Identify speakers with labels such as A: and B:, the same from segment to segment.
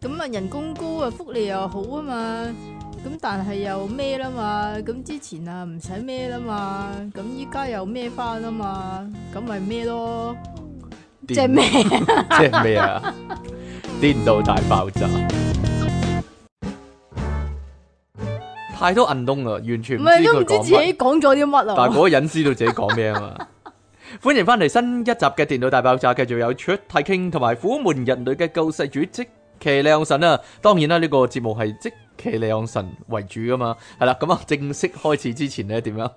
A: 咁啊人工高啊，福利又好啊嘛，咁但係又咩啦嘛，咁之前啊唔使咩啦嘛，咁依家又咩翻啊嘛，咁咪咩咯，
B: 即
A: 即係咩？啊
B: 即係咩啊？電腦大爆炸，太多銀窿啦，完全
A: 唔
B: 唔
A: 係
B: 知
A: 都唔
B: 佢
A: 知
B: 講
A: 自己
B: 乜。
A: 講咗啲乜
B: 但係
A: 啊，
B: 嗰個人知道自己講咩啊嘛。歡迎翻嚟新一集嘅電腦大爆炸，繼續有出太傾同埋虎門人類嘅救世主即騎靚神啊！當然啦，呢、個節目係即騎靚神為主噶嘛。係啦，咁啊，正式開始之前呢，點樣？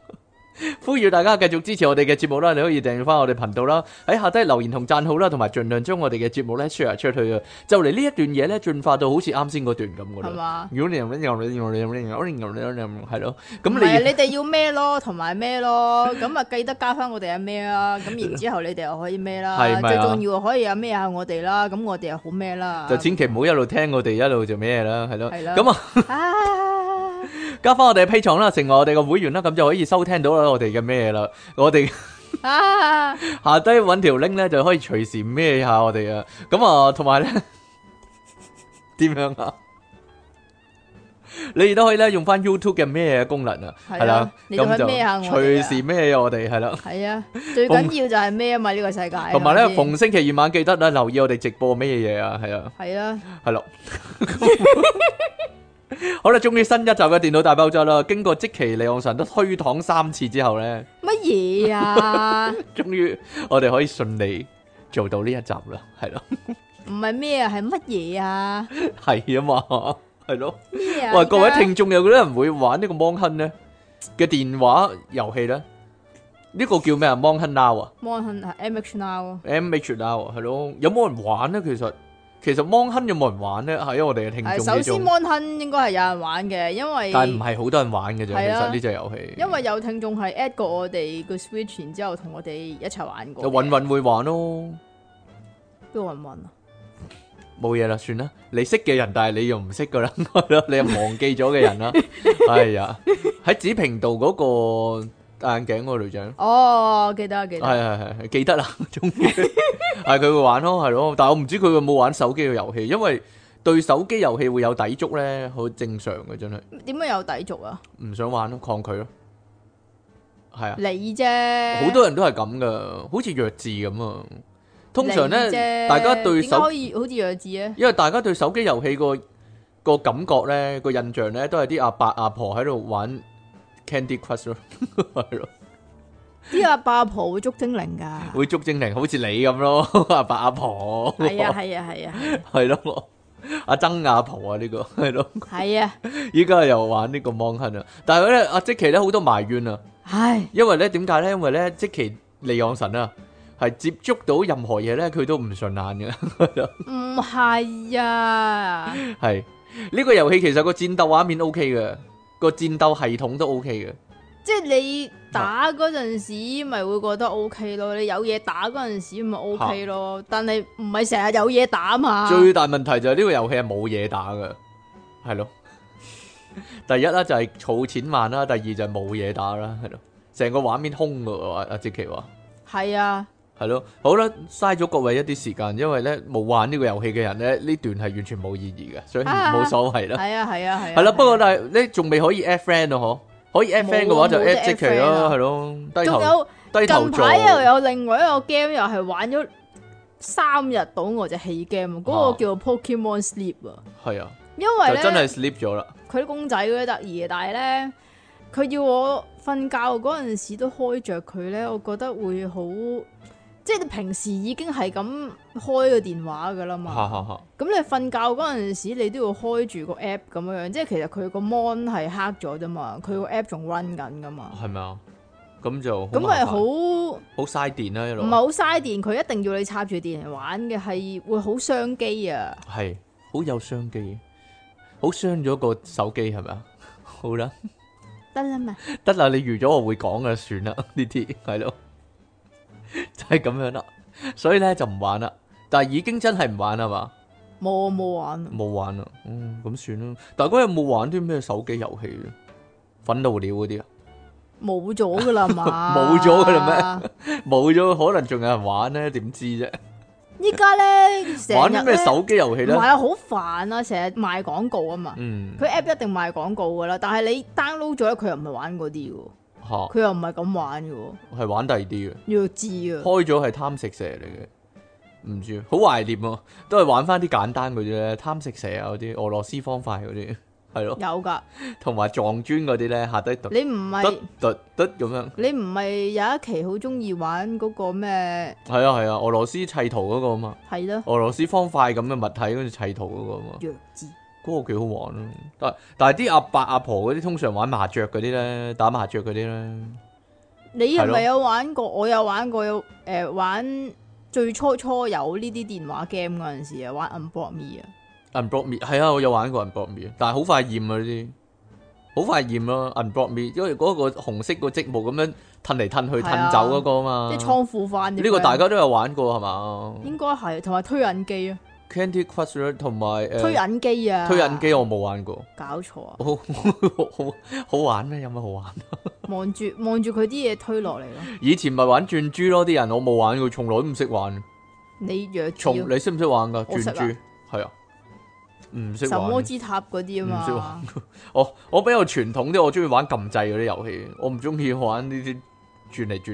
B: 呼籲大家繼續支持我哋嘅節目啦，你可以訂閱翻我哋頻道啦，喺下低留言同讚好啦，同埋盡量將我哋嘅節目咧 share 出去啊！就嚟呢一段嘢咧，進化到好似啱先嗰段咁噶
A: 係
B: 啦。
A: 嘛？
B: 如果你用你用你用你用你用你用你用你用係咯，
A: 唔
B: 咁
A: 係
B: 你
A: 你哋要咩咯，同埋咩咯，咁啊記得加翻我哋阿咩啦，咁然之後你哋又可以咩啦，
B: 係咪
A: 最
B: 啊
A: 重要可以阿咩下我哋啦，咁我哋又好咩啦，
B: 就千祈唔好一路聽我哋一路做咩啦，係咯。
A: 係啦
B: 咁啊，
A: 啊
B: 加翻我哋嘅 P 廠啦，成為我哋嘅會員啦，咁就可以收聽到啦我哋嘅咩啦，我哋。
A: 啊，
B: 下低揾條 link 咧就可以隨時孭下我哋啊！咁啊，同埋咧 點樣啊？你亦都可以咧用翻 YouTube 嘅咩功能啊，
A: 係啊
B: 係啦，
A: 你都可以
B: 咁就
A: 孭下我哋啊
B: 隨時孭我哋係啦。
A: 係啊，最緊要就係咩啊嘛呢個世界，
B: 同埋咧，
A: 係咪先
B: 逢星期二晚記得咧留意我哋直播咩嘢啊，係啊，
A: 係啊，
B: 係咯。 好啦，終於新一集嘅電腦大爆炸啦！經過即期利昂神都推搪三次之後 咧，
A: 乜嘢 啊？
B: 終於我哋可以順利做到呢一集啦，係咯。
A: 唔係咩啊，係乜嘢啊？
B: 系啊嘛，系咯。
A: 咩啊？
B: 喂，各位聽眾有幾多人會玩呢個 Mon Hun 咧嘅電話遊戲咧？呢個叫咩啊？Mon Hun Now 啊
A: m o n 係 M H Now，
B: ，M H Now 係咯。有冇人玩咧？其實其實 Mon Hun 有冇人玩咧？喺我哋嘅聽
A: 係
B: 眾
A: 首
B: 之
A: 先
B: 中，
A: m o n 應該係有人玩嘅，因為
B: 但係唔係好多人玩嘅啫。其
A: 係啊
B: 實呢隻遊戲，
A: 因為有聽眾係 at 過我哋個 Switch，然之後同我哋一齊玩過嘅。
B: 就韻韻會玩咯，
A: 邊個搵搵啊？
B: 冇嘢啦，算啦。你識嘅人，但係你又唔識噶 啦，係咯，你又忘記咗嘅人啦。係啊，喺紫平道嗰個戴眼鏡嗰個女仔。
A: 哦，記得記
B: 系
A: 得，
B: 系系，記得 啦，終於係佢會玩咯，係咯，但系我唔知佢有冇玩手機嘅遊戲，因為對手機遊戲會有抵觸咧，好正常嘅，真係
A: 點解有抵觸啊？
B: 唔想玩咯，抗拒咯，係啊，
A: 你啫，
B: 好多人都係咁噶，好似弱智咁啊。通常
A: 你啫
B: 咧，大家
A: 點
B: 對
A: 解
B: 手
A: 可，以好似弱智啊咧？
B: 因為大家對手機遊戲個個感覺咧，個印象咧，都係啲阿伯阿婆喺度玩 Candy Crush 咯，係 咯。
A: 啲阿八婆會捉精靈㗎。
B: 會捉精靈，好似你咁咯， 阿伯阿婆，
A: 係啊係啊係啊
B: 係咯，阿曾阿婆啊呢、個係咯，
A: 係啊！
B: 依家又玩呢個 mon 亨啊，但係咧阿即奇咧好多埋怨啊，
A: 唉，
B: 因為咧點解咧？因為咧即奇利昂神啊，係接觸到任何嘢咧，佢都唔順眼嘅，
A: 唔係啊，
B: 係呢、個遊戲其實個戰鬥畫面 O K 嘅，個戰鬥系統都 O K 嘅，
A: 即係你打嗰陣時，咪會覺得 O K 咯。你有嘢打嗰陣時，咪 O K 咯。但係唔係成日有嘢打嘛？
B: 最大問題就係呢個遊戲係冇嘢打嘅，係咯。第一啦就係儲錢慢啦，第二就係冇嘢打啦，係咯，成個畫面空嘅喎，阿阿即奇話。
A: 係啊，
B: 系咯，好啦，嘥咗各位一啲時間，因為咧冇玩呢個遊戲嘅人咧，呢段係完全冇意義嘅，所以
A: 啊
B: 冇所謂啦。
A: 係啊，係啊，係啊。
B: 係啦，不過但係咧仲未可以 add friend 咯，嗬？可以 add
A: 冇
B: friend 嘅話就
A: 冇得
B: add 即
A: add
B: 期
A: friend
B: 啦，
A: 啊
B: 係咯，低
A: 仲
B: 頭
A: 有。
B: 低頭
A: 近
B: 做
A: 排又有另外一個 game 又係玩咗三日到我隻戲 game，嗰
B: 啊
A: 個叫 Pokemon Sleep 啊。
B: 係啊，
A: 因為
B: 就真
A: 咧
B: 係 sleep 咗啦，
A: 佢啲公仔嗰啲得意嘅，但係咧佢要我瞓覺嗰陣時都開着佢咧，我覺得會好，即係你平時已經係咁開個電話噶啦嘛。
B: 哈哈哈，
A: 咁你瞓覺嗰陣時，你都要開住個 app 咁樣樣，即係其實佢個 mon 係黑咗啫嘛，佢個 app 仲 run 緊噶嘛，
B: 係咪啊？咁就
A: 咁
B: 係
A: 係好。
B: 好嘥電啦，一路
A: 唔係好嘥電，佢一定要你插住電嚟玩嘅，係會好傷機啊！
B: 係好有商機，好傷咗個手機係咪啊？ 好啦。
A: 得啦嘛，
B: 得啦，你預咗我會講嘅，算啦， 呢啲係咯，就係咁樣啦。所以咧就唔玩啦，但係已經真係唔玩啦嘛，
A: 冇冇玩，
B: 冇玩啦，嗯，咁算啦。大家有冇玩啲咩手機遊戲咧？憤怒鳥嗰啲啊，
A: 冇咗 噶啦嘛，
B: 冇咗㗎啦咩冇咗可能仲有人玩咧，點知啫？
A: 依家咧成
B: 玩
A: 日
B: 啲咩
A: 咧
B: 手機遊戲
A: 唔
B: 咧？
A: 係啊，好煩啊！成日賣廣告啊嘛，
B: 嗯，
A: 佢 app 一定賣廣告噶啦，但係你 download 咗咧，佢又唔係玩嗰啲嘅，
B: 吓
A: 佢又唔係咁玩嘅喎，
B: 係玩第二啲嘅，
A: 要知啊。
B: 開咗係貪食蛇嚟嘅，唔知好懷念啊，都係玩翻啲簡單嗰啲咧，貪食蛇啊嗰啲俄羅斯方塊嗰啲， 係咯，
A: 有噶，
B: 同埋撞磚嗰啲咧，下低突
A: 你唔係
B: 突突突咁樣，
A: 你唔係有一期好中意玩嗰個咩？
B: 係啊係啊，俄羅斯砌圖嗰個啊嘛，
A: 係咯，
B: 俄羅斯方塊咁嘅物體跟住砌圖嗰個啊嘛。
A: 弱智
B: 嗰個幾好玩咯，但但係啲阿伯阿婆嗰啲通常玩麻雀嗰啲咧，打麻雀嗰啲咧，
A: 你
B: 係
A: 係
B: 咯
A: 咪有玩過？我有玩過，有诶、玩最初初有呢啲電話 game 嗰陣時啊，玩 Unblock Me 啊，
B: Unblock Me 係啊，我有玩過 Unblock Me，但係好快厭啊呢啲，好快厭咯 Unblock Me，因為嗰個紅色個積木咁樣褪嚟褪去
A: 係啊
B: 褪走嗰個啊嘛
A: 即係，倉庫翻啊
B: 呢個大家都有玩過係嘛
A: 應該係，同埋推引機啊，
B: ？Candy Crush 咧同埋
A: 推
B: 誒
A: 引機啊，
B: 推引機我冇玩過，
A: 搞錯啊！
B: 好好好玩咩？有乜好玩？
A: 望住望住佢啲嘢推落嚟咯，
B: 以前咪玩轉珠咯，啲人我冇玩過，從來都唔識玩。
A: 你弱智
B: 從
A: 啊
B: 你識唔識玩噶
A: 我
B: 轉
A: 識啊
B: 珠？係啊，唔識
A: 神魔
B: 玩。
A: 之塔嗰啲啊
B: 唔識
A: 嘛
B: 玩，我哦我比較傳統啲，我中意玩撳掣嗰啲遊戲，我唔中意玩呢啲轉嚟轉去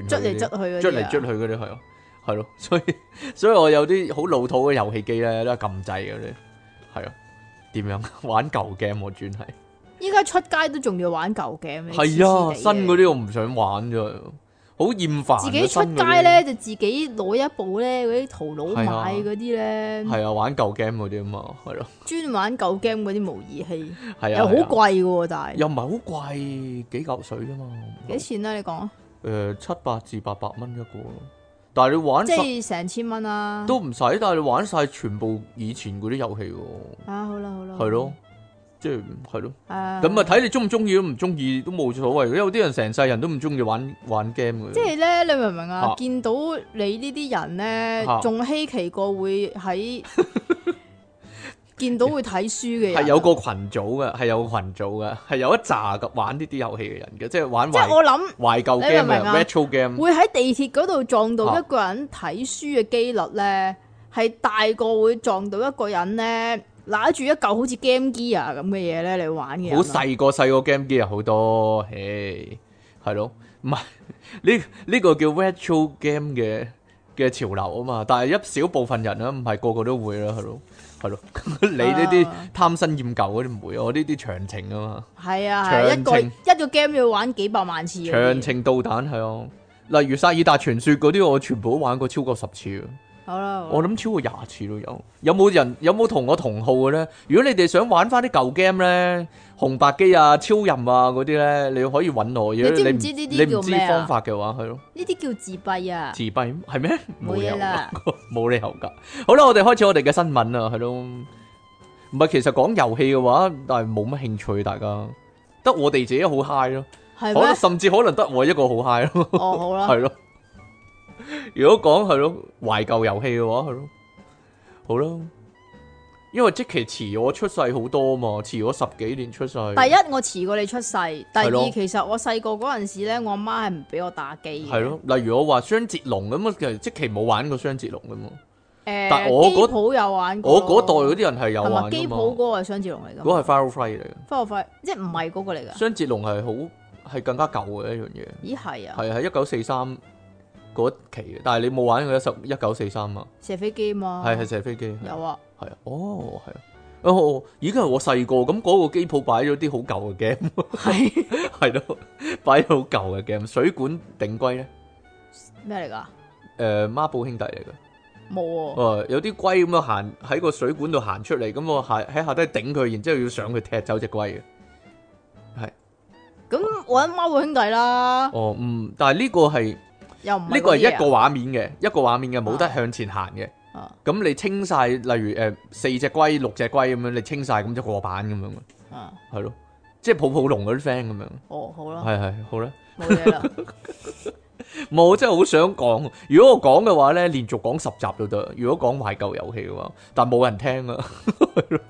A: 捽嚟捽
B: 嗰啲、
A: 去嗰啲
B: 捽嚟
A: 啊
B: 捽去嗰啲係啊，係咯， 所以所以我有啲好老土嘅遊戲機咧，都係撳掣嗰啲，係啊，點樣 玩舊 game 我轉係
A: 依家出街都仲要玩舊 game，你
B: 係
A: 黐黐
B: 啊，
A: 地嘅
B: 新嗰啲我唔想玩啫，好厭煩啊。
A: 自己出
B: 新嗰
A: 街
B: 啲
A: 咧就自己攞一部咧嗰啲淘寶
B: 係啊
A: 買嗰啲咧，
B: 係啊，玩舊 game 嗰啲啊嘛，係咯，
A: 專玩舊 game 嗰啲模擬器，
B: 係啊，
A: 又好
B: 係啊
A: 貴嘅喎，但係
B: 又唔係好貴，幾嚿水啫嘛，
A: 幾錢啊？你講，
B: 誒七百至八百蚊一個咯。但係你玩
A: 即
B: 十
A: 係成千蚊啊！
B: 都唔使，但係你玩晒全部以前嗰啲遊戲喎，
A: 啊，好啦好啦，
B: 係咯，即係係咯。
A: 啊，
B: 咁啊睇你中唔中意都唔中意都冇所謂。有啲人成世人都唔中意玩玩 game 嘅，
A: 即係咧，你明唔明啊
B: 啊？
A: 見到你呢啲人
B: 啊
A: 咧，仲稀奇過會 喺見到會睇書嘅
B: 係
A: 人，
B: 有個群組嘅，係有個群組嘅，係有一紮嘅玩呢啲遊戲嘅人嘅，即係玩
A: 即係
B: 懷
A: 我諗
B: 懷舊
A: 你明唔
B: game
A: 明啊
B: 嘅 retro game。
A: 會喺地鐵嗰度撞
B: 啊
A: 到一個人睇書嘅機率咧，係大過會撞到一個人咧拿住一嚿好似 Game Gear 咁嘅嘢咧嚟玩嘅人
B: 好
A: 啊。
B: 細個細個 game 機有好多，唉，係咯，唔係呢呢個叫 retro game 嘅嘅潮流啊嘛，但係一小部分人啦，唔係個個都會啦，係咯，係咯，你呢啲
A: 啊
B: 貪新厭舊嗰啲唔會，我呢啲長情啊嘛，
A: 係啊，係啊一個
B: 長情
A: 一個 game 要玩幾百萬次嗰啲。
B: 長情導彈係啊，例如《薩爾達傳說》嗰啲，我全部都玩過超過十次啊。
A: 好啦，
B: 我諗超過廿次都有。有冇人有冇同我同號嘅咧？如果你哋想玩翻啲舊 game 咧，紅白機啊、超任啊嗰啲咧，你可以揾我。如果
A: 你知唔
B: 唔
A: 知呢啲
B: 你唔
A: 叫
B: 知
A: 咩啊
B: 方法嘅話，係咯，
A: 呢啲叫自閉啊，
B: 自閉係咩？
A: 冇
B: 理由
A: 嘢啦
B: 㗎， 冇理由㗎。好啦，我哋開始我哋嘅新聞啦，係咯。唔係，其實講遊戲嘅話，但係冇乜興趣，大家得我哋自己好 high 咯，
A: 係
B: 可能
A: 咩？
B: 甚至可能得我一個好 high 咯。
A: 哦，好啦
B: 系，咯。如果講係咯懷舊遊戲嘅話，係咯，好啦。因為即期遲我出世好多嘛，遲我十幾年出世。
A: 第一我遲過你出世，第
B: 係咯
A: 二其實我細個嗰陣時咧，我阿媽係唔俾我打機嘅。
B: 係咯，例如我話雙截龍咁啊，其實即期冇玩過雙截龍噶嘛。
A: 誒，
B: 但我嗰
A: 機鋪有玩過
B: 我
A: 咯，
B: 嗰代嗰啲人係有
A: 係咪
B: 玩
A: 機
B: 噶
A: 鋪
B: 嘛。
A: 嗰個係雙截龍嚟㗎嘛？
B: 嗰個係 Firefly 嚟嘅，
A: 科學費，即係唔係嗰個嚟㗎？
B: 雙截龍係好係更加舊嘅一樣嘢，
A: 咦係啊，
B: 係喺一九四三嗰期嘅。但係你冇玩過一十一九四三啊？
A: 射飛機嘛，
B: 係係射飛機。係
A: 哦有啊，
B: 系啊，哦，系啊，哦，已經係我細個咁嗰個機鋪擺咗啲好舊嘅 game，
A: 係
B: 係咯，擺咗好舊嘅 game。水管頂龜咧，
A: 咩嚟㗎？
B: 诶、孖寶兄弟嚟嘅，
A: 冇喎，
B: 哦，有啲龜咁樣行喺個水管度行出嚟，咁我下喺下低頂佢，然之後要上去踢走只龜嘅。
A: 咁我揾貓個兄弟啦，
B: 哦，嗯，但係呢個係
A: 又啊唔
B: 呢
A: 個
B: 個係一個畫面嘅，一個畫面嘅，冇得向前行嘅。
A: 啊
B: 咁你清晒，例如诶、誒四隻龜、六隻龜咁樣，你清晒咁就過板咁樣，
A: 啊，
B: 係咯，即係抱抱龍嗰啲 friend 咁樣，
A: 哦好啦，
B: 係係好啦。
A: 冇嘢 啦，
B: 冇，我真係好想講。如果我講嘅話咧，連續講十集都得。如果講懷舊遊戲嘅話，但冇人聽啊。
A: 然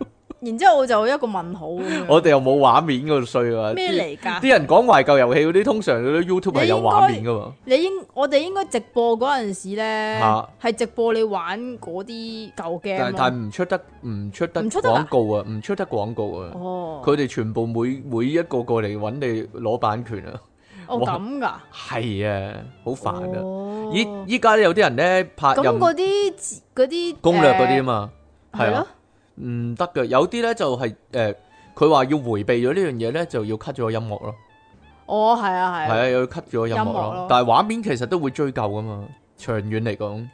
A: 然之後我就一個問號咁樣
B: 我哋又冇畫面嗰度衰啊！
A: 嗯咩嚟
B: 啲
A: 㗎？
B: 啲人講懷舊遊戲嗰啲，通常嗰啲 YouTube 係有畫面噶嘛。
A: 你應我哋應該直播嗰陣時咧
B: 嚇，
A: 係直播你玩嗰啲舊
B: 但
A: game
B: 但
A: 咯
B: 唔出得唔出得
A: 唔出得㗎
B: 廣告啊，唔出得廣告啊！
A: 哦，
B: 佢哋全部每每一個過嚟揾你攞版權啊，
A: 哦
B: 哇
A: 咁㗎，
B: 係啊，好煩啊！
A: 哦
B: 依依家咧有啲人咧拍
A: 咁
B: 任
A: 嗰啲字嗰啲
B: 攻略嗰啲啊嘛，
A: 係
B: 係
A: 咯
B: 啊，，唔得嘅。有啲咧就係誒，佢話要迴避咗呢樣嘢咧，就要 cut 咗個音樂咯，
A: 哦係啊
B: 係
A: 係啊，
B: 啊，要 cut 咗個音樂
A: 音樂
B: 咯
A: 咯。
B: 但係畫面其實都會追究噶嘛，長遠嚟講，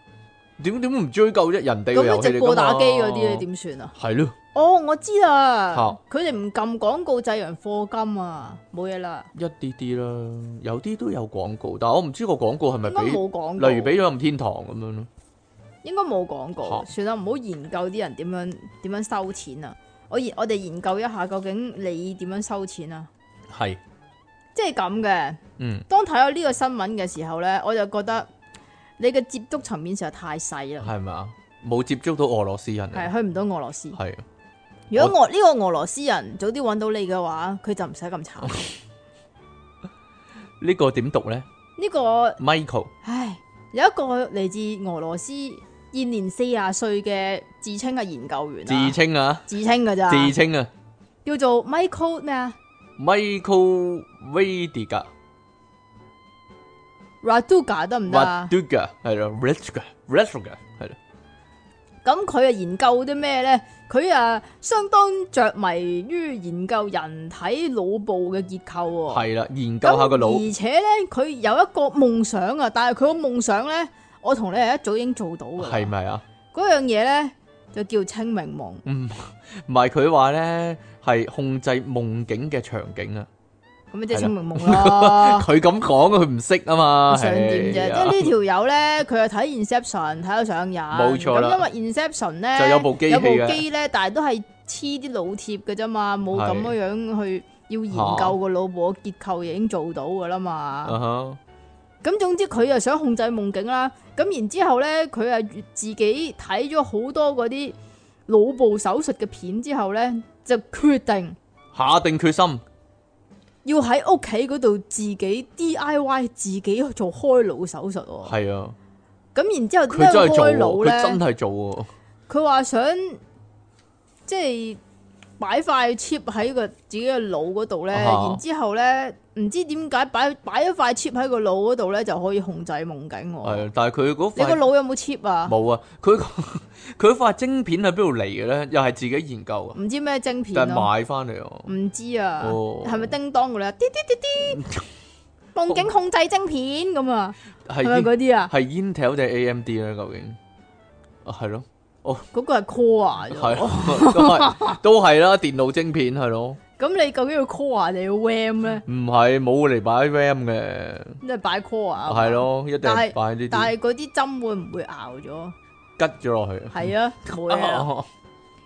B: 點點唔追究啫？人哋嘅
A: 咁
B: 遊
A: 你
B: 戲嚟
A: 直播
B: 㗎嘛
A: 打機嗰啲你點算啊？
B: 係咯，
A: 哦我知啦
B: 嚇，
A: 佢哋唔撳廣告制洋課金啊，冇嘢啦，
B: 一啲啲啦，有啲都有廣告，但係我唔知個廣告係咪
A: 應該
B: 俾，
A: 冇廣告，
B: 例如俾咗任天堂咁樣咯。
A: 應該冇廣告，
B: 嚇
A: 算啦，唔好研究啲人點樣點樣收錢啊！我研我哋研究一下究竟你點樣收錢啊！
B: 係，
A: 即係咁嘅，
B: 嗯，
A: 當睇到呢個新聞嘅時候呢，我就覺得你嘅接觸層面實在太細啦，
B: 係咪啊？冇接觸到俄羅斯人
A: 係
B: 啊，
A: 去唔到俄羅斯。
B: 係啊
A: 如果俄呢個俄羅斯人早啲揾到你嘅話，佢就唔使咁 慘。
B: 呢個點讀咧
A: 呢個
B: ？Michael
A: 唉，有一個嚟自俄羅斯現年四廿歲嘅自稱嘅研究員
B: 自
A: 啊，
B: 稱啊，
A: 自稱㗎咋，
B: 自稱啊。
A: 叫做 Michael 咩啊
B: Michael Vediga
A: Raduga 得唔得啊？
B: Vaduga 係咯 r i c h g a r i c h g a 係咯，
A: 咁佢啊研究啲咩呢？佢啊相當着迷於研究人體腦部嘅結構喎、
B: 係啦，研
A: 咁
B: 究下個腦
A: 而且呢，佢有一個夢想啊，但係佢個夢想呢，我同你係一早已經做到嘅。
B: 係咪嗯啊？
A: 嗰樣嘢呢，就叫清明夢。
B: 唔係佢話咧係控制夢境嘅場景啊，
A: 咁咪即係
B: 係啦
A: 清明夢咯。
B: 佢咁講佢唔識啊 嘛，
A: 想點啫？即
B: 係
A: 係
B: 啊
A: 呢條友呢，佢係睇 Inception 睇到上癮。
B: 冇錯啦
A: 咁因為 Inception 呢，
B: 就有部機器啊
A: 有部
B: 嘅
A: 機呢，但係都係黐啲腦貼嘅啫嘛，冇
B: 係
A: 咁樣樣去要研究個腦部嘅結構已經做到噶啦嘛。
B: 啊哈
A: 咁、總之佢又想控制夢境啦。咁然之後呢，佢啊自己睇咗好多嗰啲腦部手術嘅片之後呢，就決定
B: 下定決心
A: 要喺屋企嗰度自己 DIY 自己做開腦手術喎。
B: 係啊，
A: 咁然之後
B: 佢
A: 點解
B: 真係做
A: 開
B: 喎，
A: 腦
B: 佢真
A: 咧？
B: 係做喎，
A: 佢話想即係擺塊 chip 喺個自己嘅腦嗰度咧，
B: 啊
A: 然之後咧唔知點解擺擺一塊 chip 喺個腦嗰度咧就可以控制夢境
B: 係
A: 喎。
B: 啊，但係佢嗰
A: 哦你個
B: 塊
A: 腦有冇 chip 啊？
B: 冇啊，佢 佢嗰塊晶片喺邊度嚟嘅咧？又係自己研究啊，
A: 唔知咩晶片
B: 但係
A: 咯？
B: 買翻嚟啊。
A: 唔知啊，
B: 哦
A: 係咪叮當嗰啲啊？滴滴滴滴，夢境控制晶片咁啊？係
B: 係
A: 咪嗰啲啊？
B: 係 Intel 定 AMD 咧？究竟啊，係咯，
A: 嗰個係 core 啊
B: 係咯都係都係啦，電腦晶片係咯，
A: 咁你究竟要 core 啊定要 RAM 咧？
B: 唔係冇嚟擺 RAM 嘅，
A: 即係擺 core 啊？
B: 係。咯，一定
A: 但
B: 係
A: 係
B: 擺呢
A: 但
B: 啲
A: 係嗰啲針會唔會熬咗？
B: 吉咗落去。
A: 係啊，冇嘢啦。
B: 啊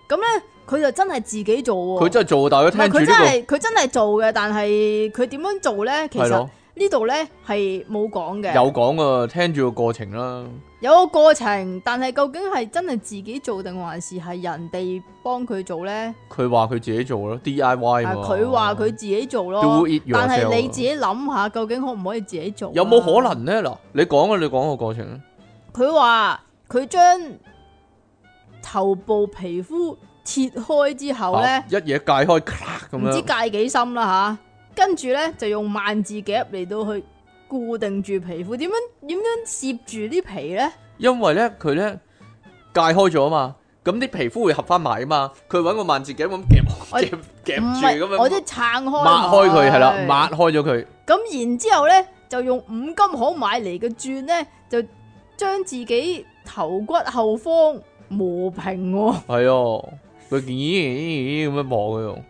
A: 咁咧，佢就真係自己做喎。
B: 佢真係做，但係
A: 唔係
B: 佢聽
A: 佢
B: 住
A: 真
B: 呢
A: 係佢真係做嘅，但係佢點樣做咧？其
B: 個係
A: 實
B: 咯，
A: 呢度咧係冇講嘅，
B: 有講啊，聽住個過程啦，
A: 有個過程，但係究竟係真係自己做定還是係人哋幫佢做咧？
B: 佢話佢自己做咯，DIY
A: 啊
B: 嘛
A: 佢話佢自己做
B: Do
A: 咯，
B: it
A: 但係
B: yourself
A: 你自己諗下，究竟可唔可以自己做啊？
B: 有冇可能咧？嗱，你講啊，你講個過程啊，
A: 佢話佢將頭部皮膚切開之後咧。
B: 啊一嘢界開，咔咁
A: 唔知
B: 樣，
A: 界幾深啦吓，跟住咧就用萬字夾嚟到去固定住皮膚，點樣點樣攝住啲皮咧？
B: 因為咧佢咧界開咗啊嘛，咁啲皮膚會合翻埋啊嘛，佢揾個萬字夾咁
A: 我
B: 夾夾夾
A: 唔
B: 住咁
A: 係，我啲
B: 樣
A: 撐開
B: 抹開佢係啦，抹
A: 抹。
B: 開咗佢，
A: 咁然之後咧，就用五金行買嚟嘅鑽咧，就將自己頭骨後方磨平喎、
B: 係哦，佢咦咦咦咁樣望佢喎，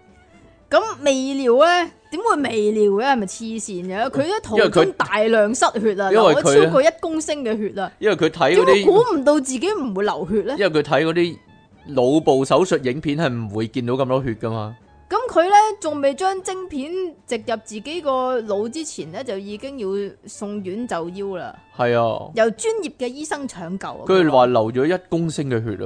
A: 咁未料咧，點會未料嘅？係咪黐線嘅？佢喺途
B: 嗯因為佢
A: 中大量失血啊，
B: 因
A: 流
B: 為佢
A: 咗超過一公升嘅血啊！
B: 因為佢睇
A: 點
B: 嗰
A: 會
B: 啲，
A: 估唔到自己唔會流血咧？
B: 因為佢睇嗰啲腦部手術影片係唔會見到咁多血噶嘛，
A: 咁佢咧仲未將晶片植入自己個腦之前咧，就已經要送院就醫啦，
B: 係啊，
A: 由專業嘅醫生搶救啊。
B: 佢
A: 佢話
B: 話流咗一公升嘅血啊，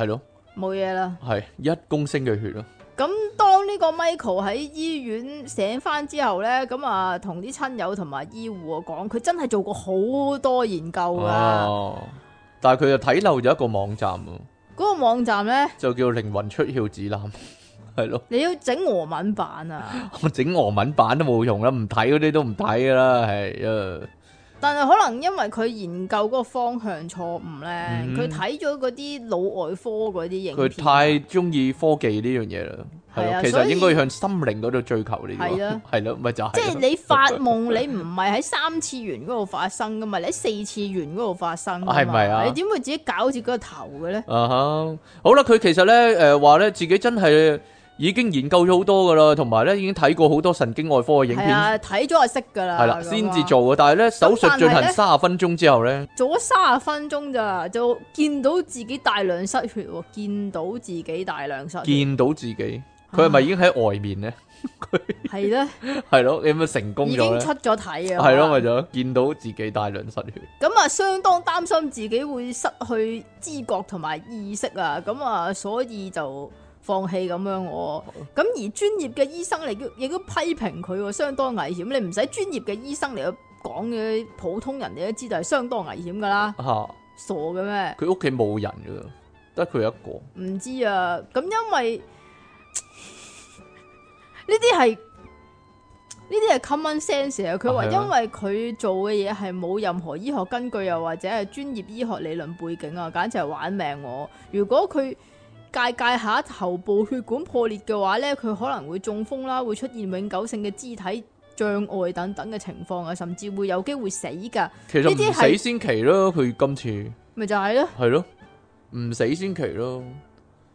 B: 係咯，
A: 冇嘢啦。
B: 係一公升嘅血咯，
A: 咁當呢個 Michael 喺醫院醒翻之後呢，咁啊同啲親友同埋醫護啊講，佢真係做過好多研究啊噶。
B: 哦，但係佢就睇漏咗一個網站喎，
A: 嗰、個網站呢，
B: 就叫靈魂出竅指南，係咯，
A: 你要整俄文版 啊，
B: 我 整俄文版都冇用啦，唔睇嗰啲都唔睇噶啦，係啊，
A: 但係可能因為佢研究嗰個方向錯誤呢，
B: 嗯
A: 佢睇咗嗰啲腦外科嗰啲影片啊，
B: 佢太中意科技呢樣嘢啦，係
A: 係
B: 咯，
A: 啊
B: 其
A: 所
B: 實
A: 以
B: 應該向心靈嗰度追求呢啲
A: 係
B: 喎
A: 啊，
B: 係咯，咪就係
A: 即
B: 咯，
A: 係你發 夢，你唔係喺三次元嗰度發生噶嘛，你喺四次元嗰度發生㗎嘛，
B: 係咪啊
A: 你點會自己搞住嗰個頭嘅咧？
B: 啊哈，好啦，佢其實咧誒話咧自己真係已經研究咗好多噶啦，同埋咧已經睇過好多神經外科嘅影
A: 係
B: 片，
A: 啊，睇咗就識㗎啦，
B: 係啦，
A: 咁啊
B: 先至做嘅。但係咧手術進行
A: 但係呢
B: 三十分鐘之後咧，
A: 做咗三十分鐘咋，就見到自己大量失血喎，見到自己大量失血，
B: 見到自己，佢係咪已經喺外面咧？
A: 係咧，
B: 係咯，你有冇成功
A: 已
B: 咗
A: 經
B: 咧？
A: 出咗體啊，
B: 係咯，
A: 可
B: 咪
A: 能
B: 就係見到自己大量失血，
A: 咁啊，相當擔心自己會失去知覺同埋意識啊，咁啊，所以就放棄咁樣我。咁而專業嘅醫生嚟都亦都批評佢喎，相當危險。你唔使專業嘅醫生嚟去講嘅，普通人你都知道係相當危險噶啦，
B: 吓
A: 傻嘅咩？
B: 佢屋企冇人噶，得佢一個。
A: 唔知啊，咁因為 呢啲係呢啲係 common sense 啊。佢話
B: 啊係
A: 因
B: 咩
A: 為佢做嘅嘢係冇任何醫學根據，啊又或者係專業醫學理論背景啊，簡直係玩命我。如果佢界界下頭部血管破裂嘅話呢佢可能會中風啦，會出現永久性嘅肢體障礙等等嘅情況啊，甚至會有機會死㗎。
B: 其實
A: 呢啲
B: 唔
A: 係
B: 死先奇咯，佢今次
A: 咪就係咯，
B: 係咯，唔死先 奇咯，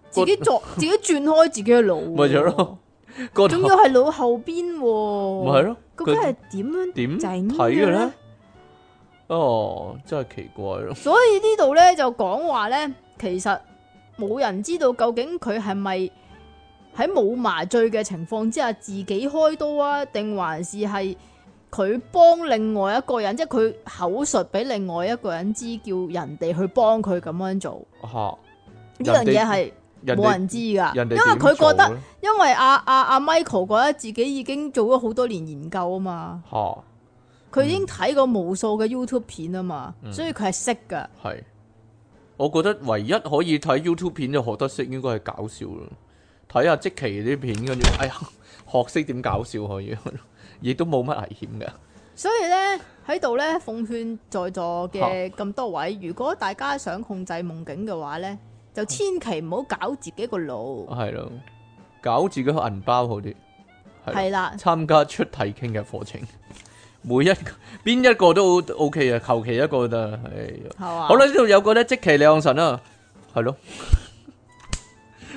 A: 自己作自己轉開自己嘅腦喎，
B: 咪就係咯 個頭
A: 仲要係腦後邊
B: 咪
A: 喎。
B: 係咯，
A: 究
B: 佢
A: 竟係點樣
B: 點
A: 整
B: 睇嘅
A: 嘅
B: 咧
A: 咧？？
B: 哦，真係奇怪咯，
A: 所以呢度咧就講話咧，其實冇人知道究竟佢係咪喺冇麻醉嘅情況之下自己開刀啊，定還是係佢幫另外一個人，即係佢口述俾另外一個人知，叫人哋去幫佢咁樣做。
B: 吓
A: 呢樣
B: 人哋
A: 嘢係
B: 人
A: 冇
B: 哋
A: 人知噶，
B: 人
A: 因
B: 哋
A: 為佢覺得，
B: 得
A: 因為阿阿阿 Michael 覺得自己已經做咗好多年研究啊嘛。
B: 吓
A: 佢已經睇過無數嘅 YouTube 片啊嘛，
B: 嗯
A: 所以佢係識噶。
B: 係，我覺得唯一可以睇 YouTube 片就學得識，應該係搞笑咯。睇下即奇啲片，跟住哎呀，學識點搞笑可以， 亦都冇乜危險嘅。
A: 所以呢，喺度呢，奉勸在座嘅咁多位，如果大家想控制夢境嘅話呢，就千祈唔好搞自己個腦，
B: 係咯，搞自己個銀包好啲。係啦
A: 係啦，
B: 參加出體傾嘅課程， 每一個邊一個都 O K 啊，求其一個得啦。哎呀
A: 係嘛？
B: 好啦，呢度有個咧，即其兩神啊，係咯，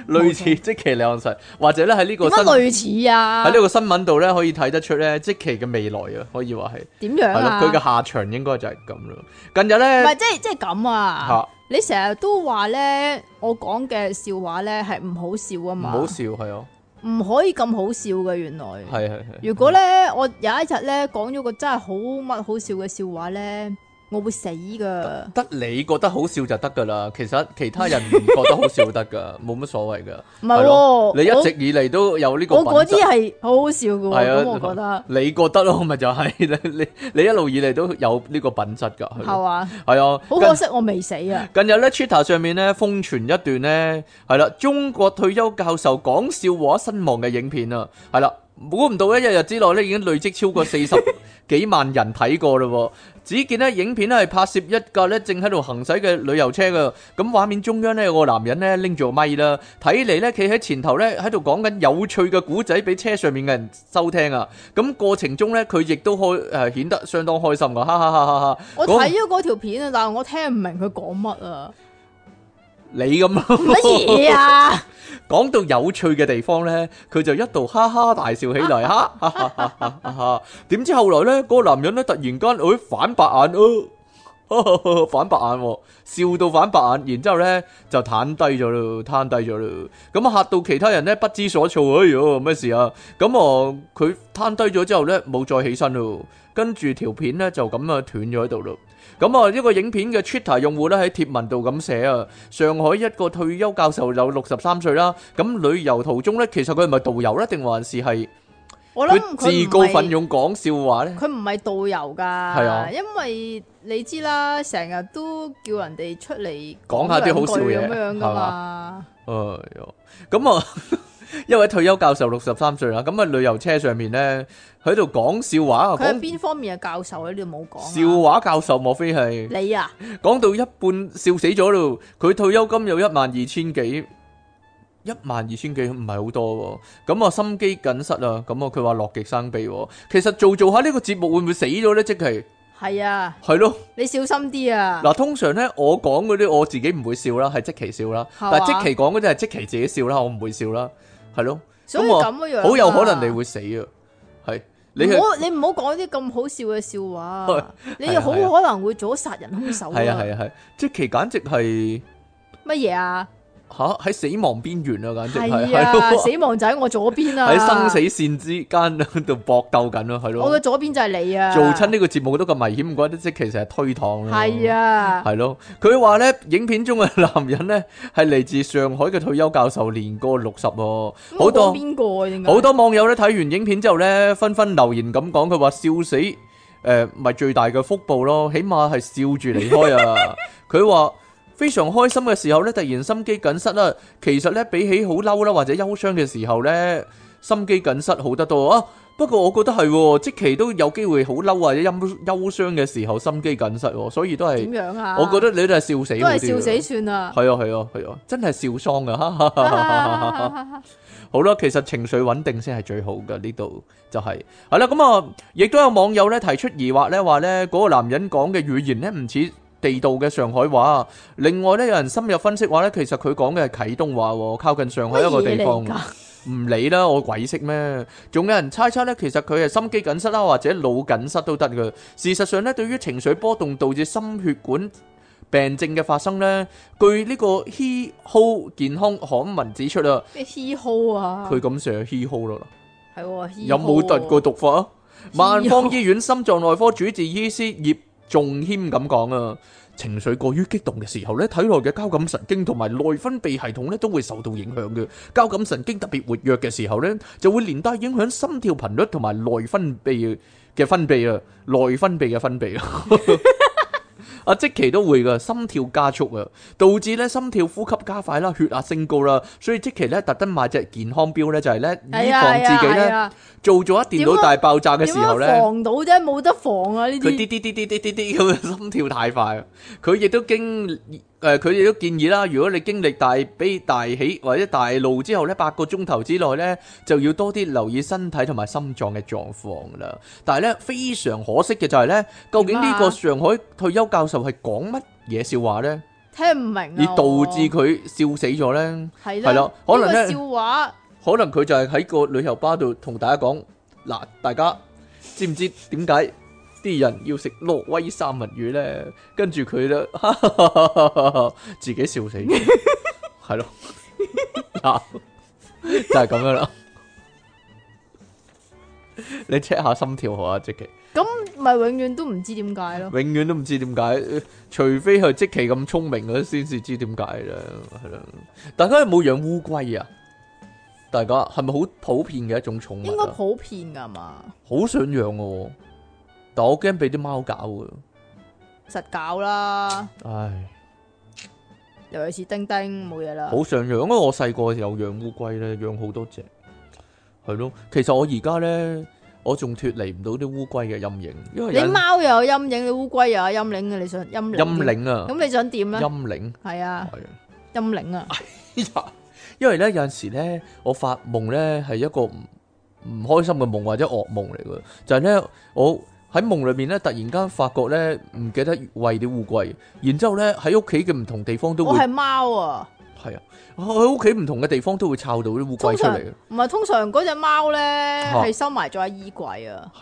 B: 類似即其兩神，或者咧喺呢個
A: 點
B: 新
A: 樣
B: 喺
A: 類似啊？
B: 呢個新聞度咧，可以睇得出咧，即其嘅未來啊，可以話係
A: 點樣
B: 係咯，
A: 啊？
B: 佢嘅下場應該就係咁啦。近日
A: 唔
B: 咧
A: 係即係即係咁啊！
B: 嚇
A: 你成日都話呢，我講嘅笑話呢係嗯唔好笑啊
B: 唔
A: 嘛，
B: 好笑係啊，
A: 唔可以咁好笑嘅原來。
B: 係係係
A: 如果咧，我有一日咧講咗個真係好乜好笑嘅笑話咧，我會死噶。
B: 得你覺得好笑就得㗎啦，其實其他人唔覺得好笑得㗎，冇乜所謂㗎。
A: 唔係
B: 係咯你
A: 喎，
B: 一直以嚟都有呢個
A: 我我嗰
B: 品
A: 啲
B: 質，
A: 係好好笑噶喎，
B: 係啊
A: 咁我覺得
B: 你覺得咯，咪就係你你你一路以嚟都有呢個品質㗎，係
A: 係
B: 咯
A: 嘛？
B: 係啊，
A: 好可惜我未死 啊！
B: 近日咧，Twitter 上面咧瘋傳一段咧，係啦，中國退休教授講笑話身亡嘅影片啊，係啦，估唔到咧，一日之內咧已經累積超過四十幾萬人睇過嘞喎。只見咧影片咧係拍攝一架咧正喺度行駛嘅旅遊車噶，咁畫面中央咧有個男人咧拎住個咪啦，睇嚟咧企喺前頭咧喺度講緊有趣嘅古仔俾車上面嘅人收聽啊，咁過程中咧佢亦都開誒顯得相當開心噶，哈哈哈哈哈！
A: 我
B: 嗰個
A: 睇咗嗰條片啊，但係我聽唔明佢講乜 啊？
B: 你咁咯。
A: 乜嘢啊？
B: 講到有趣嘅地方呢，佢就一度哈哈大笑起嚟，哈哈哈哈哈哈哈！點知後來呢，嗰個男人呢突然間，誒反白眼，哦， 反白眼喎，笑到反白眼，然之後呢就攤低咗咯，攤低咗咯，咁嚇到其他人呢不知所措，哎呦咩事啊？咁啊佢攤低咗之後呢，冇再起身咯，跟住條片呢就咁啊斷咗喺度咯。咁啊，呢個影片嘅 Twitter 用戶咧喺貼文度咁寫啊，上海一個退休教授有六十三歲啦，咁旅遊途中咧，其實佢係咪導遊咧，定還是係
A: 我諗
B: 佢
A: 佢唔係
B: 自告奮勇講笑話咧？
A: 佢唔係導遊㗎，
B: 啊
A: 因為你知啦，成日都叫人哋出嚟
B: 講下啲好笑嘢
A: 講兩句咁樣
B: 係
A: 㗎嘛。
B: 哎呦，咁啊， 一位退休教授六十三歲啦，咁啊旅遊車上面咧喺度講笑話啊，
A: 佢係
B: 講
A: 邊方面嘅教授喺呢度冇講啊
B: 笑話教授莫非係？
A: 你啊，
B: 講到一半笑死咗咯，佢退休金有一萬二千幾，一萬二千幾唔係好多喎。咁啊心肌梗塞啊，咁啊佢話樂極生悲喎。其實做做下呢個節目會唔會死咗呢？即係
A: 係啊，
B: 係咯，
A: 你小心啲啊。
B: 嗱通常呢，我講嗰啲我自己唔會笑啦，係即其笑啦。
A: 係
B: 但
A: 嘛
B: 係即其講嗰啲係即其自己笑啦，我唔會笑啦，係咯，
A: 所以
B: 咁我
A: 咁樣樣啊，
B: 好有可能你會死啊，係你
A: 唔
B: 係
A: 好你唔好講啲咁好笑嘅笑話，你好
B: 係啊
A: 可能會做咗殺人兇手
B: 係啊係啊係，即其簡直係
A: 乜嘢啊？
B: 吓喺死亡邊緣啊，簡直係
A: 係
B: 係
A: 啊，
B: 咯。
A: 死亡就喺我左邊啊！
B: 喺生死，線之間喺度搏鬥緊啊咯，係
A: 我
B: 咯
A: 嘅。左邊就係你啊！
B: 做親呢個節目都咁危險，我覺得即其實係推搪咯。
A: 係，啊，
B: 係咯。佢話咧，影片中嘅男人咧係嚟自上海嘅退休教授，年過六十喎。
A: 咁
B: 好
A: 我
B: 多
A: 講邊個啊？應該
B: 好多網友咧睇完影片之後咧，紛紛留言咁講，佢話笑死，誒、咪最大嘅福報咯，起碼係笑住離 開啊！佢話非常開心嘅時候咧，突然心肌梗塞啦，其實咧比起好嬲啦或者憂傷嘅時候咧，心肌梗塞好得多啊！不過我覺得係喎，即期都有機會好嬲或者憂憂傷嘅時候心肌梗塞喎，所以都
A: 點
B: 係，
A: 樣啊？
B: 我覺得你都係笑死
A: 都
B: 好
A: 係
B: 啲
A: 笑
B: 啊。
A: 死算啦。
B: 係啊係啊係啊，真係笑喪噶，哈哈哈哈哈哈。 好啦，其實情緒穩定先係最好嘅，呢度就係係啦。咁啊，亦都有網友咧提出疑惑咧，話咧嗰個男人講嘅語言咧唔似地道嘅上海話。另外咧，有人深入分析話咧，其實佢講嘅係啟東話喎，靠近上海一個地
A: 乜嘢嚟
B: 方。
A: 㗎
B: 唔理啦，我鬼識咩？仲有人猜測咧，其實佢係心肌梗塞啦，或者腦梗塞都得嘅。事實上咧，對於情緒波動導致心血管病症嘅發生咧，據呢個 He Ho 健康刊文指出啊，
A: 咩嘻號啊？
B: 佢咁寫 He Ho 啦。
A: 係喎，嘻
B: 有冇
A: 號
B: 讀過讀法啊？
A: 知
B: 萬方醫院心臟內科主治醫師葉仲謙咁講啊，情緒過於激動嘅時候咧，體內嘅交感神經同埋內分泌系統咧都會受到影響嘅。交感神經特別活躍嘅時候咧，就會連帶影響心跳頻率同埋內分泌嘅分泌啊，內分泌嘅分泌啊。 阿即期都會噶，心跳加速啊，導致咧心跳、呼吸加快啦，血壓升高啦，所以即期咧特登買隻健康錶咧，就係咧以
A: 係啊
B: 防
A: 係啊
B: 自己咧
A: 係。啊
B: 做咗一電腦大爆炸嘅時候
A: 點
B: 咧，
A: 樣防到啫？冇得防啊！呢
B: 佢
A: 啲
B: 啲啲啲啲啲啲啲咁樣心跳太快，佢亦都經誒，佢亦都建議啦，如果你經歷大悲大喜或者大怒之後咧，八個鐘頭之內咧，就要多啲留意身體同埋心臟嘅狀況啦。但係咧，非常可惜嘅就係咧，究竟呢個上海退休教授係講乜嘢笑話咧，
A: 聽唔明
B: 而
A: 啊！
B: 導致佢笑死咗咧？
A: 係
B: 係咯可能
A: 呢個
B: 咧
A: 笑話
B: 可能佢就係喺個旅遊巴度同大家講：嗱，大家知唔知點解啲人要食挪威三文魚咧？跟住佢咧， 自己笑死咗，係咯，嗱，就係咁樣啦。你 check 下心跳好啊，即期
A: 咁咪永遠都唔知點解咯。
B: 永遠都唔知點解，呃除非佢即期咁聰明嗰啲先至知點解啦，係啦。大家有冇養烏龜啊？大家係咪好普遍嘅一種寵
A: 應
B: 物
A: 該
B: 啊？
A: 普遍㗎嘛，
B: 好想養嘅，但我驚俾啲貓搞嘅。
A: 實搞啦，
B: 唉，
A: 尤其是丁丁冇嘢啦。
B: 好想養，因為我細個有養烏龜咧，養好多隻，係咯。其實我而家咧，我仲脱離唔到啲烏龜嘅陰影，因為
A: 你
B: 有人
A: 貓又有陰影，你烏龜又有陰影嘅，你想陰
B: 陰
A: 影？
B: 靈啊，
A: 咁你想點咧？
B: 陰靈
A: 係啊，
B: 係啊。
A: 陰影啊，
B: 因為咧有陣時咧，我發夢咧係一個唔唔開心嘅夢或者噩夢嚟嘅，就係、呢，咧我喺夢裏面咧突然間發覺咧唔記得餵啲烏龜，然之後咧喺屋企嘅唔同地方都
A: 我
B: 會
A: 係貓啊。
B: 係啊，我喺屋企唔同嘅地方都會摷到啲烏龜
A: 通
B: 出
A: 常
B: 嚟嘅。
A: 唔係通常嗰只貓咧係收埋咗喺衣櫃啊，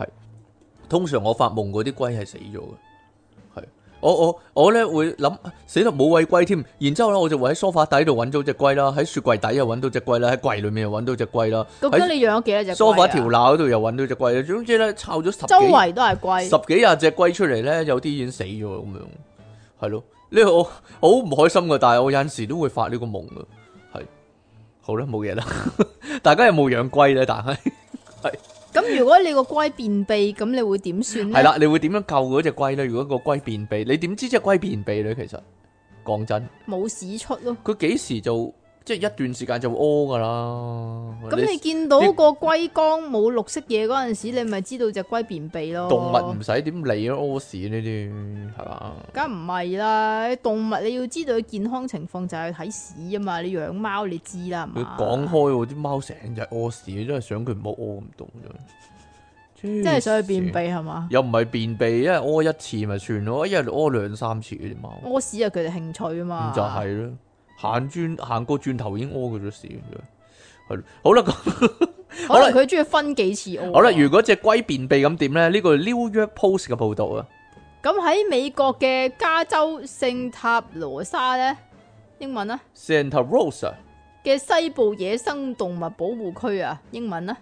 B: 通常我發夢嗰啲龜係死咗嘅，係我我我咧會諗死啦冇喂龜添，然之後咧我就會喺梳化底度揾到只龜啦，喺雪櫃底又揾到只龜啦，喺櫃裏面又揾到只龜啦，
A: 究竟你養咗幾多隻龜啊？
B: 梳化條罅嗰度又揾到只龜啦，總之咧摷咗十
A: 周
B: 幾
A: 圍都係龜，
B: 十幾廿隻龜出嚟咧，有啲已經死咗咁樣，係咯。呢個我 我好唔開心噶，但係我有陣時都會發呢個夢噶，係好啦，冇嘢啦。 大家有冇養龜咧？但係
A: 咁如果你個龜便秘，咁你會點算咧？
B: 係啦，你會點樣救嗰只龜咧？如果個龜便秘，你點知只龜便秘咧？其實講真。
A: 冇屎出咯。
B: 佢幾時就即係一段時間就屙噶啦。
A: 咁你見到個龜缸冇綠色嘢嗰陣時，你咪知道只龜便秘咯。
B: 動物唔使點理咯，屙屎呢啲係嘛？
A: 梗唔係啦，動物你要知道佢健康情況就係去睇屎啊嘛。你養貓你知啦，係
B: 佢
A: 嘛？
B: 講開喎，啲貓成日屙屎，真係想佢唔好屙咁凍啫。
A: 即
B: 真
A: 係想去便秘，係嘛？
B: 又唔係便秘，因為屙一次咪算咯，一日屙兩三次嗰啲貓，
A: 屙屎係佢哋興趣啊嘛。
B: 咁就係咯。行轉行過轉頭已經屙佢咗屎咁樣，係咯。好啦，咁好
A: 可
B: 啦
A: 能佢中意分幾次屙。啊
B: 好啦，如果只龜便秘咁點咧？呢個 New York Post 嘅報導啊。
A: 咁喺美國嘅加州聖塔羅莎咧，英文啊
B: Santa Rosa
A: 嘅西部野生動物保護區啊，英文啊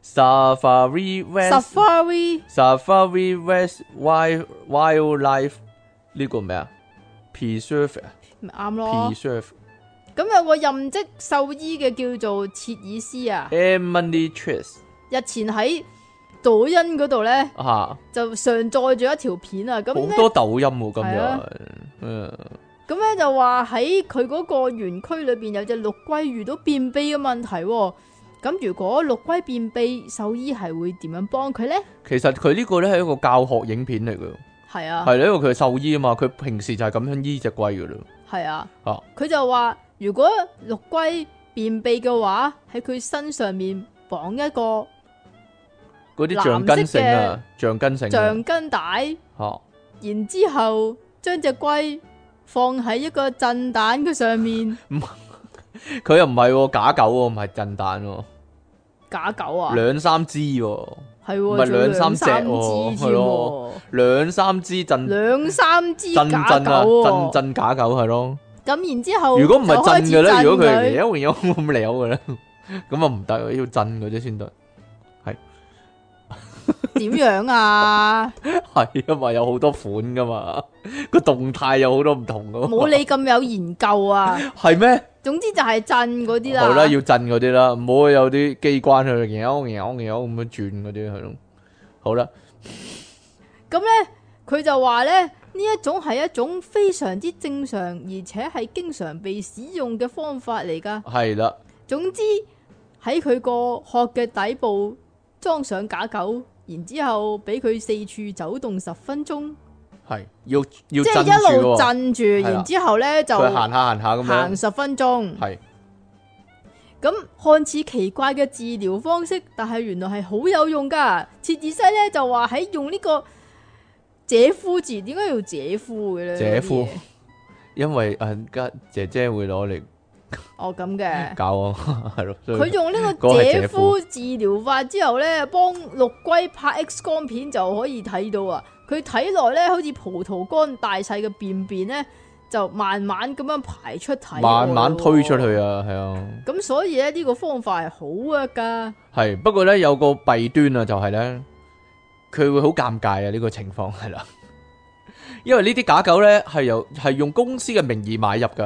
B: Safari West
A: Safari
B: Safari West Wild Wildlife 呢個咩啊？Preserve 啊
A: 咪啱咯。
B: ，Preserve
A: 咁有個任職獸醫嘅叫做切爾斯啊，
B: Emily Tress
A: 日前喺抖音嗰度咧
B: 嚇，好
A: 就上載咗一條片啊，咁咧
B: 啊多抖音喎今
A: 係啊
B: 日，嗯，
A: 咁咧就話喺佢嗰個園區裏邊有隻陸龜遇到便秘嘅問題喎、咁如果陸龜便秘，獸醫係會點樣幫佢咧？
B: 其實佢呢個咧係一個教學影片嚟嘅，
A: 係啊。
B: 係啦，因為佢係獸醫啊嘛，佢平時就係咁樣醫只龜嘅啦，
A: 系啊
B: 啊，
A: 佢就話如果陸龜便秘嘅話，喺佢身上面綁一個
B: 嗰啲橡筋繩啊，橡筋繩啊
A: 橡筋帶，
B: 嚇，
A: 然之后将只龜放喺一個震蛋嘅上面，
B: 佢又唔係喎假狗喎，唔係震蛋喎，
A: 假狗啊，
B: 兩三支喎，
A: 係
B: 唔
A: 喎，
B: 係
A: 仲有
B: 兩三隻
A: 三
B: 喎
A: 支
B: 係
A: 添
B: 咯
A: 喎，
B: 兩三支震
A: 兩三支
B: 震
A: 假
B: 震啊，
A: 狗
B: 震
A: 喎，
B: 震假狗係咯。
A: 咁然之后
B: 如果唔係
A: 就開
B: 震嘅 咧，
A: 始
B: 如果佢
A: 震
B: 嚟一換有咁撩嘅咧， 咁啊唔得，要震嗰啲先得。
A: 點樣啊？
B: 係啊嘛，有好多款噶嘛， 個動態有好多唔同噶嘛。
A: 冇你咁有研究啊！
B: 係咩？
A: 總之就係震嗰啲啦。
B: 好啦，要震嗰啲啦，唔好有啲機關去搖搖搖咁樣轉嗰啲係咯。好啦，
A: 咁咧，佢就話咧，呢一種係一種非常之正常，而且係經常被使用嘅方法嚟噶。
B: 係啦，
A: 總之喺佢個殼嘅底部裝上假狗，然之後俾佢四處走動十分鐘，
B: 係要要
A: 即係
B: 震
A: 一
B: 住
A: 路
B: 喎，
A: 震住，
B: 啦
A: 然之後咧就
B: 佢行下行下咁
A: 行
B: 樣，
A: 十分鐘。
B: 係
A: 咁看似奇怪嘅治療方式，但係原來係好有用噶。切爾西咧就話喺用呢個姐夫字，點解要姐夫嘅咧？
B: 姐夫
A: 呢啲嘢
B: 因為誒家姐姐會攞嚟
A: 哦咁嘅，
B: 搞我， 係咯，所以
A: 佢用呢
B: 嗰個
A: 個
B: 係
A: 姐
B: 姐夫
A: 夫治療法之後咧，幫陸龜拍 X 光片就可以睇到啊。佢體內咧好似葡萄乾大細嘅便便咧，就慢慢咁樣排出體，
B: 慢慢推出。去啊，係啊。
A: 咁所以咧呢個方法係好 work 噶，
B: 系，不過咧有個弊端啊，就係咧佢會好尷尬啊呢、個情況係啦，因為呢啲假狗咧係由係用公司嘅名義買入噶，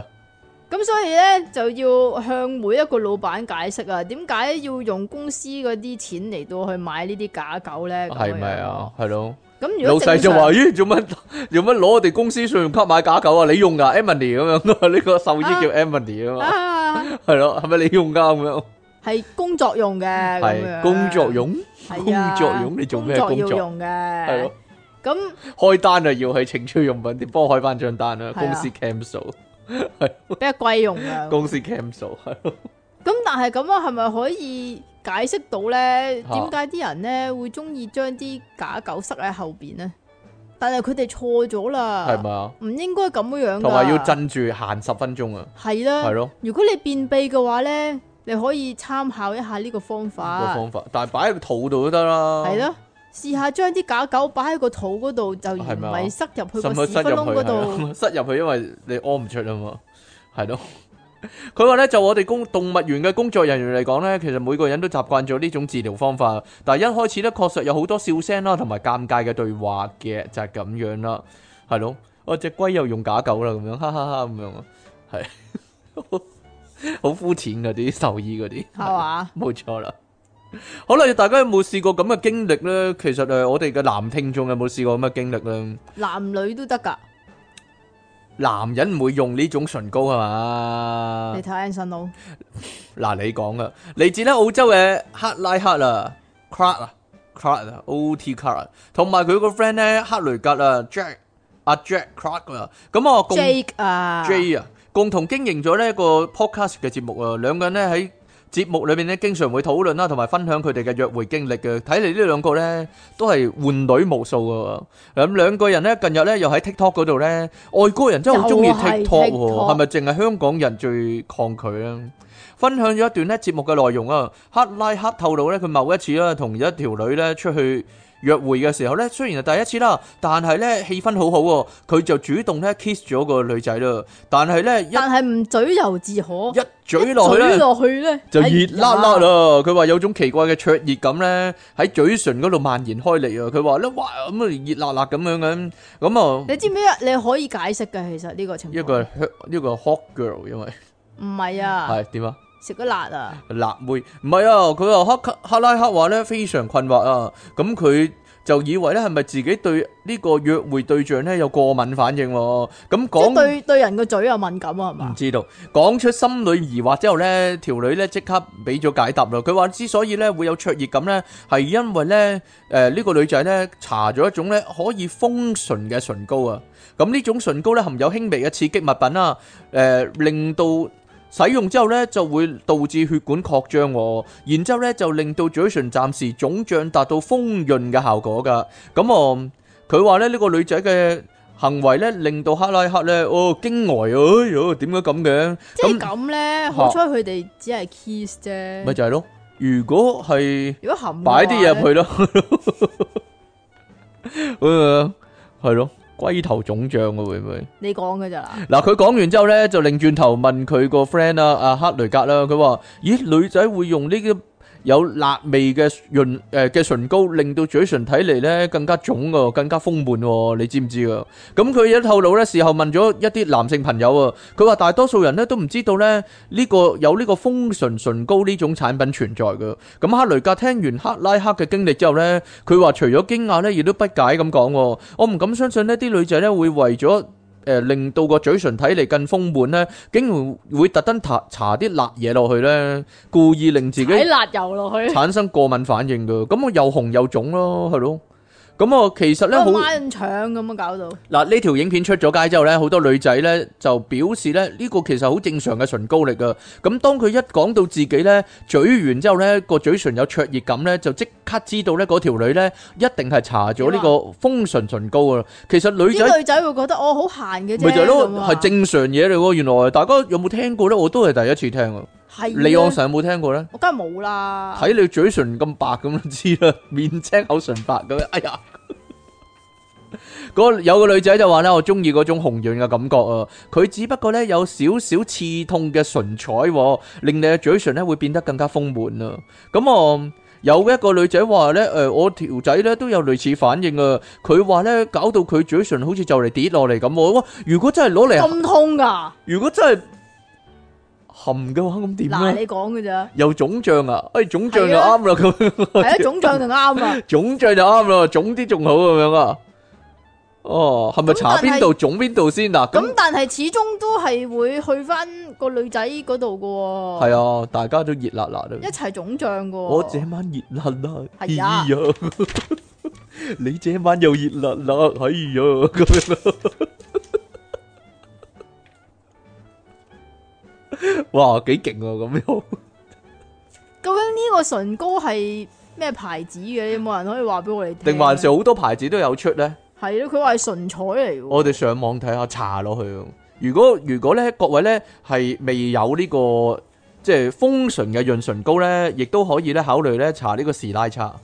A: 咁所以咧就要向每一個老闆解釋啊，點解要用公司嗰啲錢嚟到去買呢啲假狗咧？咁樣
B: 係咪啊？？係咯，
A: 咁如
B: 老
A: 果
B: 細
A: 正
B: 就
A: 常
B: 話：咦，做乜做乜攞我哋公司信用卡買假狗啊？你用噶 Emily 咁樣， 呢個獸醫叫 Emily 啊嘛，
A: 啊，
B: 係咯，係咪你用噶咁樣？
A: 係工作用嘅，咁
B: 係
A: 樣
B: 工作用，
A: 係啊
B: 工作用你做咩
A: 工作
B: 工作
A: 要用
B: 係咯
A: 嘅，，咁
B: 開單啊要去情趣用品店幫我開翻張單
A: 係啊
B: 啦，
A: 哦
B: 公司 cancel，
A: 比較貴用 嘅。
B: 公司 cancel 係咯。
A: 咁但係咁啊，係咪可以解釋到咧？
B: 嚇
A: 點解啲人咧會中意將啲假狗塞喺後邊呢？但係佢哋錯咗
B: 係
A: 啦，
B: 咪啊？
A: 唔應該咁樣㗎。
B: 同埋要鎮住行十分鐘啊，
A: 係啦
B: 係。咯
A: 如果你便秘嘅話咧，你可以參考一下呢個方
B: 個
A: 法，
B: 方法。但係擺喺個肚度都得啦，
A: 係，咯，試下將啲假狗擺喺個肚嗰度，就而唔
B: 係咪啊
A: 係塞入去
B: 甚
A: 個
B: 至
A: 屎
B: 塞
A: 窟
B: 入
A: 窿
B: 去
A: 嗰度。
B: 係啊， 塞入去，因為你屙唔出啊嘛，係咯。 佢話咧，就我哋工動物園嘅工作人員嚟講咧，其實每個人都習慣咗呢種治療方法，但係一開始咧確實有好多笑聲啦，同埋尷尬嘅對話嘅，就係、咁樣啦，係咯。我只龜又用假狗啦，咁樣哈哈哈咁樣啊，係 好膚淺嗰啲獸醫嗰啲，
A: 係嘛？
B: 冇錯啦。好啦，大家有冇試過咁嘅經歷咧？其實誒，我哋嘅男聽眾有冇試過咁嘅經歷咧？
A: 男女都得㗎。
B: 男人唔會用呢種唇膏係嘛啊
A: 你？睇 Anson 佬，
B: 嗱，你講噶，嚟自咧澳洲嘅克拉克啊，Clark 啊，Clark 啊，O.T. Clark，同埋佢個 friend 咧克雷格啊，Jack 阿 Jack Clark 啊，咁啊共
A: Jake 啊
B: J 啊，共同經營咗呢一個 podcast 嘅節目啊，兩個人咧喺節目裏邊咧經常會討論啦，同埋分享佢哋嘅約會經歷嘅。睇嚟呢兩個咧都係換女無數噶喎。咁兩個人咧近日咧又喺 TikTok 嗰度咧，外國人真係好中意
A: 又係
B: TikTok 喎，
A: TikTok
B: 係咪淨係香港人最抗拒咧？分享咗一段咧節目嘅內容啊，克拉克透露咧佢某一次啦同一條女咧出去。約會嘅時候咧，雖然係第一次啦，但係咧氣氛好好、喎，佢就主動咧 kiss 咗個女仔啦。但係咧一
A: 但係唔嘴由自可，
B: 一嘴落去
A: 嘴
B: 咧
A: 落去咧
B: 就熱辣辣
A: 哎呀
B: 啦。佢話有種奇怪嘅灼熱感咧喺嘴唇嗰度蔓延開嚟啊！佢話咧哇咁啊熱辣辣咁樣咁 咁啊
A: 你知唔知啊你可以解釋嘅？其實呢個情況
B: 一個係 hot- 一個 hot girl，因為
A: 唔係啊，
B: 係點啊？
A: 食咗辣啊，
B: 辣妹唔係啊，佢話克克拉克話咧非常困惑啊，咁佢就以為咧係咪自己對呢個約會對象咧有過敏反應喎？咁
A: 即係
B: 講嗯
A: 對對人個嘴又敏感啊，係
B: 唔
A: 嘛？
B: 知道，講出心裏疑惑之後咧，條女咧即刻俾咗解答啦。佢話之所以咧會有灼熱感咧，係因為咧誒呢個女仔咧搽咗一種咧可以封唇嘅唇膏啊。咁呢種唇膏咧含有輕微嘅刺激物品啦，誒、令到使用之後咧就會導致血管擴張喎，然之後咧就令到嘴唇暫時腫脹，達到豐潤嘅效果噶。咁我佢話咧呢個女仔嘅。 行為咧令到克拉克咧，哦驚呆，哎呦點解咁嘅？
A: 即係咁咧，好彩佢哋只係 kiss
B: 咪
A: 啫。
B: 就係咯。如果係
A: 如果含
B: 擺啲嘢入
A: 去，
B: 去咯，誒係咯，龜頭腫脹嘅會唔會？
A: 你講嘅咋啦？
B: 嗱，佢講完之後咧，就擰轉頭問佢個 friend 啦，阿克雷格啦，佢話：咦，女仔會用呢個有辣味嘅潤誒嘅唇膏，令到嘴唇睇嚟咧更加腫喎，更加豐滿喎，你知唔知啊？咁佢有透露咧，事後問咗一啲男性朋友啊，佢話大多數人咧都唔知道咧呢個有呢個豐唇唇膏呢種產品存在嘅。咁克雷格聽完克拉克嘅經歷之後咧，佢話除咗驚訝咧，亦都不解咁講喎，我唔敢相信呢啲女仔咧會為咗。誒令到個嘴唇睇嚟更豐滿咧，竟然會特登搽搽啲辣嘢落去咧，故意令自己
A: 睇辣油落 去，
B: 產生過敏反應嘅，咁我又紅又腫咯，係咯。咁啊，其實咧
A: 都
B: 好
A: 孖腸咁啊，搞到
B: 嗱，呢條影片出咗街之後咧，好多女仔咧就表示咧呢個其實好正常嘅唇膏嚟噶。咁當佢一講到自己咧咀完之後咧個嘴唇有灼熱感咧，就即刻知道咧嗰條女咧一定係搽咗呢個封唇唇膏噶啦。其實女仔
A: 啲女仔會覺得哦我好閒嘅啫，
B: 咪就係咯，
A: 咁啊
B: 係正常嘢嚟喎。原來大家有冇聽過咧？我都係第一次聽啊。
A: 係
B: 李
A: 啊
B: 昂臣有冇聽過咧？
A: 我梗係冇 啦。
B: 睇你嘴唇咁白咁就知啦， 面青口唇白咁樣。哎呀， 嗰個有個女仔就話咧，我中意嗰種紅潤嘅感覺啊。佢只不過咧有少少刺痛嘅唇彩喎，令你嘅嘴唇咧會變得更加豐滿啊。咁我。有一個女仔話咧，誒、我條仔咧都有類似反應啊！佢話咧，搞到佢嘴唇好似就嚟跌落嚟咁喎。哇！如果真係啊攞嚟，
A: 咁痛㗎，
B: 如果真係含嘅話，咁點啊
A: 嗱
B: 咧？
A: 你講嘅咋？
B: 又腫脹啊！哎，腫脹就
A: 係啊
B: 啱啦咁。
A: 係啊，總長就啱 啊。
B: 腫脹就啱啦，腫啲仲好咁樣啊。哦，係咪搽邊度腫邊度先啊？
A: 咁
B: 咁
A: 但係始終都係會去翻個女仔嗰度嘅喎，
B: 係啊，大家都熱辣辣啊
A: 一。齊腫脹嘅喎。
B: 我這晚熱辣辣，哎
A: 係啊
B: 呀， 你這晚又熱辣辣，哎呀， 咁樣啊。哇，幾勁啊！咁樣
A: 究竟呢個唇膏係咩牌子嘅？有冇人可以話俾我哋聽？
B: 定還是好多牌子都有出咧？
A: 係咯？佢話係唇彩嚟喎。
B: 我哋上網睇下查落去。如果如果咧，各位咧係未有呢、個即係封唇嘅潤唇膏咧，亦都可以咧考慮咧搽呢個士拉茶。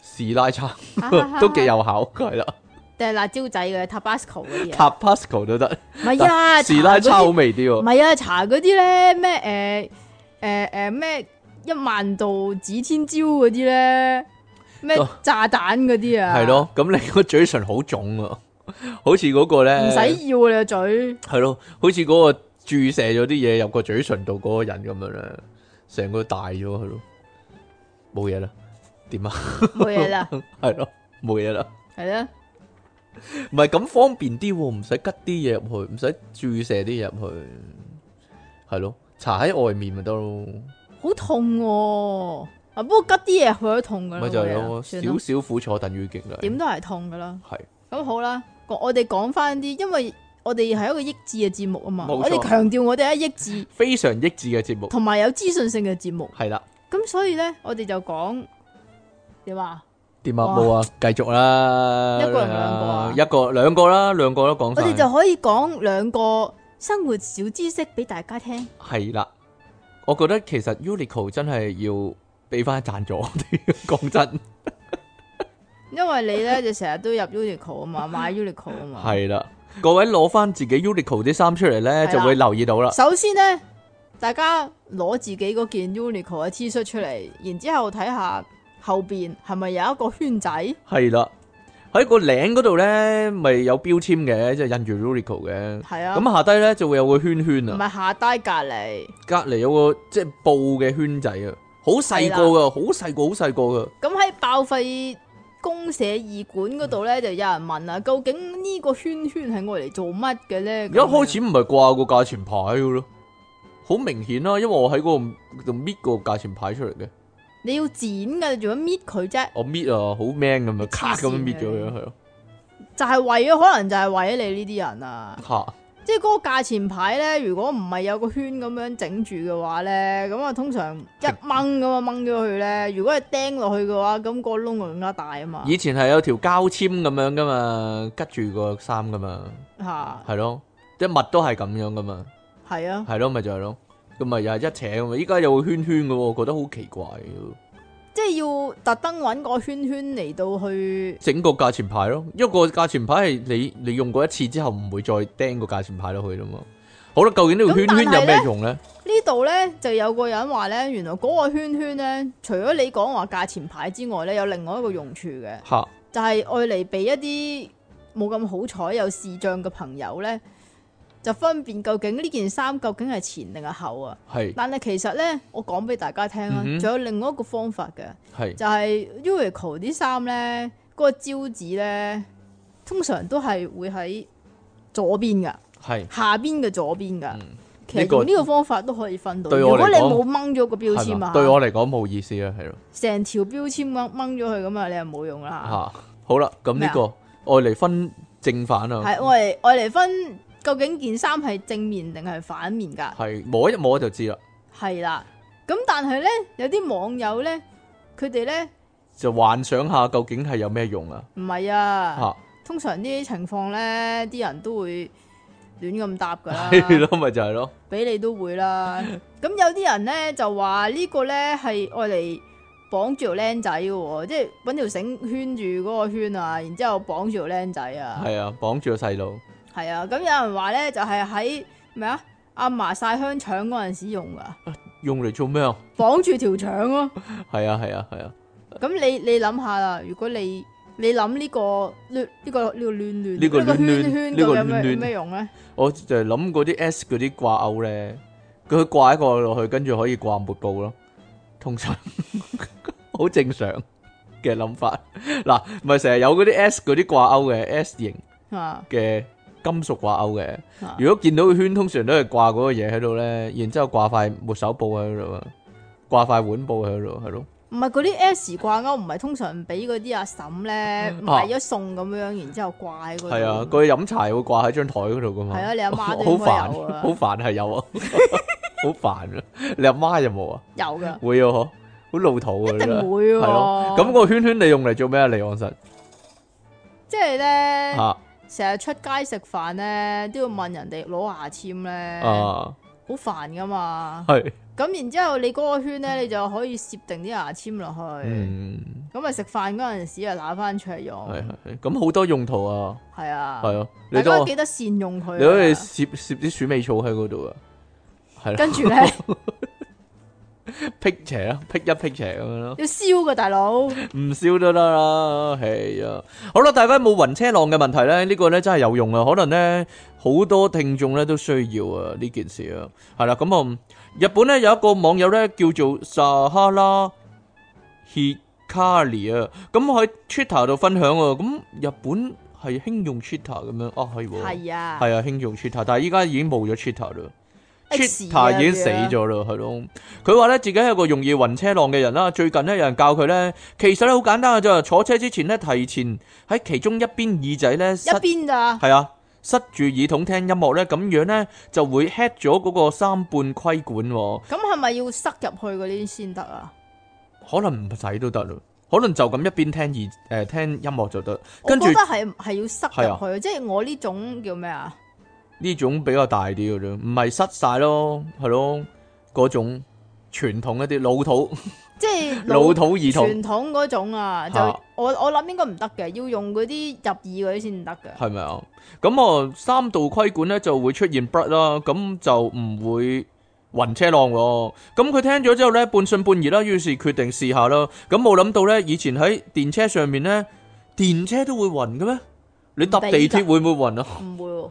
B: 士奶茶
A: 啊
B: 都幾有效，係啦
A: 定係辣椒仔嘅 Tabasco 嗰啲 啊？
B: ，Tabasco 都得，
A: 唔係啊，
B: 士
A: 茶
B: 奶茶
A: 嗰
B: 好
A: 啲
B: 味啲
A: 唔
B: 喎，
A: 係啊，茶嗰啲咧咩誒誒誒咩一萬度指天椒嗰啲咧，咩
B: 都
A: 炸彈嗰啲啊，
B: 哦係，咯，咁你個嘴唇好腫啊， 好似嗰個咧，
A: 唔使要啊你個嘴，
B: 係咯，好似嗰個注射咗啲嘢入個嘴唇度嗰個人咁樣咧，成個大咗佢咯，冇嘢啦，點啊？
A: 冇嘢 啦，
B: 係咯，冇嘢啦。
A: 係啦，
B: 唔係咁方便啲喎，唔使吉啲嘢入去，唔使注射啲嘢入去，係咯，搽喺外面咪得咯，
A: 好痛喎，啊不過吉啲嘢佢都痛噶啦，
B: 咪就係
A: 冇嘢啦
B: 咯，
A: 啊算
B: 少
A: 啦，
B: 少苦楚等於極啦，
A: 點都係痛噶啦。
B: 係
A: 咁好啦，我我哋講翻啲，因為我哋係一個益智嘅節目啊嘛，
B: 冇錯
A: 我哋強調我哋係益智
B: 非常益智嘅節目，
A: 同埋有資訊性嘅節目，
B: 係啦，
A: 咁所以咧我哋就講點啊？
B: 點啊
A: 哇
B: 冇啊，繼續啦，
A: 一個人兩個啊
B: 一個兩個啦，兩個都講
A: 我
B: 晒，
A: 哋就可以講兩個生活小知識俾大家聽。
B: 係啦，我覺得其實 Uniqlo 真係要俾翻贊助我哋， 講真
A: 因為你咧就成日都入 Uniqlo 啊嘛，買 Uniqlo 啊嘛。
B: 係啦，各位攞翻自己 Uniqlo 啲衫出嚟咧，
A: 啦
B: 就會留意到啦，
A: 首先咧，大家攞自己嗰件 Uniqlo 嘅 T 恤出嚟，然之後睇下後邊係咪有一個圈仔，
B: 係啦，喺個領嗰度咧，咪有標籤嘅，即係印住 Uniqlo 嘅。
A: 係啊，
B: 咁下低咧就會有個圈圈
A: 唔
B: 啊，
A: 係下低隔離。
B: 隔離有個即係布嘅圈仔啊，好細個噶，好細個，好細個噶，
A: 咁喺爆廢公社二館嗰度咧，就有人問啊，究竟呢個圈圈係我嚟做乜嘅咧？
B: 一開始唔係掛個價錢牌噶咯，好明顯啦，因為我喺嗰個度搣個價錢牌出嚟嘅，
A: 你要剪噶，你做乜搣佢啫？
B: 我搣啊，好 man 咁樣，咔咁樣搣咗佢係咯，
A: 就係為咗，可能就係為咗你呢啲人啊。
B: 嚇
A: 即係嗰個價錢牌咧，如果唔係有個圈咁樣整住嘅話咧，咁啊通常一掹咁啊掹咗佢咧。如果係釘落去嘅話，咁、個窿就更加大啊嘛。
B: 以前係有條膠籤咁樣噶嘛，拮住個衫噶嘛，
A: 吓，
B: 係咯，啲襪都係咁樣噶嘛。
A: 係啊，
B: 係咯，咪就係咯，咁咪又係一扯咁嘛。啊依家有個圈圈嘅喎，我覺得好奇怪喎，
A: 即係要特登揾個圈圈嚟到去
B: 整個價錢牌咯，因為個價錢牌係你你用過一次之後唔會再釘個價錢牌落去啦嘛。好啦，究竟呢個圈圈
A: 咁但係呢
B: 有咩用咧？
A: 呢度咧，就有個人話咧，原來嗰個圈圈咧，除咗你講話價錢牌之外咧，有另外一個用處嘅，
B: 吓，
A: 就係愛嚟俾一啲冇咁好彩有視障嘅朋友咧，就分辨究竟呢件衫究竟係前定係後啊。
B: 係
A: 但係其實咧，我講俾大家聽啦，
B: 嗯哼
A: 仲有另外一個方法嘅，
B: 係
A: 就係 Uniqlo 啲衫咧，嗰、個招紙咧，通常都係會喺左邊噶，
B: 係
A: 下邊嘅左邊噶。
B: 嗯
A: 其實
B: 呢個
A: 用呢個方法都可以分到。
B: 對
A: 如
B: 我嚟
A: 果你
B: 講
A: 冇掹咗個標
B: 係
A: 籤啊
B: 嘛？，對我嚟講冇意思啊，係咯
A: 成條標籤掹掹咗佢咁啊，你啊又冇用啦
B: 吓。好啦，咁呢個愛嚟分正反
A: 嚇。
B: 啊，
A: 係我嚟我嚟分究竟件衫係正面定係反面㗎？
B: 係摸一摸就知啦，
A: 係啦，咁但係咧有啲網友咧，佢哋咧
B: 就幻想下究竟係有咩用啊？
A: 唔係啊。
B: 吓，
A: 通常呢啲情況咧，啲人都會亂咁答㗎
B: 係
A: 啦，
B: 咯，咪就係咯，
A: 俾你都會啦。咁有啲人咧就話呢個咧係愛嚟綁住條僆仔嘅喎，即係揾條繩圈住嗰個圈啊，然之後綁住條僆仔啊，
B: 係啊，綁住個細路，
A: 係啊。咁有人話咧就係喺咩啊阿嫲晒香腸嗰陣時用噶，
B: 用嚟做咩啊？
A: 綁住條腸咯、
B: 係啊，係啊，係啊。
A: 咁你你諗下啦，如果你你諗呢、個呢呢、個呢、個亂亂
B: 呢個
A: 呢個
B: 亂亂
A: 圈圈
B: 呢個
A: 咁有
B: 亂亂
A: 咩有咩用咧？
B: 我就係諗嗰啲 S 嗰啲掛鈎咧，佢掛一個落去，跟住可以掛抹布咯。通常 好正常嘅諗法。嗱，咪成日有嗰啲 S 嗰啲掛鈎嘅 S 型
A: 啊！
B: 嘅金屬掛鈎嘅。
A: 啊
B: 如果見到個圈，通常都係掛嗰個嘢喺度咧，然之後掛塊抹手布喺度啊，掛塊碗布喺度，係咯。
A: 唔係嗰啲 S 掛鈎，唔係通常俾嗰啲阿嬸咧買咗餸咁樣，然之後掛喺嗰度。
B: 嗯啊係啊，佢飲茶會掛喺張台嗰度噶嘛。
A: 係啊，你阿媽
B: 好
A: 都應該
B: 煩，
A: 有啊
B: 好，煩係有啊， 好煩啊！你阿媽有冇啊？
A: 有噶，
B: 會啊，嗬，好老土啊，
A: 一
B: 你真
A: 定
B: 係
A: 會
B: 係
A: 喎。
B: 咯。咁個圈圈你用嚟做咩啊？離岸神
A: 即係咧，
B: 吓
A: 成日出街食飯咧，都要問人哋攞牙籤咧，
B: 啊，
A: 好煩噶嘛。
B: 係
A: 咁然之後你嗰個圈咧，你就可以攝定啲牙籤落去，
B: 嗯，
A: 咁啊食飯嗰陣時啊拿翻出嚟用，
B: 係係，咁好多用途啊，
A: 係啊，
B: 係啊，你
A: 大
B: 都
A: 家記得善用佢
B: 你可以
A: 啊。
B: 攝攝啲鼠尾草喺嗰度啊，係啦，
A: 跟 住咧
B: 辟邪啊，辟一辟邪咁樣咯。
A: 要燒嘅大佬，
B: 唔笑都得啦，係啊。好啦，大家有冇暈車浪嘅問題咧？呢、個咧真係有用啊，可能咧好多聽眾咧都需要啊呢件事啊。係啦，咁、啊，日本咧有一個網友咧叫做撒哈拉 Hikari 啊，咁喺 Twitter 度分享啊，咁日本係興用 Twitter 咁樣啊，係喎，
A: 係啊
B: 係啊，興用 Twitter，但係依家已經冇咗 Twitter 啦。
A: ，X 啊
B: Twitter 已經死，咗啦，係咯。佢話咧自己係一個容易暈車浪嘅人啦。最近咧有人教佢咧，其實咧好簡單嘅啫，坐車之前咧提前喺其中一邊耳仔咧
A: 一
B: 塞，
A: 邊咋，
B: 係啊，塞住耳筒聽音樂咧，咁樣咧就會 hit 咗嗰個三半規管喎。
A: 咁係咪要塞入去嗰啲先得啊？
B: 可能唔使都得咯，可能就咁一邊聽耳誒、呃、聽音樂就得。
A: 我
B: 跟住
A: 覺得係係要塞
B: 係啊
A: 入去，即係我呢種叫咩啊？
B: 呢種比較大啲嘅啫，唔係塞晒咯，係咯，嗰種傳統一啲老土
A: 即係
B: 老土耳筒
A: 傳統嗰種啊，就
B: 嚇
A: 我我諗應該唔得嘅，要用嗰啲入耳嗰啲先得嘅。
B: 係咪啊？咁啊，三道規管咧就會出現 b l o d 啦，咁就唔會暈車浪喎。咁佢聽咗之後咧，半信半疑啦，於是決定試下啦。咁冇諗到咧，以前喺電車上面咧，電車都會暈嘅咩？你搭地鐵會唔會暈啊？
A: 唔會喎，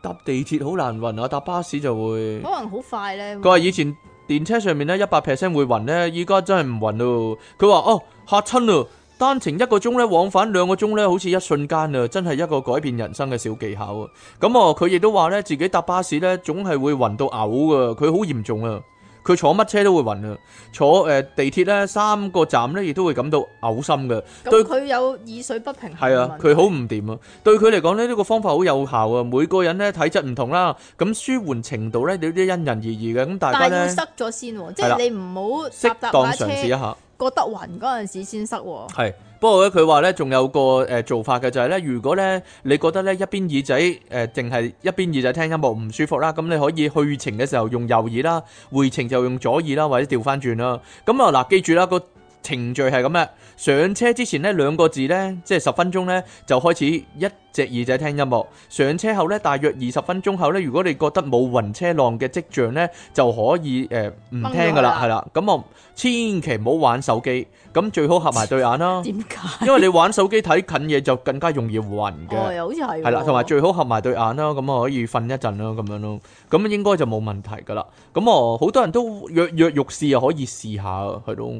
B: 搭地鐵好難暈啊，搭巴士就會。
A: 可能好快咧。
B: 佢話以前電車上面咧一百 percent 會暈咧，依家真係唔暈咯。佢話哦嚇親咯，單程一個鐘咧，往返兩個鐘咧，好似一瞬間啊，真係一個改變人生嘅小技巧啊。咁、哦，佢亦都話咧，自己搭巴士咧，總係會暈到嘔噶，佢好嚴重啊。佢坐乜車都會暈啊，坐誒、呃地鐵咧三個站咧，亦都會感到嘔心嘅。對
A: 咁佢有耳水不平衡
B: 係
A: 嘅
B: 啊
A: 問，題。
B: 佢好唔掂啊！對佢嚟講呢，呢個方法好有效啊！每個人呢體質唔同啦，咁舒緩程度呢，你都因人而異嘅。咁大家
A: 但係
B: 呢
A: 要，塞咗先喎，即
B: 係啦
A: 係你唔好搭
B: 適
A: 搭
B: 當
A: 下
B: 嘗
A: 車，
B: 試一啊
A: 覺
B: 下。
A: 得暈嗰陣時先塞喎。
B: 係，不過咧佢話咧仲有個誒、呃做法嘅就係、呢：咧，如果咧你覺得咧一邊耳仔誒淨係一邊耳仔聽音樂唔舒服啦，咁你可以去程嘅時候用右耳啦，回程就用左耳啦，或者調翻轉啦。咁啊嗱，記住啦個。程序係咁嘅，上車之前呢兩個字呢，即係十分鐘呢，就開始一隻耳仔聽音樂。上車後呢，大約二十分鐘後呢，如果你覺得冇暈車浪嘅跡象呢，就可以誒唔、聽噶啦，係啦。咁我千祈唔好玩手機，咁最好合埋對眼 啦。
A: 點解？
B: 因為你玩手機睇近嘢就更加容易
A: 哦，
B: 暈嘅，
A: 又好似係喎
B: 係啦，同埋最好合埋對眼啦，咁啊可以瞓一陣啦，咁樣咯，咁應該就冇問題噶啦。咁啊，好多人都躍躍欲試啊，可以試下啊，係咯。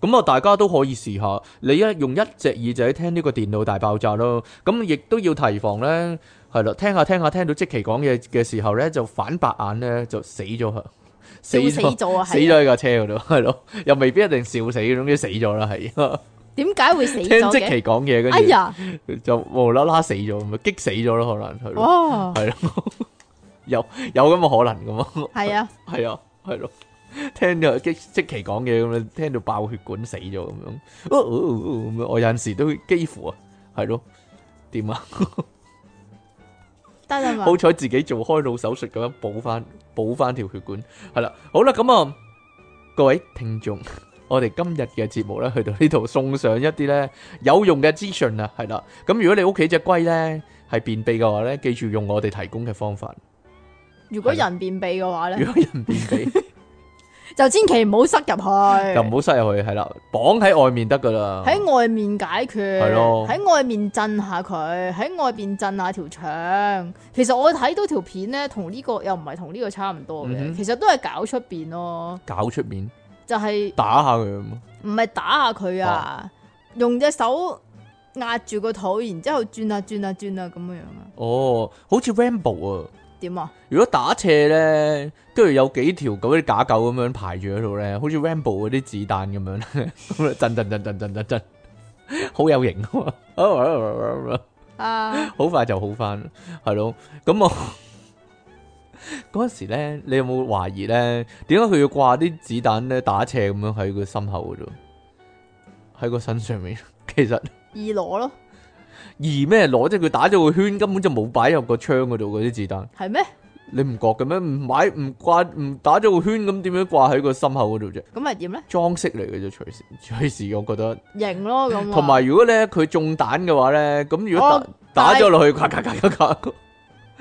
B: 咁啊，大家啊都可以試下。你一用一隻耳仔聽呢個電腦大爆炸咯，咁亦都要提防咧，係啦，聽下聽下聽到即期講嘢嘅時候咧，就反白眼咧就死咗佢，
A: 笑
B: 死
A: 死
B: 咗
A: 咗啊！
B: 死
A: 係
B: 咗
A: 啊
B: 喺架車嗰度， 係咯，又未必一定笑死，總之死咗啦，係。
A: 點解會死
B: 聽
A: 咗
B: 即
A: 嘅？
B: 期講嘢，跟住
A: 哎呀，
B: 就無啦啦死咗，咪激死咗咯，可能係咯，
A: 哦，
B: 係咯，有有咁嘅可能噶嘛？
A: 係啊，
B: 係啊，係咯，聽到激即期講嘢咁樣，聽到爆血管死咗咁樣，哦哦哦咁樣，我有陣時都幾乎啊，係咯，點啊？
A: 得啦啊嘛
B: 好，彩自己做開腦手術咁樣補翻補翻條血管，係啦，好啦，咁啊，各位聽眾， 我哋今日嘅節目咧，去到呢度送上一啲咧有用嘅資訊啊，係啦，咁如果你屋企只龜咧係便秘嘅話咧，記住用我哋提供嘅方法，
A: 如果
B: 係啦
A: 人便秘嘅話咧
B: 如，果人便秘
A: 就千祈唔好塞入去
B: 就。唔好塞入去，係啦，綁喺外面得噶啦，
A: 喺外面解決，
B: 係咯
A: 喺外面震下佢，喺外邊震下條腸。其實我睇到條片咧，同呢個又唔係同呢個差唔多嘅，
B: 嗯哼
A: 其實都係搞出邊咯，
B: 搞出面
A: 就係
B: 打下佢咁，
A: 唔係打下佢
B: 哦
A: 啊，用隻手壓住個肚，然之後轉下轉下轉下咁樣樣啊？
B: 哦，好似 Rambo 啊。
A: 點啊？
B: 如果打斜咧，都要有幾條嗰啲假狗咁樣排住喺度咧，好似 Rambo 嗰啲子彈咁樣，咁啊震震震震震震震，好有型啊！
A: 啊，
B: 好快就好翻，係咯。咁我嗰陣時咧，你有冇懷疑咧？點解佢要掛啲子彈咧打斜咁樣喺個心口嗰度，喺個身上面？其實
A: 二攞咯，
B: 而咩攞即係佢打咗個圈，根本就冇擺入個窗嗰度嗰啲子彈。
A: 係咩？
B: 你唔覺嘅咩？唔買唔掛唔打咗個圈咁，點樣掛喺個心口嗰度啫？
A: 咁咪點咧？
B: 裝飾嚟嘅啫，隨時 隨時，我覺得。
A: 型咯咁啊。
B: 同埋如果咧佢中彈嘅話咧，咁如果
A: 哦
B: 打打
A: 但係
B: 咗落去，咔咔咔咔咔，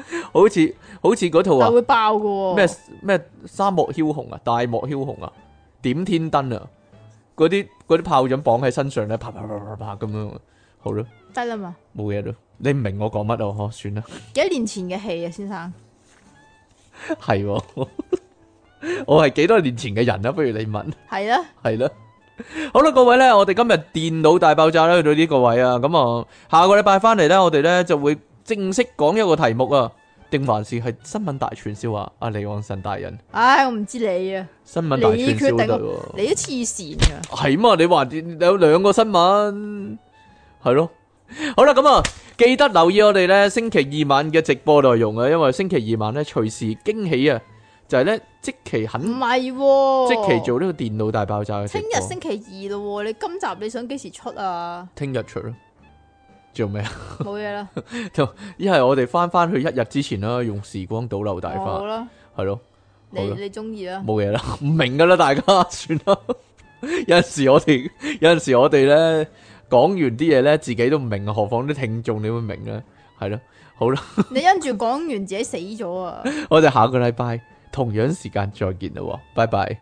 B: 好似好似嗰套
A: 但
B: 啊
A: 會爆噶喎。
B: 咩咩沙漠枭雄啊，大漠枭雄啊，點天燈啊，嗰啲嗰啲炮仗綁喺身上咧，啪啪啪啪啪咁樣，好咯，
A: 得啦嘛？
B: 冇嘢咯，你唔明我講乜啊？呵，算啦。
A: 幾多年前嘅戲啊，先生。
B: 系， 我係幾多年前嘅人啦，啊不如你問，
A: 係啊啦，
B: 係啦。好啦，各位呢，我哋今日電腦大爆炸咧去到呢個位啊，咁啊，下個禮拜翻嚟呢，我哋呢就會正式講一個題目啊，定還是係新聞大串燒啊？阿李昂臣大人，
A: 唉，我唔知你啊，
B: 新聞大串
A: 你決定
B: 燒得
A: 啊
B: 喎，
A: 你都黐線噶。
B: 係嘛？你話有兩個新聞，係咯。好啦，咁啊，記得留意我哋呢星期二晚嘅直播內容啊，因為星期二晚呢隨時驚喜啊，就係呢即期肯
A: 唔係喎。
B: 嗯即期做呢個電腦大爆炸嘅直
A: 哦聽
B: 播？
A: 日星期二咯喎，你今集你想幾時出啊
B: 聽日出咯。做咩啊？
A: 冇嘢啦，
B: 一係我哋翻翻去一日之前啦，用時光倒流大
A: 哦好
B: 法，
A: 啦，
B: 係咯，
A: 你
B: 好啦
A: 你中意啦，
B: 冇嘢啦， 唔明噶啦，大家 算啦。有陣時我哋 有陣時我哋咧講完啲嘢咧，自己都唔明，啊何況啲聽眾你會明咧？係咯，好啦，
A: 你因住講完自己死咗 啊！
B: 我哋下個禮拜同樣時間再見啦喎，拜拜。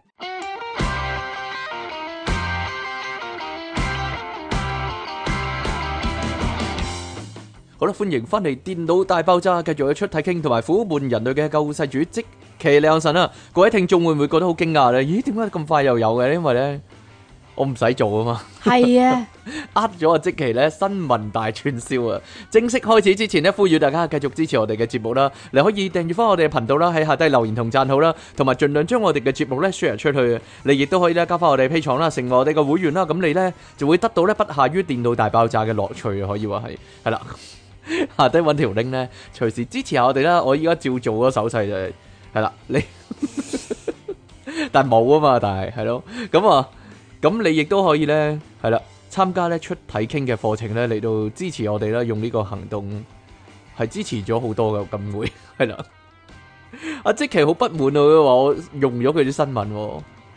B: 好啦，歡迎翻嚟《電腦大爆炸》，繼續有出體傾同埋苦悶人類嘅救世主即其亮神啊！各位聽眾會唔會覺得好驚訝咧？咦，點解咁快又有嘅？因為咧，我唔使做啊嘛。
A: 係啊，
B: 呃咗啊！即期咧新聞大串燒啊！正式開始之前呢，呼籲大家繼續支持我哋嘅節目啦。你可以訂閱翻我哋嘅頻道啦，喺下低留言同讚好啦，同埋盡量將我哋嘅節目咧 share 出去啊。你亦都可以咧加翻我哋 P 廠啦，成為我哋嘅會員啦。咁你咧就會得到咧不下於電腦大爆炸嘅樂趣啊！可以話係係啦，下低揾條 link 咧，隨時支持下我哋啦。我依家照做嗰手勢就係係啦，你但冇啊嘛，但係係咯，咁啊，咁你亦都可以咧係啦。參加咧出體傾嘅課程咧嚟到支持我哋啦，用呢個行動係支持咗好多嘅，咁會 係啦。阿即奇好不滿啊，佢話我用咗佢啲新聞喎，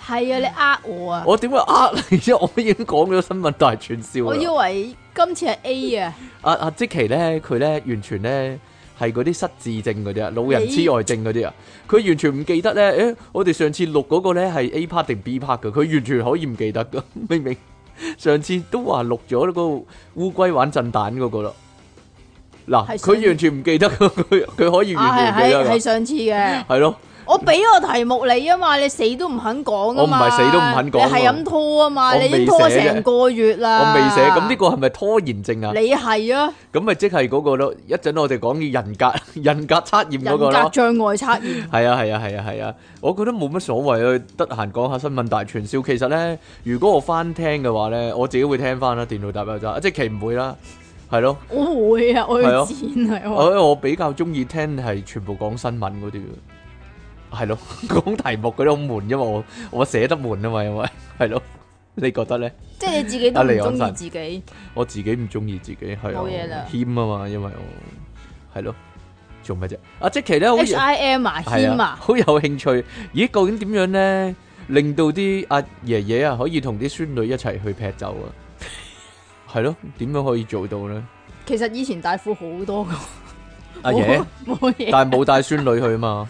A: 係啊，你呃我啊！
B: 我點會 呃你啫？我已經講咗新聞大串燒
A: 我以
B: 啦。
A: 為今次係 A 啊，
B: 阿阿即奇咧，佢咧完全咧係嗰啲失智症嗰啲啊，老人痴呆症嗰啲啊，佢完全唔記得咧。誒、我哋上次錄嗰個咧係 A part 定 B part 嘅，佢完全可以唔記得噶， 明明上次都話錄咗嗰個烏龜玩震蛋嗰個啦。嗱，
A: 係上
B: 佢完全唔記得㗎， 佢佢可以完
A: 啊係
B: 全唔記
A: 係
B: 得
A: 係
B: 㗎，
A: 上次嘅，
B: 係咯，
A: 我俾個題目你啊嘛，你死都唔肯講啊嘛，
B: 我唔係死都唔肯講啊
A: 你係咁拖啊嘛，
B: 我
A: 你
B: 未
A: 已經拖
B: 寫啫
A: 成個月
B: 我
A: 啦，
B: 未寫。咁呢個係咪拖延症啊？
A: 你係啊，
B: 咁咪即係嗰個咯。一陣我哋講嘅人格 人格測驗嗰
A: 人
B: 個
A: 格
B: 咯
A: 障。礙測驗，
B: 係啊係啊係啊係啊，我覺得冇乜所謂啊，得閒講下新聞大傳銷。其實咧，如果我翻聽嘅話咧，我自己會聽翻啦，電腦大爆炸，啊即係其唔會啦，係咯。
A: 我會啊，我
B: 係啊
A: 要剪啊，我
B: 我我比較中意聽係全部講新聞嗰啲嘅，係咯， 講題目嗰啲好悶，因為我我寫得悶啊嘛，因為係咯，你覺得咧？
A: 即係你自己都
B: 啊離
A: 唔
B: 岸
A: 中意
B: 神
A: 自己，
B: 我自己唔中意自己係啊
A: 冇嘢啦
B: 我謙啊嘛，因為我係咯，做乜啫？阿即其咧好似
A: H I M 啊，
B: 係
A: 謙啊，
B: 好有興趣。咦，究竟點樣咧，令到啲阿爺爺啊可以同啲孫女一齊去劈酒啊？係咯，點樣可以做到咧？
A: 其實以前大富好多噶，哦
B: 阿爺，
A: 冇嘢，
B: 但係冇帶孫女去啊嘛，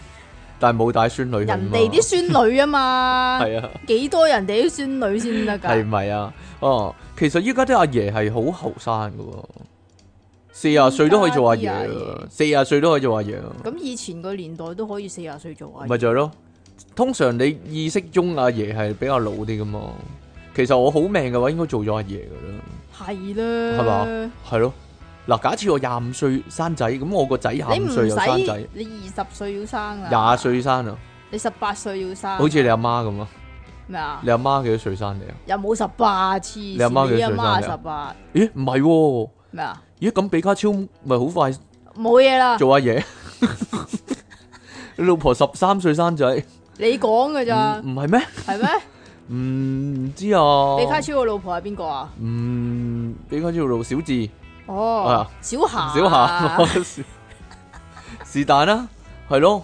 B: 但係冇帶孫女去啊嘛
A: 人哋啲孫女啊嘛，
B: 係啊，
A: 幾多人哋啲孫女先得
B: 係
A: 㗎？
B: 咪啊？哦，其實依家啲阿爺係好後生噶喎，四啊歲都可以做阿爺
A: 依家啲
B: 啊
A: 阿，
B: 四啊歲都可以做阿爺啊。
A: 咁以前個年代都可以四廿歲做啊，
B: 咪就係咯。通常你意識中阿爺係比較老啲噶嘛。其實我好命嘅話，應該做咗阿爺噶啦，
A: 係啦，
B: 係嘛？係咯。嗱，假設我廿五歲生仔，咁我個仔廿
A: 你
B: 五
A: 唔
B: 歲又生
A: 使
B: 仔，
A: 你二十歲要生啊，
B: 廿，歲生啊，
A: 你十八歲要生啊，
B: 好似你阿媽咁啊。
A: 咩啊？
B: 你阿媽幾多歲生你啊？
A: 又冇十八次，你
B: 阿媽幾
A: 你
B: 多
A: 阿媽
B: 歲生日
A: 十八
B: 咦，唔係喎。
A: 咩啊？
B: 咦，咁比卡超咪好快
A: 冇嘢啦，
B: 做 阿爺？你老婆十三歲生仔，唔
A: 你講㗎咋，
B: 唔係咩？
A: 係咩？
B: 唔知啊。
A: 李家超個老婆係邊個啊？
B: 嗯，比卡超老小智。
A: 哦
B: 啊，
A: 小霞，
B: 小霞，是但啦，係咯，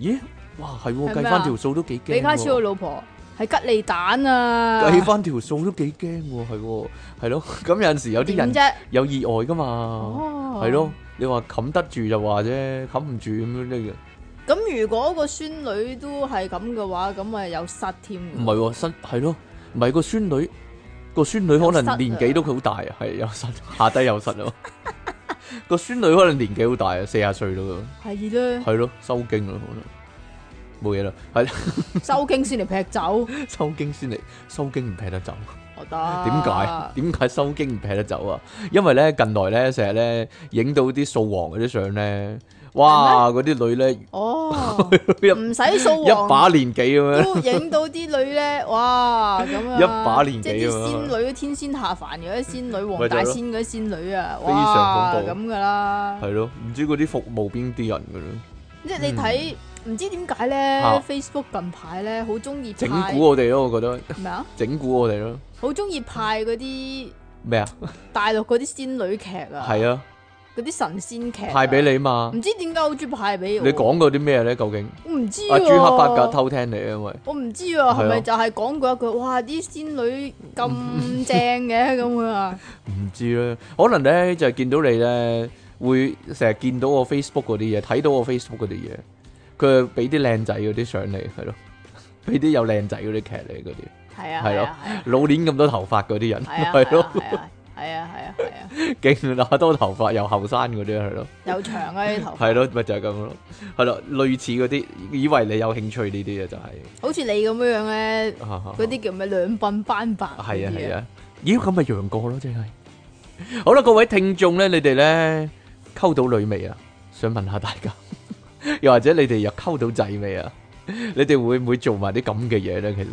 B: 咦？哇，係喎，
A: 係
B: 計
A: 咩啊
B: 翻條數都幾驚喎。
A: 比卡超嘅老婆係吉利蛋啊，
B: 計翻條數都幾驚喎，係喎，係咯。 咁有陣時有啲
A: 點
B: 人
A: 啫？
B: 有意外噶嘛，
A: 哦，
B: 係咯。。你話冚得住就話啫，冚唔住咁樣呢
A: 咁如果個孫女都係咁嘅話，咁咪有失添
B: 個
A: 喎。
B: 唔係喎，身係咯，唔係個孫女個孫女可
A: 有
B: 能
A: 塞
B: 年
A: 啊
B: 紀都好大啊，係有失 下低有失咯。個孫女可能年紀好大啊，四廿歲咯，
A: 係咧，
B: 係咯，收經咯，可能冇嘢啦，係啦
A: 收經先嚟劈酒，
B: 收經先嚟，收經唔劈得走。
A: 我得。
B: 點解？點解收經唔劈得走啊？因為咧近來咧成日咧影到啲掃黃嗰啲相咧，哇！嗰啲女咧
A: 哦，
B: 一
A: 唔使掃
B: 一
A: 黃
B: 把年紀咁樣，
A: 都影到啲女咧，哇咁啊！
B: 一把年紀
A: 即係啲
B: 咁
A: 仙女天仙下凡嗰啲仙女，黃大仙嗰啲仙女啊，
B: 非常
A: 哇
B: 恐怖
A: 咁噶啦！
B: 係咯，唔知嗰啲服務邊啲人噶咯，
A: 即係你睇，唔知點解
B: 嗯啊
A: 咧？Facebook 近排咧好中意
B: 整
A: 派
B: 蠱我哋咯，我覺得
A: 咩啊？
B: 整蠱我哋咯，
A: 好中意派嗰啲
B: 咩啊？
A: 大陸嗰啲仙女劇啊，
B: 係啊，
A: 嗰啲神仙劇啊
B: 派俾你嘛，
A: 唔知點解好中意派俾我。
B: 你講過啲咩咧？究竟
A: 我唔知
B: 阿朱克伯格
A: 喎
B: 偷聽你啊，因為
A: 我唔知啊，係
B: 係啊
A: 咪就係講過一句哇啲仙女 咁正嘅咁樣啊？
B: 唔知咧，可能咧就係見到你咧，會成日見到我 Facebook 嗰啲嘢，睇到我 Facebook 嗰啲嘢，佢係俾啲靚仔嗰啲相你，係咯， 俾啲有靚仔嗰啲劇你嗰啲，
A: 係啊
B: 係
A: 係
B: 咯
A: 啊係啊
B: 老年咁多頭髮嗰啲人，
A: 係啊
B: 係咯，
A: 係啊係啊係啊係啊，
B: 勁乸多頭髮又後生嗰啲係咯，
A: 有長啊啲頭髮，
B: 係咯，咪就係咁咯，係咯，類似嗰啲，以為你有興趣呢啲嘢就係、啊
A: 好似你咁樣樣咧，
B: 哈哈
A: 嗰啲叫咩兩鬢斑白，
B: 係啊係，啊，咦咁咪楊過咯，真係。好啦，各位聽眾咧，你哋咧溝到女未啊？想問下大家， 又或者你哋又溝到仔未啊？你哋會唔會做埋啲咁嘅嘢咧？其實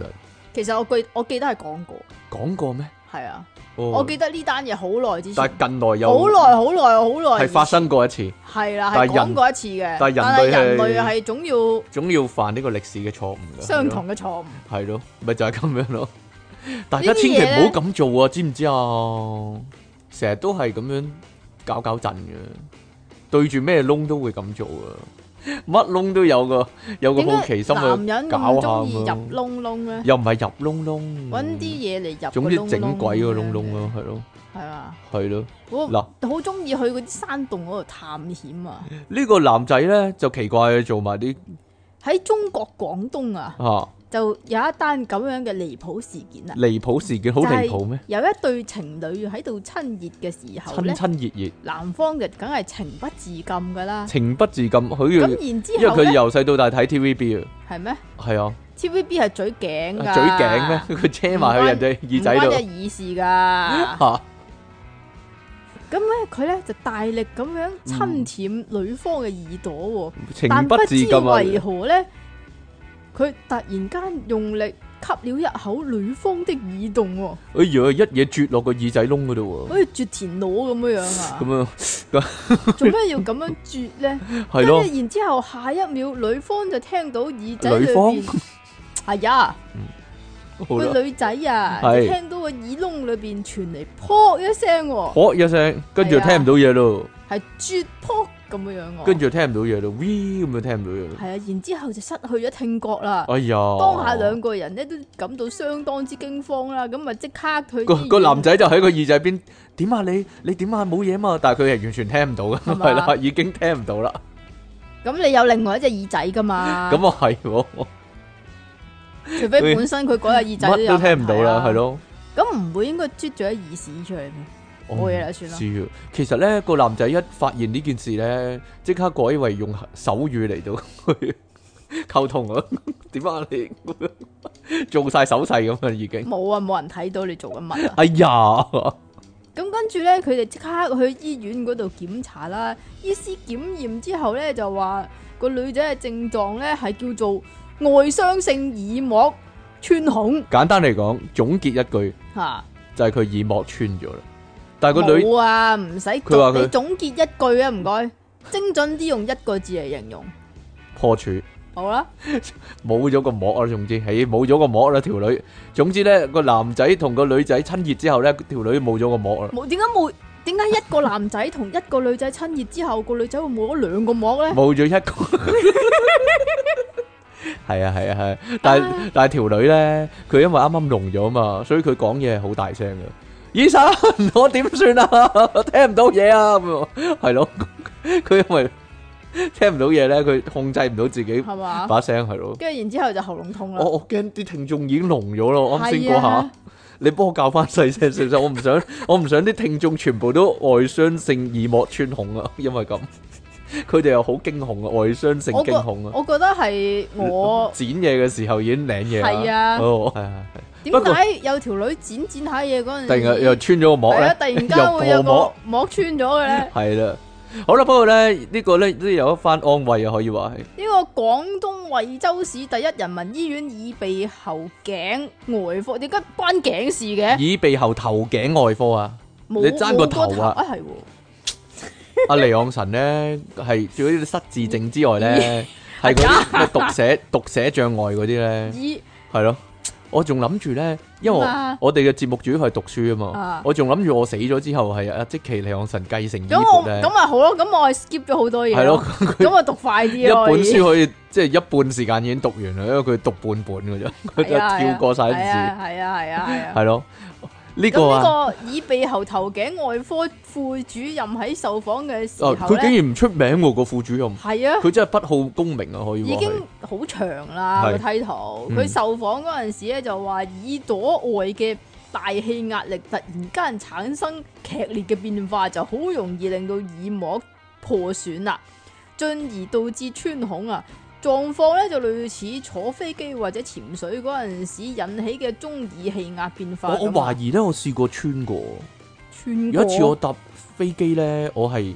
A: 其實我記我記得係講過，
B: 講過咩？
A: 係啊，
B: 哦
A: 我記得呢單嘢好耐之
B: 但
A: 前，
B: 係近來
A: 好
B: 又
A: 耐好耐好耐，
B: 係發生過一次，
A: 係啦，
B: 但
A: 係
B: 係人
A: 講過一次嘅，
B: 但
A: 但
B: 係
A: 係
B: 人類係
A: 人類係總要
B: 總要犯呢個歷史嘅錯誤嘅。
A: 相同嘅錯誤。
B: 係啊咯，咪就係咁樣咯。大家
A: 呢啲
B: 千祈
A: 嘢
B: 唔好
A: 呢
B: 咁做啊，知唔知啊？成日都係咁樣搞搞震嘅，對住咩窿都會咁做啊，乜窿都有個有個
A: 點
B: 好
A: 解
B: 奇心
A: 男
B: 啊，
A: 人
B: 搞
A: 咁
B: 下
A: 中意入
B: 咁樣
A: 窿窿咧？
B: 又唔係入窿窿，
A: 揾啲，嘢嚟入，
B: 總之整鬼個窿窿，咯，係咯，
A: 係嘛？
B: 係咯。
A: 我
B: 嗱，
A: 好中意去嗰啲山洞嗰度探險啊！
B: 呢個男仔咧就奇怪做埋啲
A: 喺中國廣東啊，
B: 吓
A: 就有一單咁樣嘅離譜事件啊！
B: 離譜事件，好離譜咩？
A: 有一對情侶喺度親熱嘅時候
B: 親
A: 咧，
B: 親熱熱，
A: 男方就梗係情不自禁噶啦。
B: 情不自禁，佢
A: 咁
B: 要
A: 然
B: 因為
A: 之後
B: 佢
A: 咧，
B: 由細到大睇 TVB 啊，
A: 係咩
B: 係啊。
A: ？TVB 係嘴頸㗎，
B: 嘴頸咩？佢車埋去人
A: 唔
B: 哋
A: 關
B: 耳仔
A: 隻耳事㗎。
B: 度嚇，
A: 咁咧，佢咧就大力咁樣侵舔女方嘅耳朵喎，但
B: 情
A: 不
B: 不自
A: 知
B: 禁
A: 為
B: 啊！
A: 何咧，佢突然間用力吸了一口女方的耳洞喎，
B: 哎呀，一嘢啜落個耳仔窿嗰度
A: 好似啜田螺咁樣樣
B: 喎，
A: 啊！
B: 咁啊
A: 做咩要咁樣啜咧？
B: 係
A: 跟住
B: 咯，
A: 然之後，下一秒女方就聽到耳仔
B: 女
A: 裏
B: 方
A: 邊，係呀，
B: 好啦，
A: 個女仔啊，
B: 係
A: 就聽到個耳窿裏邊傳嚟噗一聲喎，
B: 噗一聲，跟住
A: 係啊
B: 聽唔到嘢咯，
A: 係啜噗咁樣樣喎，
B: 跟住聽唔到嘢咯，喂咁就聽唔到嘢咯，
A: 係啊，然之後就失去咗聽覺啦。
B: 哎呀，
A: 當下兩個人咧都感到相當之驚慌啦，咁啊即刻去
B: 個
A: 醫院
B: 個男仔就喺個耳仔邊點啊你你點啊冇嘢嘛，但係佢係完全聽唔到嘅，
A: 係嘛
B: 係啦，已經聽唔到啦，
A: 咁你有另外一隻耳仔噶嘛？
B: 咁啊係喎，
A: 除非本身佢嗰隻耳仔
B: 乜
A: 有
B: 都聽唔到啦，
A: 問
B: 係
A: 題啊。
B: 咯。
A: 咁唔會應該啜咗啲耳屎出嚟咩？冇嘢啦算啦
B: 知啊其實咧，個男仔一發現呢件事咧，即刻改為用手語嚟到 去溝通啊！ 點啊你 做晒手勢咁啊已經？
A: 冇啊，冇人睇到你做緊乜啊！
B: 哎呀，
A: 咁跟住咧，佢哋即刻去醫院嗰度檢查啦。醫師檢驗之後咧，就話個女仔嘅症狀咧係叫做外傷性耳膜穿孔
B: 簡單嚟講，總結一句
A: 嚇。
B: 就係佢耳膜穿咗啦。但係個女
A: 冇啊，唔使
B: 佢話佢
A: 你總結一句啊，唔該，精準啲用一個字嚟形容，
B: 破處，
A: 好啦，
B: 冇咗個膜啦，總之，唉，冇咗個膜啦，條女。總之咧，個男仔同個女仔親熱之後咧，條女冇咗個膜啦，
A: 冇點解冇點解一個男仔 同一個女仔親熱之後，個女仔會冇咗兩個膜咧？
B: 冇咗一個係啊係啊係啊，但係但係條女咧，佢因為啱啱聾咗嘛，所以佢講嘢係好大聲嘅。醫生， 我點算啊？ 我聽唔到嘢啊！咁喎係咯， 佢因為聽唔到嘢咧，佢控制唔到自己
A: 係嘛？
B: 把聲係咯。
A: 跟住然之後就喉嚨痛啦
B: 我。我驚啲聽眾已經聾咗咯，啱先嗰
A: 啊係
B: 下
A: 啊。
B: 你幫我教翻細聲少少，我唔想 我唔想啲聽眾全部都外傷性耳膜穿孔啊， 因為咁佢哋又好驚恐啊，外傷性
A: 我覺
B: 驚恐啊。
A: 我覺得係我
B: 剪嘢嘅時候已經領嘢啦
A: 係啊
B: 哦，係啊，不
A: 點
B: 過
A: 解有條女剪剪下嘢嗰陣時，
B: 突然間又穿咗個膜
A: 係啊
B: 咧，
A: 突然間會
B: 又
A: 有
B: 破膜
A: 個，膜穿咗嘅咧。
B: 係啦。好啦，不過咧呢個咧都有一番安慰啊，可以話係。
A: 呢個廣東惠州市第一人民醫院耳鼻喉頸外科，點解關頸事嘅？
B: 耳鼻喉頭頸外科啊，
A: 冇
B: 你爭個頭啊
A: 冇啊係喎，
B: 阿尼昂神咧係除咗呢啲失智症之 外咧，
A: 哎
B: 係嗰啲咩讀寫讀寫障礙嗰啲
A: 耳
B: 咧。系咯，我仲谂住咧，因为
A: 點啊
B: 我我哋嘅节目主要系读书啊嘛
A: 啊，
B: 我仲谂住我死咗之后系阿即其利昂神繼承衣
A: 咁我
B: 钵咧
A: 咁，咪啊好咯，咁我係 skip 咗好多嘢，
B: 係咯，
A: 咁啊我讀快
B: 一
A: 啲咯，
B: 本
A: 可以
B: 書可以即係一半時間已經讀完啦，因為佢讀半本嘅啫， 佢就
A: 係啊係啊
B: 跳過晒啲
A: 係啊
B: 字，
A: 係啊係啊係啊。
B: 係咯，呢個
A: 咁呢個
B: 啊，
A: 耳鼻喉頭頸外科副主任喺受訪嘅時
B: 哦
A: 候
B: 佢竟
A: 咧，
B: 然唔出名喎個副主任，
A: 係啊。
B: 佢真係不好功名啊，可以
A: 已
B: 話係
A: 經好長啦
B: 係
A: 個梯圖，
B: 嗯
A: 佢受訪嗰陣時咧就話耳朵外嘅大氣壓力突然間產生劇烈嘅變化，就好容易令到耳膜破損啦，進而導致穿孔啊。狀況咧就類似坐飛機或者潛水嗰陣時引起嘅中耳氣壓變化
B: 我我
A: 咁啊
B: 懷疑咧，我試過穿過，
A: 穿
B: 有一次
A: 過
B: 我搭飛機咧，我係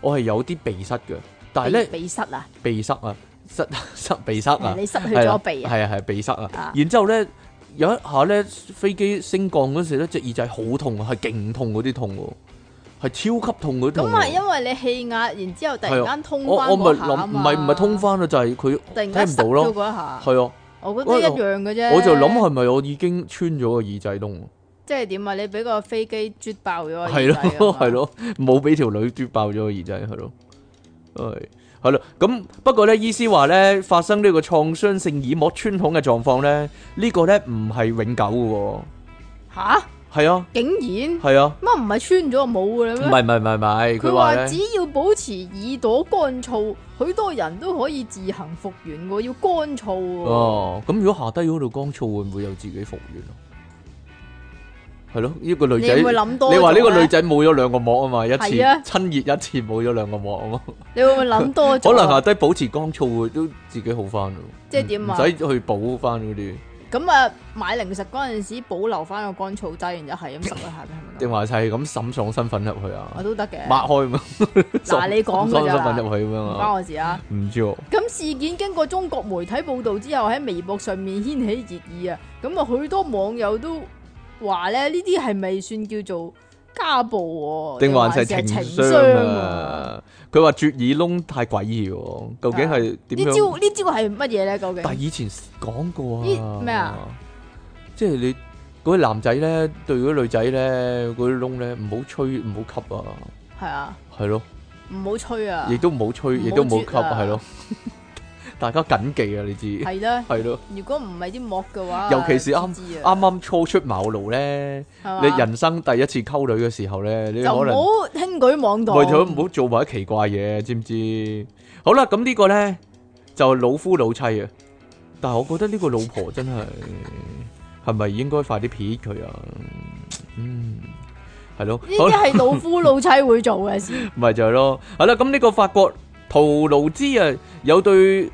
B: 我係有啲鼻塞嘅，但係咧。
A: 鼻鼻塞啊，
B: 鼻塞啊，塞塞鼻塞啊，
A: 哦你失去
B: 係
A: 咗
B: 啦
A: 鼻啊，
B: 係啊係鼻塞啊
A: 啊。
B: 然之後咧，有一下咧，飛機升降嗰時咧，隻耳仔好痛啊，係勁痛嗰啲痛喎，係超級痛嗰
A: 咁
B: 啲痛喎。
A: 係因為你氣壓，然之後突然間通
B: 我
A: 翻
B: 我咪
A: 嗰下
B: 諗，
A: 啊
B: 唔
A: 嘛
B: 係唔係通翻啦，就係佢
A: 突然
B: 聽
A: 間
B: 唔
A: 塞
B: 到
A: 咗
B: 咯。
A: 嗰一下，
B: 係啊，
A: 我覺得一樣嘅啫。
B: 我就諗係咪我已經穿咗個耳仔窿？
A: 即係點啊？你俾個飛機啜爆咗個耳
B: 係
A: 仔啊
B: 咯
A: 嘛
B: 係，咯，冇俾條女嘟爆咗個耳仔係咯，係係咯。咁不過咧，醫師話咧，發生呢個創傷性耳膜穿孔嘅狀況咧，呢、個咧唔係永久嘅喎。
A: 吓
B: 係啊
A: 竟然
B: 係啊，
A: 乜唔係穿咗就冇嘅
B: 唔
A: 啦咩？
B: 係唔係唔係唔係，
A: 佢
B: 佢話
A: 話只
B: 咧
A: 要保持耳朵乾燥，許多人都可以自行復原喎。要乾燥喎，
B: 哦，咁如果下低嗰度乾燥會唔會有自己復原啊？係咯，呢、個女
A: 你會
B: 仔，
A: 唔會諗多咗
B: 你
A: 呢？
B: 話呢個女仔冇咗兩個膜啊嘛，一次
A: 係啊
B: 親熱一次冇咗兩個膜啊嘛。
A: 你會唔會諗多咗
B: 可
A: 啊？
B: 能下低保持乾燥會都自己好翻咯，
A: 即係點啊
B: 唔使去補翻嗰啲，
A: 咁啊，買零食嗰陣時保留翻個乾燥劑，然之後係咁食一下嘅係咪
B: 定
A: 啊？
B: 還是係咁滲爽身粉入去
A: 我
B: 啊？
A: 都得嘅，
B: 抹開咁樣，
A: 嗱你講㗎咋
B: 滲爽身粉入去咁樣
A: 唔
B: 啊
A: 關？我事啊。
B: 唔知喎，
A: 咁事件經過中國媒體報導之後，喺微博上面掀起熱議啊！咁啊，許多網友都話咧，呢啲係咪算叫做家暴、喎？
B: 定還是
A: 定
B: 係
A: 係
B: 情
A: 情
B: 傷
A: 啊？啊
B: 啊？佢話啜耳窿太詭異喎，究竟係點
A: 呢招
B: 樣？
A: 呢招係乜嘢咧？究
B: 但係
A: 竟
B: 以前講過啊，
A: 咦咩啊？
B: 即係你嗰啲男仔咧對嗰啲女仔咧嗰啲窿咧唔好吹唔好吸啊，
A: 係啊？
B: 係咯。
A: 唔好吹啊！
B: 亦都唔好吹，
A: 唔好
B: 亦都唔好
A: 啜
B: 吸，
A: 啊
B: 係咯。大家謹記啊，你知
A: 係啦，
B: 係咯。
A: 如果唔係啲膜嘅話，
B: 尤其是啱
A: 知啊
B: 啱啱初出茅廬咧，
A: 係嘛
B: 你人生第一次溝女嘅時候咧，你
A: 啊就唔
B: 可能
A: 好輕舉妄動，
B: 為咗唔好做埋啲奇怪嘢，知唔知？好啦，咁呢個咧就老夫老妻啊。但係我覺得呢個老婆真係係咪應該快啲撇佢啊？嗯，係咯。
A: 呢
B: 好
A: 啲
B: 啦
A: 係老夫老妻會做嘅事。
B: 咪就係咯，係啦，咁呢個法國圖盧茲啊，有對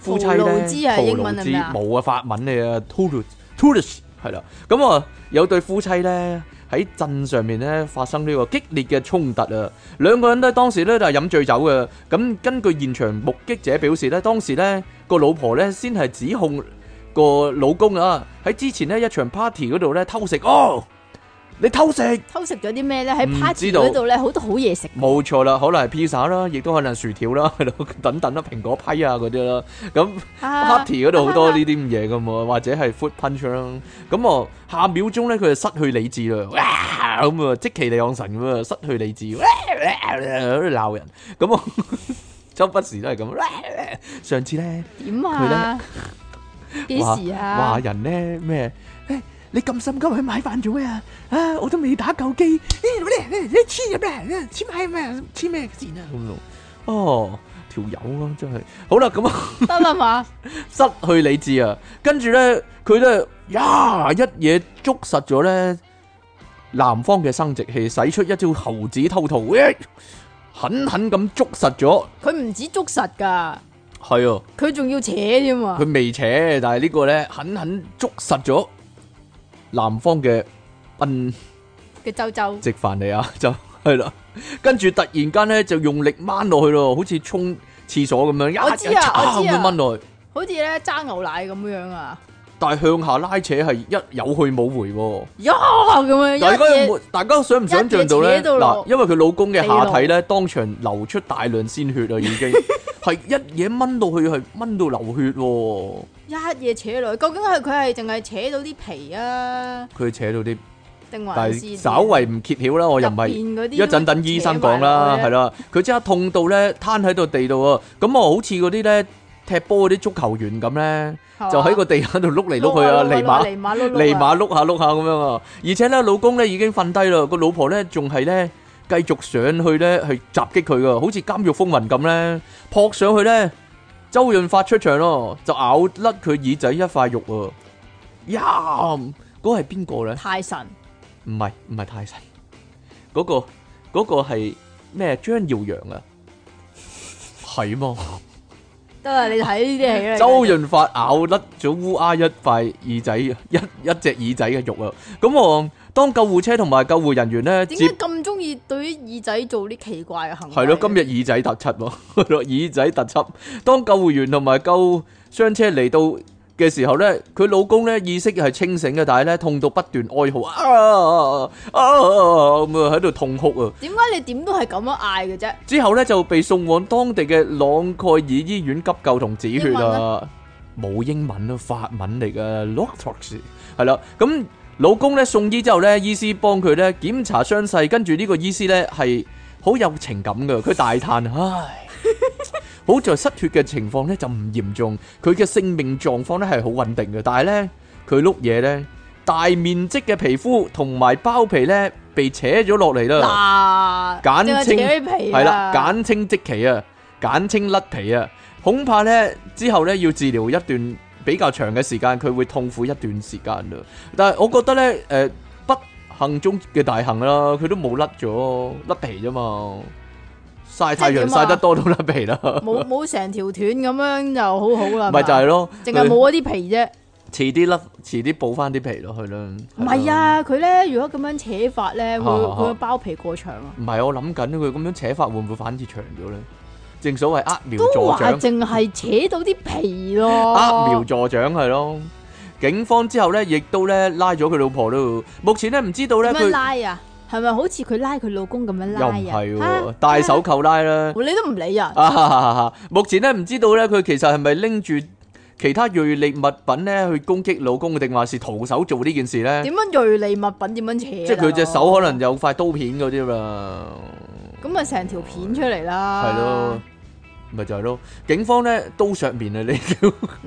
B: 夫妻咧，
A: 圖盧茲係
B: 圖盧
A: 英文係咪啊
B: 冇啊，法文嚟啊 t u l u t u l u 係啦，咁啊有對夫妻咧喺鎮上面咧發生呢個激烈嘅衝突啊，兩個人咧當時咧就係飲醉酒嘅，咁根據現場目擊者表示咧，當時咧個老婆咧先係指控個老公啊喺之前呢一場 party 嗰度咧偷食哦，你偷食。
A: 偷食咗啲咩咧？
B: 唔
A: 喺
B: 知
A: party
B: 道
A: 嗰度咧，好多好嘢食。
B: 冇錯啦，可能係披薩啦，亦都可能係薯條啦，係 咯，等等啦，蘋果批啊嗰啲啦。咁
A: 啊
B: party 嗰度好多呢啲咁嘢噶嘛，或者係 food punch 啦。咁我下秒鐘咧，佢就失去理智啦，哇 咁啊，即其利昂神咁啊，失去理智，哇哇哇喺度鬧人。咁我 周不時都係咁。 上次咧，
A: 點
B: 佢
A: 啊？幾
B: 話
A: 時
B: 話
A: 啊？
B: 人咧咩？誒你咁心急去買飯做咩啊？啊，我都未打夠機，咦你你你黐入咩？黐買咩？黐咩線啊？咁咯，哦，條友啊，真係好啦，咁啊。
A: 得啦嘛，
B: 失去理智啊！跟住咧，佢咧呀一嘢捉實咗咧南方嘅生殖器，使出一招猴子偷桃，喂狠狠咁捉實咗。
A: 佢唔止捉實㗎，
B: 係啊，
A: 佢仲要扯添啊！
B: 佢未扯，但係呢個咧狠狠捉實咗南方嘅賓
A: 嘅周周
B: 夕飯嚟啊， 就係啦。跟住突然間咧就用力掹落去咯，好似沖廁所咁樣，
A: 我知啊
B: 一叉
A: 我
B: 咁
A: 知
B: 樣
A: 啊
B: 掹落去。
A: 好似咧揸牛奶咁樣啊，
B: 但係向下拉扯係一有去冇回喎。
A: 呀咁樣
B: 大家有
A: 一嘢
B: 冇？大家想唔想像到咧？
A: 一嘢扯到
B: 嗱，
A: 落
B: 因為佢老公嘅下體咧，當場流出大量鮮血啊，已 經係一嘢掹到佢，係掹到流血喎。
A: 一嘢扯落去，究竟係佢係淨係扯到啲皮啊，
B: 佢扯到啲，
A: 定
B: 但
A: 還
B: 係
A: 是
B: 稍為唔揭曉啦，我又唔係。
A: 入邊嗰啲
B: 一陣等醫生講啦，係
A: 咯，
B: 啦，佢即刻痛到咧攤喺度地度啊，咁我好似嗰啲咧踢波嗰啲足球員咁咧，
A: 係嘛
B: 就喺個地下度碌嚟碌去啊，尼馬。
A: 尼馬碌碌啊
B: 嚟馬碌下碌下咁樣啊！而且咧，老公咧已經瞓低啦，個老婆咧仲係咧繼續上去咧去襲擊佢噶，好似監獄風雲咁咧撲上去咧，周潤發出場咯，就咬甩佢耳仔一塊肉啊！呀，嗰個係邊個咧？
A: 泰神
B: 唔係唔係泰神，嗰、個嗰、個係咩？張耀揚啊，係麼？
A: 得啦，你睇呢啲戲啦。
B: 周潤發咬甩咗烏鴉一塊耳仔，一一隻耳仔嘅肉啊！咁我當救護車同埋救護人員咧
A: 點解
B: 接，
A: 咁中意對於耳仔做啲奇怪嘅行為？
B: 係咯，今日耳仔特輯喎， 係咯耳仔特輯。當救護員同埋救傷車嚟到嘅時候咧，佢老公咧意識係清醒嘅，但係咧痛到不斷哀嚎啊啊啊咁啊喺度痛哭啊！
A: 點解你點都係咁樣嗌嘅啫？
B: 之後咧就被送往當地嘅朗蓋爾醫院急救同止血
A: 英文
B: 啊，冇英文啊，法文嚟噶 l o t o x 係啦，咁老公咧送醫之後咧，醫師幫佢咧檢查傷勢，跟住呢個醫師咧係好有情感噶，佢大嘆唉。 好在失血嘅情況咧就唔嚴重，佢嘅性命狀況咧係好穩定嘅，但係咧佢碌嘢咧大面積嘅皮膚同埋包皮咧被扯咗落嚟啦。
A: 嗱，
B: 呃簡
A: 淨係
B: 稱
A: 扯啲皮啊
B: 系啦，簡稱即期啊，簡稱甩皮啊，恐怕咧之後咧要治療一段比較長嘅時間，佢會痛苦一段時間啦。但係我覺得咧，诶、不幸中嘅大幸啦，佢都冇甩咗，甩皮啫嘛，晒太陽
A: 即係點啊
B: 晒得多都甩皮啦，唔
A: 冇冇成條斷咁樣就好好 啦。
B: 呃咪就係
A: 係
B: 咯，
A: 淨係冇嗰啲皮啫。
B: 遲啲甩，遲啲補翻啲皮落去啦。
A: 唔係啊，佢咧如果咁樣扯法咧，會
B: 啊啊啊
A: 佢會包皮過長啊。
B: 係咯，唔係我諗緊佢咁樣扯法會唔會反而長咗咧？正所謂揠苗
A: 都
B: 助
A: 話
B: 長。
A: 淨係扯到啲皮咯。
B: 呃苗助長係咯。警方之後咧，亦都咧拉咗佢老婆咯。目前咧唔知道咧
A: 點樣
B: 佢
A: 拉啊？係咪好似佢拉佢老公咁樣
B: 又
A: 拉
B: 唔係
A: 啊？
B: 喎
A: 啊，
B: 戴手扣拉啦。
A: 你都唔理啊？
B: 啊哈哈哈哈！目前咧唔知道咧佢其實係咪拎住其他鋭利物品咧去攻擊老公，定還是徒手做呢件事咧？
A: 點樣鋭利物品點樣扯
B: 即
A: 啊？
B: 係佢隻手可能有塊刀片嗰啲啦。
A: 咁咪成條片出嚟啦。
B: 係咯，，咪就係咯。警方咧刀削面啊！你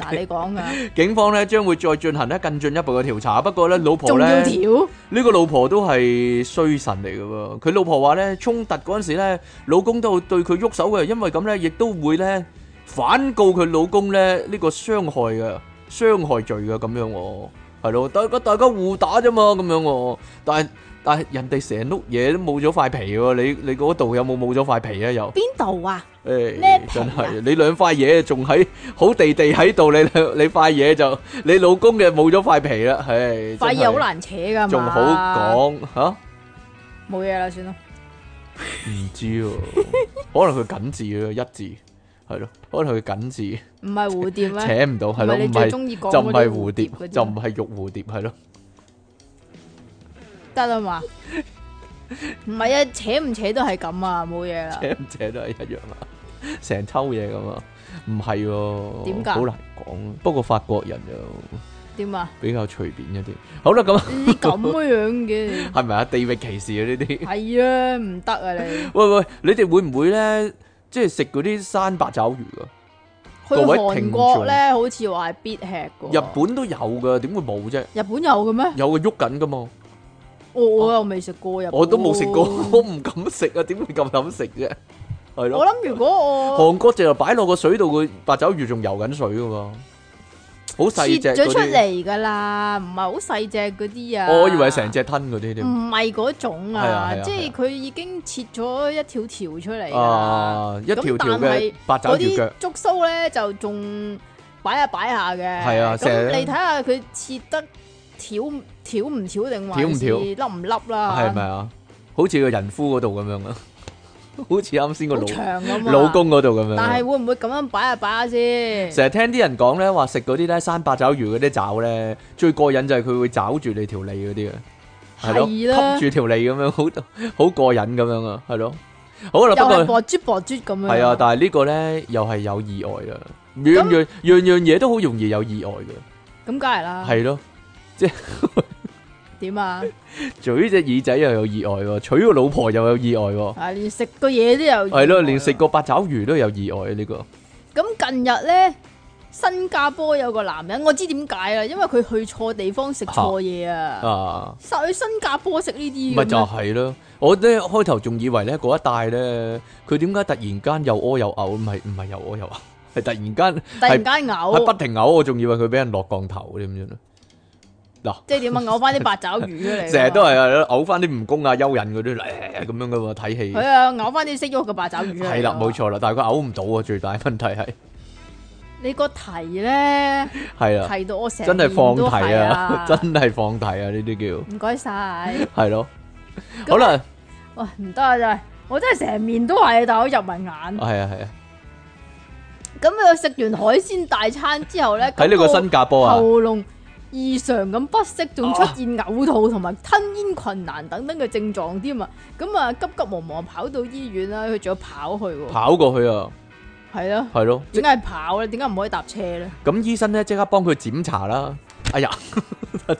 A: 嗱你講噶，
B: 警方咧將會再進行咧更進一步嘅調查。不過咧，老 婆
A: 仲要
B: 咧。
A: 條
B: 呢個老婆都係衰神嚟嘅喎，佢老婆話咧衝突嗰陣時咧，老公都會對佢喐手嘅，因為咁咧亦都會咧反告佢老公咧呢個傷害嘅傷害罪嘅咁樣喎，係咯，大家大家互打啫嘛咁樣喎，但係但係人哋成碌嘢都冇咗塊皮喎，你你嗰度有冇冇咗塊皮啊又？
A: 邊度啊？
B: 誒
A: 咩皮
B: 真
A: 啊
B: 係你兩塊嘢仲喺好地地喺度，你兩你塊嘢就你老公嘅冇咗塊皮啦，唉，真
A: 塊嘢
B: 係
A: 好難扯噶啊嘛。
B: 仲好講嚇。
A: 冇嘢啦，算啦。
B: 唔知喎，可能佢緊字咯，一字係咯，可能佢緊字
A: 唔係蝴蝶咩？
B: 扯唔到，係咯，
A: 唔係你
B: 唔
A: 最
B: 係
A: 中意講
B: 就
A: 嗰
B: 唔
A: 啲
B: 係蝴
A: 嗰
B: 蝶，
A: 啲
B: 就唔係肉蝴蝶，係咯，
A: 得啦嘛。唔係啊，扯唔扯都係咁啊，冇嘢啦
B: 扯。唔扯都係一樣啊， 成抽嘢咁啊，唔係喎，
A: 點㗎
B: 好難講，不過法國人就
A: 點啊？
B: 比較隨便一啲。好啦，咁
A: 呢啲咁樣嘅，
B: 係咪啊？地域歧視啊呢啲，
A: 係啊，唔得啊你。
B: 喂喂，你哋會唔會咧？即係食嗰啲生白爪魚啊，
A: 去
B: 各位
A: 韓
B: 聽
A: 國
B: 眾
A: 咧，好似話係必吃嘅喎。
B: 日本都有噶，點會冇啫？
A: 日本有嘅咩？
B: 有嘅喐緊噶嘛，
A: 我我又未食過日本，
B: 我都冇 食過， 我
A: 我
B: 唔敢食啊，點會咁敢食啫？係咯，
A: 諗如果我
B: 韓國就擺落個水度，個白爪魚仲游緊水噶嘛，好細隻
A: 切咗
B: 嗰
A: 出
B: 啲。
A: 嚟㗎啦，唔係好細隻嗰啲啊。
B: 我以為成隻吞嗰啲
A: 唔
B: 添，
A: 係嗰種
B: 係啊
A: 啊
B: 係啊，
A: 即係佢已經切咗一條條出嚟啦。
B: 啊一條條
A: 咁但
B: 嘅
A: 係
B: 八爪
A: 嗰
B: 魚腳
A: 啲，竹鬚咧就仲擺下擺下嘅。
B: 係啊成日
A: 咁你睇下佢切得挑挑唔挑定還
B: 挑唔
A: 是
B: 挑
A: 粒唔粒啦？
B: 係咪啊？好似個人夫嗰度咁 樣啊，好似啱先個
A: 好
B: 老
A: 長咁啊？
B: 老，公嗰度咁樣
A: 但係
B: 啊。
A: 會唔會咁樣擺下擺下先？
B: 成日聽啲人講咧，話食嗰啲咧生八爪魚嗰啲爪咧，最過癮就係佢會爪住你條脷嗰啲啊，係
A: 係啦
B: 咯，吸住條脷咁樣，好好過癮咁樣啊，係咯。好
A: 又
B: 啦，不
A: 係
B: 過。
A: 薄啜薄啜咁樣。
B: 系啊，但系呢個咧又係有意外啦，樣樣樣樣嘢都好容易有意外嘅，
A: 咁梗係啦。
B: 係咯，
A: 點啊？
B: 嘴隻耳仔又有意外喎，娶個老婆又有意外喎，
A: 啊，連食個嘢都有意外。
B: 係咯，連食個八爪魚都有意外呢個，
A: 咁近日咧，新加坡有個男人，我知點解啦，因為佢去錯地方食錯嘢啊。
B: 啊，
A: 實去新加坡食呢啲
B: 咪
A: 咁啊
B: 就
A: 樣，
B: 係咯，我咧開頭仲以為咧嗰一帶咧，佢點解突然間又屙又嘔，唔係唔係又屙又嘔，係突然間
A: 突然間啊
B: 係不
A: 嘔，
B: 停嘔，我仲以為佢俾人落降頭你知唔知咧？嗱。
A: 即係點啊？嘔翻啲八爪魚出嚟。
B: 成日都係啊，嘔翻啲蜈蚣啊、蚯蚓嗰啲嚟咁樣噶嘛，睇戲。
A: 佢啊，嘔翻啲識喐嘅八爪魚出嚟。啊
B: 系啦，冇。錯啦，但係佢嘔唔到啊，最大問題係
A: 你個題咧
B: 係啊，
A: 提到我成
B: 真係
A: 係
B: 放題
A: 題
B: 啊， 真係放題啊，呢啲
A: 唔該晒。
B: 叫係咯。
A: 咁
B: 好啦，
A: 喂，唔得啊真係，我真係成面都係，但我入埋眼。
B: 係啊係啊，
A: 咁佢食完海鮮大餐之後咧，
B: 喺呢個
A: 感到
B: 新加坡啊，
A: 喉嚨異常咁不適，仲出現嘔吐同埋吞咽困難等等嘅症狀添啊！咁啊，急急忙忙跑到醫院啦，佢仲要跑去喎，
B: 跑過去啊，
A: 係咯。
B: 係咯。
A: 點解係跑咧？點解唔可以搭車 咧？
B: 咁醫生咧即刻幫佢檢查啦。哎呀，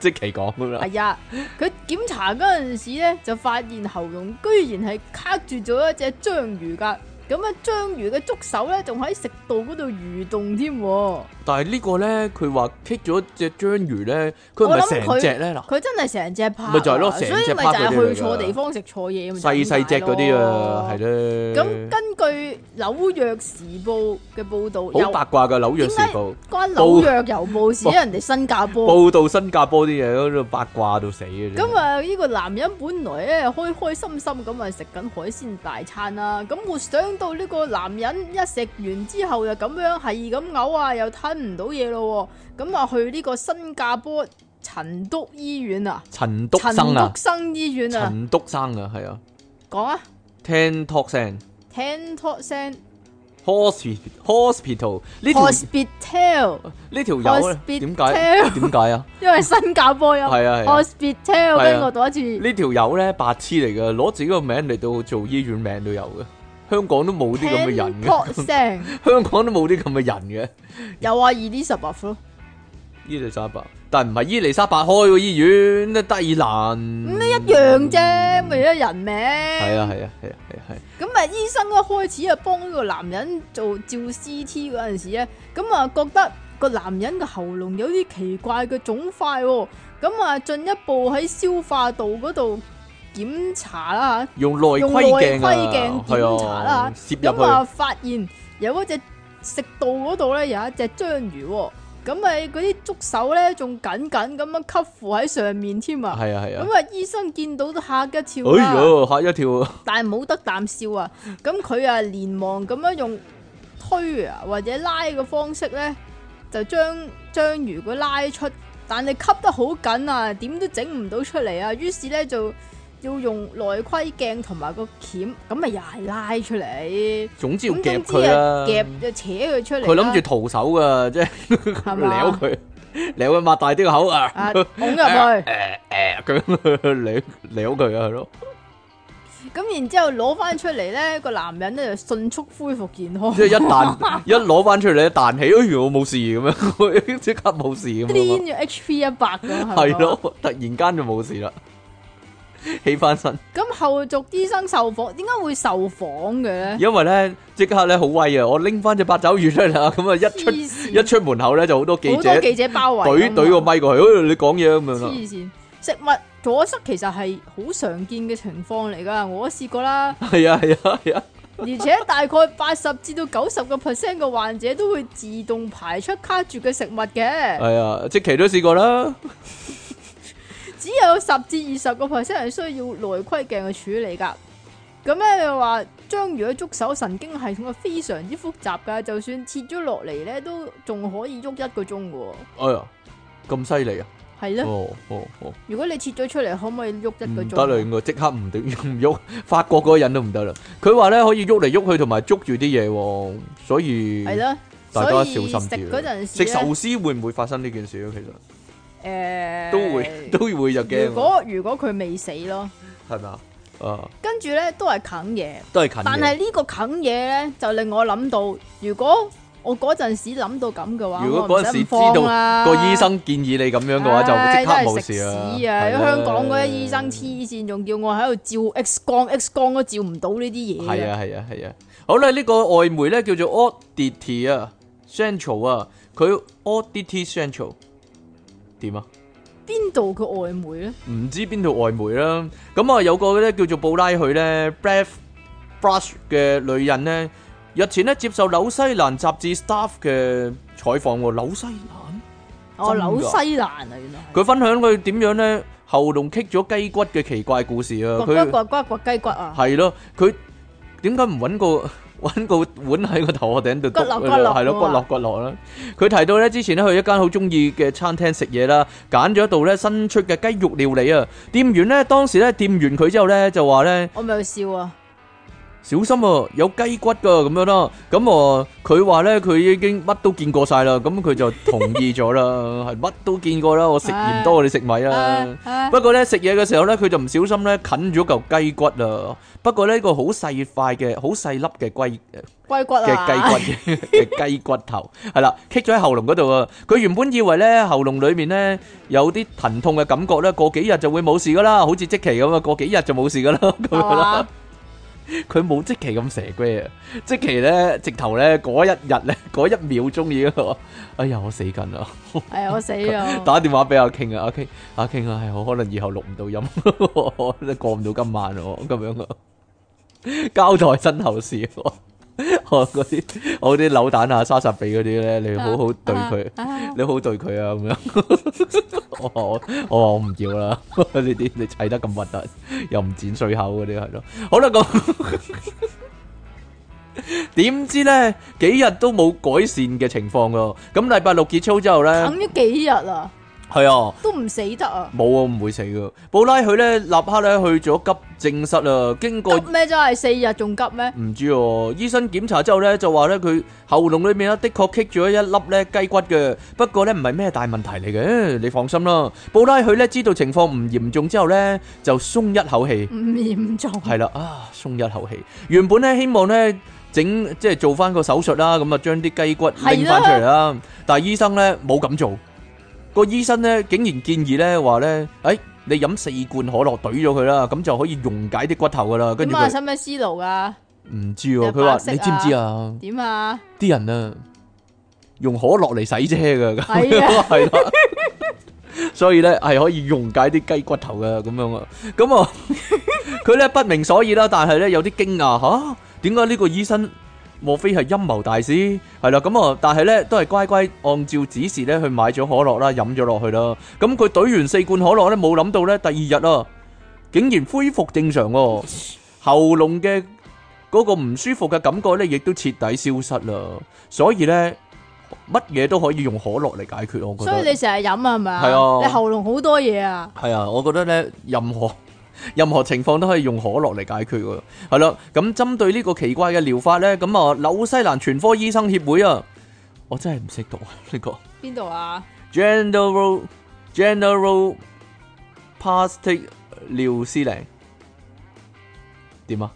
B: 即期講噶啦
A: 係，呀，佢檢查嗰陣時咧，就發現喉嚨居然係卡住咗一隻章魚㗎。咁啊，章魚嘅觸手咧，仲喺食道嗰度蠕動添喎。
B: 但係呢個咧，佢話棘咗只章魚咧，佢唔
A: 我諗
B: 係成
A: 佢
B: 隻咧嗱，
A: 佢真係成隻拍啊，
B: 咪就係咯
A: 所以
B: 成隻
A: 咪
B: 拍
A: 就係
B: 嗰啲嚟
A: 去
B: 㗎
A: 錯地方食錯嘢，咪就
B: 細
A: 係
B: 細
A: 咁
B: 隻
A: 解
B: 嗰啲啊，係咧。
A: 咁根據紐約時報嘅報導，
B: 好八
A: 又
B: 卦噶《紐約時
A: 點解
B: 報》。
A: 關紐約郵報事，因為人哋新加坡。
B: 報道新加坡啲嘢喺度八卦到死嘅啫。
A: 哦咁啊，呢個男人本來咧開開心心咁啊食緊海鮮大餐啦，咁沒想到呢個男人一食完之後就咁樣係咁嘔啊，又吞唔到嘢咯喎，咁啊去呢個新加坡陳督醫院啊，
B: 陳督
A: 陳
B: 生
A: 督
B: 啊，
A: 生醫院啊，
B: 陳督生啊，係啊
A: 講啊
B: ，Ten Talk 聲
A: ，ten talk 聲
B: Hospital Hospital 呢條
A: hospital，
B: 呢條友咧
A: Hospital
B: 點解點解啊？
A: 因為新加坡有
B: 係啊係啊
A: hospital，
B: 啊
A: 跟住我讀一次。
B: 呢條友咧白痴嚟嘅，攞自己個名嚟到做醫院名都有嘅。香港都冇啲咁嘅人嘅，
A: 聲
B: 香港都冇啲咁嘅人嘅。
A: 有啊，二 D 十八咯。
B: 伊麗莎白，但唔係伊麗莎白開個醫院，低
A: 咁
B: 蘭。
A: 你一樣啫，咪一人名。係
B: 係啊係啊係啊係啊係啊。
A: 咁啊，醫生一開始啊幫呢個男人做照 CT 嗰陣時咧，咁啊覺得個男人嘅喉嚨有啲奇怪嘅腫塊喎，咁啊進一步喺消化道嗰度檢查啦
B: 用內
A: 用
B: 窺
A: 內
B: 鏡啊，
A: 窺鏡檢查
B: 係啊
A: 啦，
B: 攝
A: 咁
B: 入去
A: 啊。發現有一隻食道嗰度咧有一隻章魚喎，咁咪嗰啲觸手咧仲緊緊咁樣吸附喺上面添啊！
B: 係啊係啊
A: 咁。啊，醫生見到都嚇一跳
B: 哎
A: 啦，
B: 呀，嚇一跳啊！
A: 但係冇得啖笑啊！咁佢啊，連忙咁樣用推啊或者拉嘅方式咧，就將章魚佢拉出，但係吸得好緊啊，點都整唔到出嚟啊！於是咧就要用內窺鏡同埋個鉗，咁咪又係拉出嚟，
B: 總之要
A: 咁
B: 夾
A: 總之
B: 佢啦
A: 啊，夾就扯佢出嚟啦。
B: 佢諗住徒手噶，即係
A: 係嘛
B: 撩佢， 撩佢擘大啲個口啊！
A: 啊，拱入去。
B: 誒誒咁撩撩佢啊，係咯，
A: 咁然之後攞翻出嚟咧，個男人咧就迅速恢復健康。
B: 即係一 彈一攞翻出嚟一彈起，哎呀我冇事咁樣， 即刻冇事咁樣
A: 癲
B: 啊，
A: 咗 HP 一百咁係嘛
B: 係，咯，突然間就冇事啦。起翻身，
A: 咁後續醫生受訪，點解會受訪嘅 咧？
B: 因為咧即刻咧好威啊！我拎翻只八爪魚出嚟 啦，咁啊一出
A: 黐線
B: 一出門口咧就好多記
A: 好
B: 者
A: 多記者包圍咁啊，
B: 懟懟個咪過去，哎你講嘢咁樣啦。
A: 黐線！食物阻塞其實係好常見嘅情況嚟㗎，我都試過啦。
B: 係啊係啊係啊，
A: 而且大概八十至到九十個 percent 嘅患者都會自動排出卡住嘅食物嘅，
B: 係啊，即期都試過啦。
A: 只有十至二十個 percent 係需要內窺鏡嘅處理㗎。咁咧又話章魚嘅觸手神經系統係非常之複雜㗎，就算切咗落嚟咧，都仲可以喐一個鐘嘅喎。
B: 哎呀，咁犀利啊！
A: 係咧，
B: 哦哦哦，
A: 如果你切咗出嚟，可唔可以喐一個
B: 唔
A: 鐘？
B: 得啦，應該即刻唔得唔喐。法國嗰個人都唔得啦，佢話咧可以喐嚟喐去，同埋捉住啲嘢喎，所以
A: 係啦，
B: 大家
A: 所以
B: 小心
A: 食
B: 啲
A: 嗰
B: 啦。
A: 陣時
B: 食
A: 咧
B: 壽司會唔會發生呢件事咧？其
A: 誒
B: 實都會都會就
A: 如
B: 驚啊，
A: 果如果佢未死咯，
B: 係咪啊？啊，
A: 跟住咧都係啃嘢。
B: 都係近
A: 但
B: 嘅。
A: 係呢個啃嘢咧，就令我諗到，如果我嗰陣時諗到咁嘅話，
B: 如果
A: 我唔
B: 嗰
A: 使
B: 陣
A: 咁
B: 時知道
A: 慌啦
B: 個醫生建議你咁樣嘅話，就
A: 唉
B: 即刻
A: 真係
B: 冇
A: 食
B: 事啦。
A: 屎啊！
B: 係啦
A: 香港嗰啲醫生黐線，仲叫我喺度照 X 光，X 光都照唔到呢啲嘢。
B: 系，啊系啊系啊，好啦，呢、個外媒咧叫做 Audit 啊，Central 啊，佢 Audit Central 點啊？
A: 邊度嘅外媒咧？
B: 唔知邊度外媒啦。咁啊，有個咧叫做布拉許咧 Breath Brush 嘅女人咧，日前咧接受紐西蘭雜誌 Staff 嘅採訪喎。紐西蘭，
A: 哦，
B: 真㗎
A: 紐西蘭啊，原來係
B: 佢分享佢點樣咧喉嚨棘咗雞骨嘅奇怪故事啊。
A: 刮
B: 佢
A: 骨刮骨刮雞骨啊！
B: 係咯，佢點解唔揾個 揾個碗喺個頭殼頂度篤
A: 骨落
B: 佢
A: 骨落
B: 係咯，
A: 喎
B: 骨落骨落啦。佢提到咧，之前咧去一間好中意嘅餐廳食嘢啦，揀咗一道咧新出嘅雞肉料理啊。店員咧當時咧掂完佢之後咧就話咧
A: 我咪笑啊！
B: 小心啊，有雞骨噶咁樣啦。咁啊，佢話咧佢已經乜都見過晒啦，咁佢就同意咗啦，係乜都見過啦。我食鹽多過你食米啦。
A: 啊
B: 不過咧食嘢嘅時候咧，佢就唔小心咧啃咗嚿雞骨啦。不過呢個好細塊嘅、好細粒嘅龜
A: 龜骨啊！
B: 嘅雞骨 嘅雞骨頭係啦，棘咗喺喉嚨嗰度啊！佢原本以為咧喉嚨裏面咧有啲疼痛嘅感覺咧，過幾日就會冇事噶啦，好似即期咁啊，過幾日就冇事噶啦咁樣
A: 係
B: 啦
A: 嘛。
B: 佢冇即期咁蛇龜啊！即期咧直頭咧嗰一日咧嗰一秒鐘已經話，哎呀我死緊啦！
A: 係啊我死啊！
B: 打電話俾阿 King 啊，阿 King，阿 King 啊，係我可能以後錄唔到音， 我過唔到今晚喎，咁樣啊，交代身後事喎。 我嗰啲我啲扭蛋啊、莎莎比嗰啲咧，你好好對佢，
A: 啊
B: 你好好對佢啊咁樣。 我話我我話我唔要啦， 呢啲你砌得咁核突，又唔剪水口嗰啲係咯。好啦，咁 點知咧幾日都冇改善嘅情況喎。咁禮拜六結束之後咧，
A: 啃咗幾日啊，
B: 係啊。
A: 都唔死得啊！
B: 冇啊，唔會死噶。布拉佢咧，立刻咧去咗急症室啊。經過
A: 急咩真係四日仲急咩？
B: 唔知哦，醫生檢查之後咧就話咧佢喉嚨裏面咧的確棘住咗一粒咧雞骨嘅，不過咧唔係咩大問題嚟嘅，你放心啦。布拉佢咧知道情況唔嚴重之後咧就鬆一口氣。
A: 唔嚴重。
B: 係啦，啊，鬆一口氣。原本咧希望咧整即係做翻個手術啦，咁啊將啲雞骨拎翻出嚟啦。但係醫生咧冇咁做，個醫生咧竟然建議咧話咧，誒你飲四罐可樂懟咗佢啦，咁就可以溶解啲骨頭噶啦。跟
A: 點
B: 住
A: 啊？
B: 佢
A: 使唔使思路啊？
B: 唔知喎，
A: 有
B: 佢話
A: 白色啊
B: 你知唔知啊？
A: 點啊？
B: 啲人啊用可樂嚟洗車㗎，咁
A: 係
B: 樣
A: 啊
B: 係啦。所以咧係可以溶解啲雞骨頭嘅咁樣啊，咁啊佢咧不明所以啦，但係咧有啲驚訝吓，點解呢個醫生莫非係陰謀大師？係啦，咁啊，但係咧都係乖乖按照指示咧去買咗可樂啦，飲咗落去啦。咁佢懟完四罐可樂咧，冇諗到咧第二日啊，竟然恢復正常喎，喉嚨嘅嗰個唔舒服嘅感覺咧，亦都徹底消失啦。所以咧乜嘢都可以用可樂嚟解決，我覺得。
A: 所以你成日飲啊，係咪啊？
B: 係啊
A: 你喉嚨好多嘢啊！
B: 系啊，我覺得咧，任何 任何情況都可以用可樂嚟解決噶。係啦，咁針對呢個奇怪嘅療法咧，咁啊，紐西蘭全科醫生協會啊，我真係唔識讀啊 呢、個
A: 邊度啊？
B: General General Plastic 廖思玲點啊？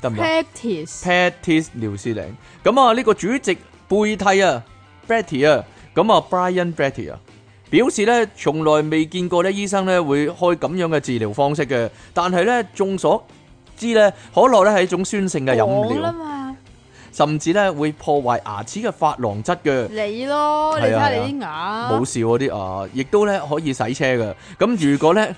B: 得唔得
A: practice
B: ？Patty 廖思玲，咁啊呢個主席貝蒂啊，Betty 啊，咁啊 Brian Betty 啊，表示咧從來未見過咧醫生咧會開咁樣嘅治療方式嘅。但係咧，眾所知咧，可樂咧係一種酸性嘅飲
A: 講啦
B: 料，
A: 嘛，
B: 甚至咧會破壞牙齒嘅珐琅質嘅。
A: 你咯，你睇
B: 係啊
A: 下你啲牙，
B: 冇事嗰啲啊，亦都咧可以洗車嘅。咁如果咧，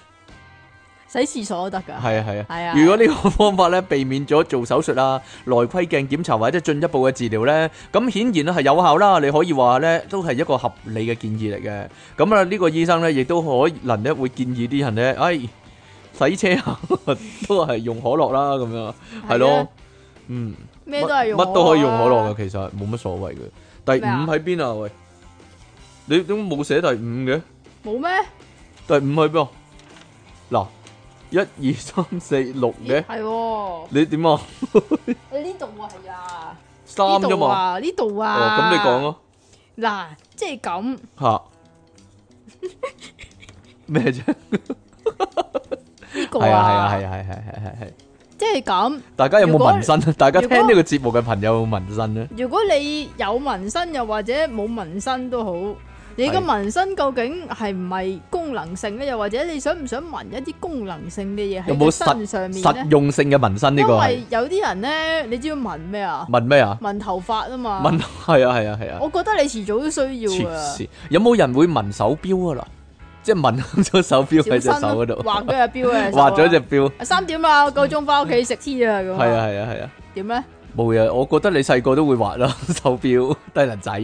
A: 洗廁所都得噶，
B: 係啊係
A: 係
B: 啊
A: 啊，
B: 如果呢個方法咧避免咗做手術啊、 內窺鏡檢查或者進一步嘅治療咧，咁顯然咧係有效啦。你可以話咧都係一個合理嘅建議嚟嘅。咁啊，呢個醫生咧亦都可能咧會建議啲人咧，哎，洗車啊 都係用可樂啦，咁樣係
A: 係
B: 咯
A: 啊，
B: 嗯，
A: 咩都係用，
B: 乜都可以用可樂嘅，。其實冇乜所謂嘅。第
A: 咩啊
B: 五喺邊啊？喂，你都冇寫第五嘅？
A: 冇咩？
B: 第五喺邊啊？嗱，一二三四六嘅
A: 咦，係喎，
B: 你點啊？
A: 你呢度啊係啊，
B: 三
A: 呢
B: 啫
A: 度
B: 嘛。
A: 啊，呢度
B: 哦，
A: 啊。
B: 咁你講咯
A: 嗱，即係咁，
B: 吓咩啫？
A: 呢個
B: 係啊係啊
A: 啊，
B: 係啊係係係係係。
A: 即係咁。
B: 大家有冇
A: 如果
B: 紋身啊？大家
A: 如
B: 聽
A: 果
B: 呢個節目嘅朋友有冇紋身咧？
A: 如果你有紋身又或者冇紋身都好，你嘅
B: 係
A: 紋身究竟係唔係功能性咧？又或者你想唔想紋一啲功能性嘅嘢
B: 有
A: 喺
B: 冇
A: 你
B: 實
A: 身上面咧
B: 實？用性嘅紋身呢
A: 因
B: 個
A: 為
B: 係
A: 有啲人咧，你知唔知紋咩啊？
B: 紋咩啊？
A: 紋頭髮啊嘛。
B: 紋係啊係啊係啊！
A: 我覺得你遲早都需
B: 黐
A: 要啊。
B: 線，有冇人會紋手錶啊？嗱，即係紋咗手錶喺隻
A: 小
B: 手
A: 新
B: 嗰度，
A: 畫咗隻表嘅，
B: 畫咗隻錶。
A: 隻三點啦，夠鐘翻屋企食 tea 啊咁。
B: 係啊，係啊係啊！
A: 點咧？
B: 冇嘢，我覺得你細個都會畫啦， 手錶低能仔。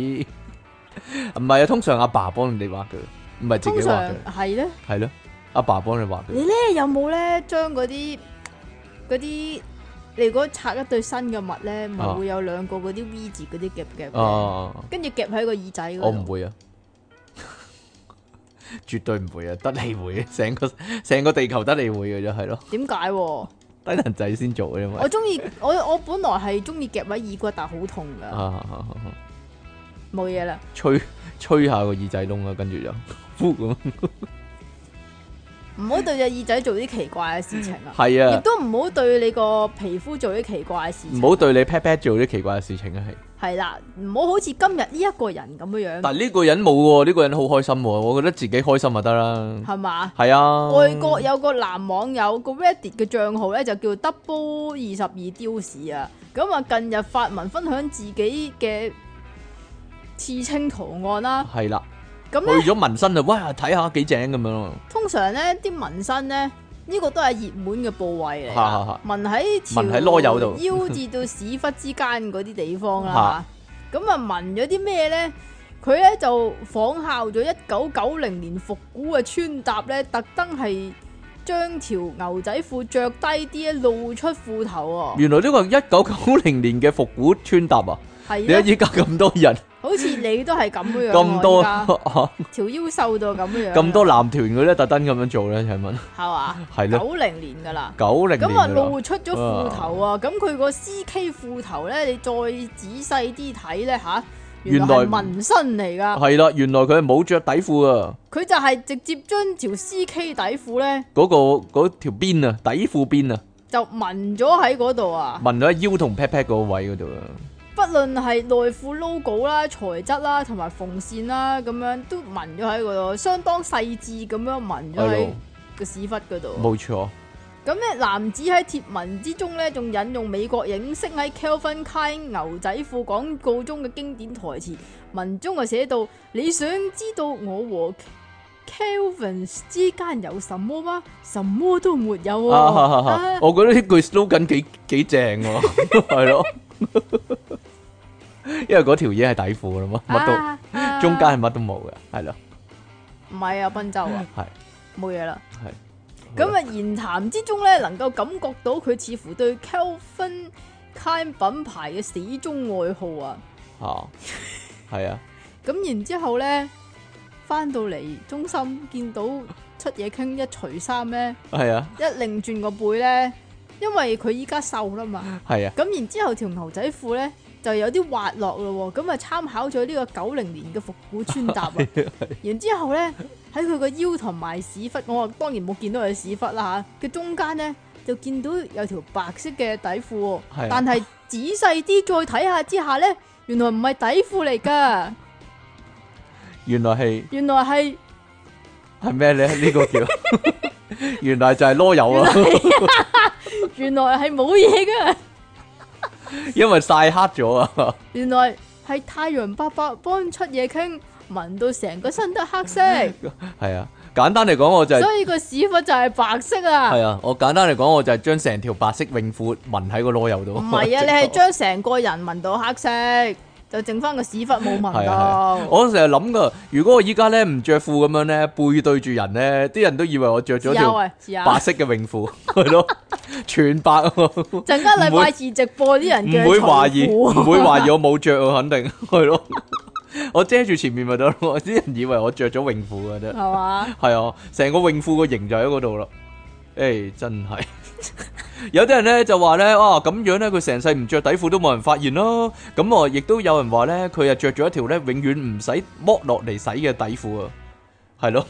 B: 唔係啊，通常阿爸幫你畫嘅，唔係自
A: 通
B: 己畫
A: 常
B: 嘅，
A: 係咧。
B: 係咯，阿爸幫你畫嘅。
A: 你咧有冇咧將嗰啲嗰啲你如果拆一對新嘅襪咧，咪
B: 啊
A: 會有兩個嗰啲 V 字嗰啲夾夾嘅，
B: 哦，
A: 跟住夾喺個耳仔嗰
B: 我唔
A: 度。
B: 會啊， 絕對唔會啊，得你會，成個成個地球得你會嘅啫，係咯，
A: 點解喎？我
B: 低能仔先做嘅，因為
A: 中意我我本來係中意夾喺耳骨，但係好痛
B: 啊
A: 㗎，
B: 啊啊啊
A: 冇嘢啦。
B: 吹吹下個耳仔窿啊，跟住就呼咁，
A: 唔好對隻耳仔做啲奇怪嘅事情啊，
B: 係
A: 亦
B: 啊，
A: 都唔好對你個皮膚做啲奇怪嘅事
B: 唔
A: 情。啊
B: 好對你 pat pat 做啲奇怪嘅事情啊，係。
A: 係啦，唔好好似今日呢一個人咁樣樣，
B: 但呢個人冇喎，呢、個人好開心喎，我覺得自己開心就得啦。
A: 係嘛？
B: 係啊，
A: 外國有個男網友個 Reddit 嘅帳號咧就叫 Double 二十二雕士啊，咁啊近日發文分享自己嘅刺青圖案啦，
B: 係啦，
A: 咁
B: 去
A: 咧
B: 咗紋身啊，哇，睇下幾正咁樣咯，
A: 通常咧啲紋身咧呢個都係熱門嘅部位嚟
B: 哈哈
A: 㗎，紋喺條
B: 紋喺囉柚度
A: 腰至到屎忽之間嗰啲地方啦
B: 哈，
A: 咁啊紋咗啲咩咧？佢咧就仿效咗一九九零年復古嘅穿搭咧，特登係將條牛仔褲着低啲，露出褲 頭喎、
B: 原來呢個一九九零年嘅復古穿搭啊，你
A: 係
B: 睇
A: 啦，
B: 依家咁多人，
A: 好似你都係咁樣
B: 咁多
A: 啊依
B: 咁
A: 家條腰瘦到咁樣，
B: 多男團嘅咧，特登咁樣做咧，請問
A: 係嘛？
B: 係咯，
A: 九零年噶啦。
B: 九零年
A: 咁啊，
B: 㗎啦
A: 露出咗褲頭啊！咁佢個 C K 褲頭咧，你再仔細啲睇咧吓，原來係
B: 原來唔
A: 紋身嚟噶。
B: 係啦，原來佢係冇着底褲啊，
A: 佢就係直接將條 C K 底褲咧
B: 嗰、個嗰條邊啊，底褲邊啊，
A: 就紋咗喺嗰度啊。
B: 紋咗喺腰同 pat pat 嗰個位嗰度啊，
A: 不論係內褲 logo 啦、材質啦、同埋縫線啦，咁樣都紋咗喺嗰度，相當細緻咁樣紋咗
B: 係
A: 喺
B: 咯
A: 個屎忽嗰度。
B: 冇錯，
A: 咁咧，男子喺貼文之中咧，仲引用美國影星喺 Calvin Klein 牛仔褲廣告中嘅經典台詞，文中就寫到：你想知道我和 Calvin 之間有什麼嗎？什麼都沒有喎、
B: 啊哈哈哈
A: 啊
B: 我覺得呢句 slogan 幾幾正 喎，係咯，因為嗰條嘢係底褲啦嘛，乜都
A: 啊啊
B: 中間係乜都冇嘅，係咯，
A: 唔係啊，賓州 啊，
B: 係
A: 冇嘢啦。
B: 係。
A: 咁啊，言談之中咧，能夠感覺到佢似乎對 Calvin Klein 品牌嘅死忠愛好啊！
B: 啊，係啊，
A: 咁然之後咧，翻到嚟中心見到出嘢傾一除衫咧，
B: 係啊，
A: 一擰轉個背咧，因為佢依家瘦啦嘛，
B: 係啊，
A: 咁然之後條牛仔褲咧就有啲滑落咯喎，咁啊參考咗呢個九零年嘅復古穿 搭啊，然之後咧喺佢個腰同埋屎忽，我啊當然冇見到佢屎忽啦嚇，佢中間咧就見到有條白色嘅底褲喎，
B: 係啊
A: 但係仔細啲再睇下之下咧，原來唔係底褲嚟㗎。
B: 原來係
A: 原來係
B: 系咩咧？呢、個叫 原來就係啰柚啊，
A: 原來係冇嘢噶，
B: 因為曬黑咗啊，
A: 原來係太陽伯伯幫出嘢傾，聞到成個身都黑色，
B: 係啊。簡單嚟講，我就係
A: 所以個屎忽就係白色啊
B: 係。啊，我簡單嚟講，我就係將成條白色泳褲紋喺個啰柚度。
A: 唔 係啊，你係將成個人聞到黑色，就剩翻個屎忽冇聞
B: 係啊係啊
A: 到。
B: 我成日諗噶，如果我依家咧唔着褲咁樣咧，背對住人咧，啲人都以為我着咗
A: 有
B: 條
A: 啊，有。
B: 白色嘅泳褲，係咯，全白啊，唔
A: 陣間禮拜二直播啲人嘅
B: 會懷疑，
A: 財
B: 唔
A: 富
B: 會懷疑我冇着啊，肯 定係咯。我遮住前面咪得咯，啲人以為我着咗泳褲嘅啫。
A: 係嘛？
B: 系啊，成個泳褲個型就喺嗰度啦。诶、真 係有啲人咧就話咧，啊咁樣咧，佢成世唔着底褲都冇人發現咯。咁啊，亦都有人話咧，佢啊着咗一條咧永遠唔使剝落嚟洗嘅底褲啊，係咯。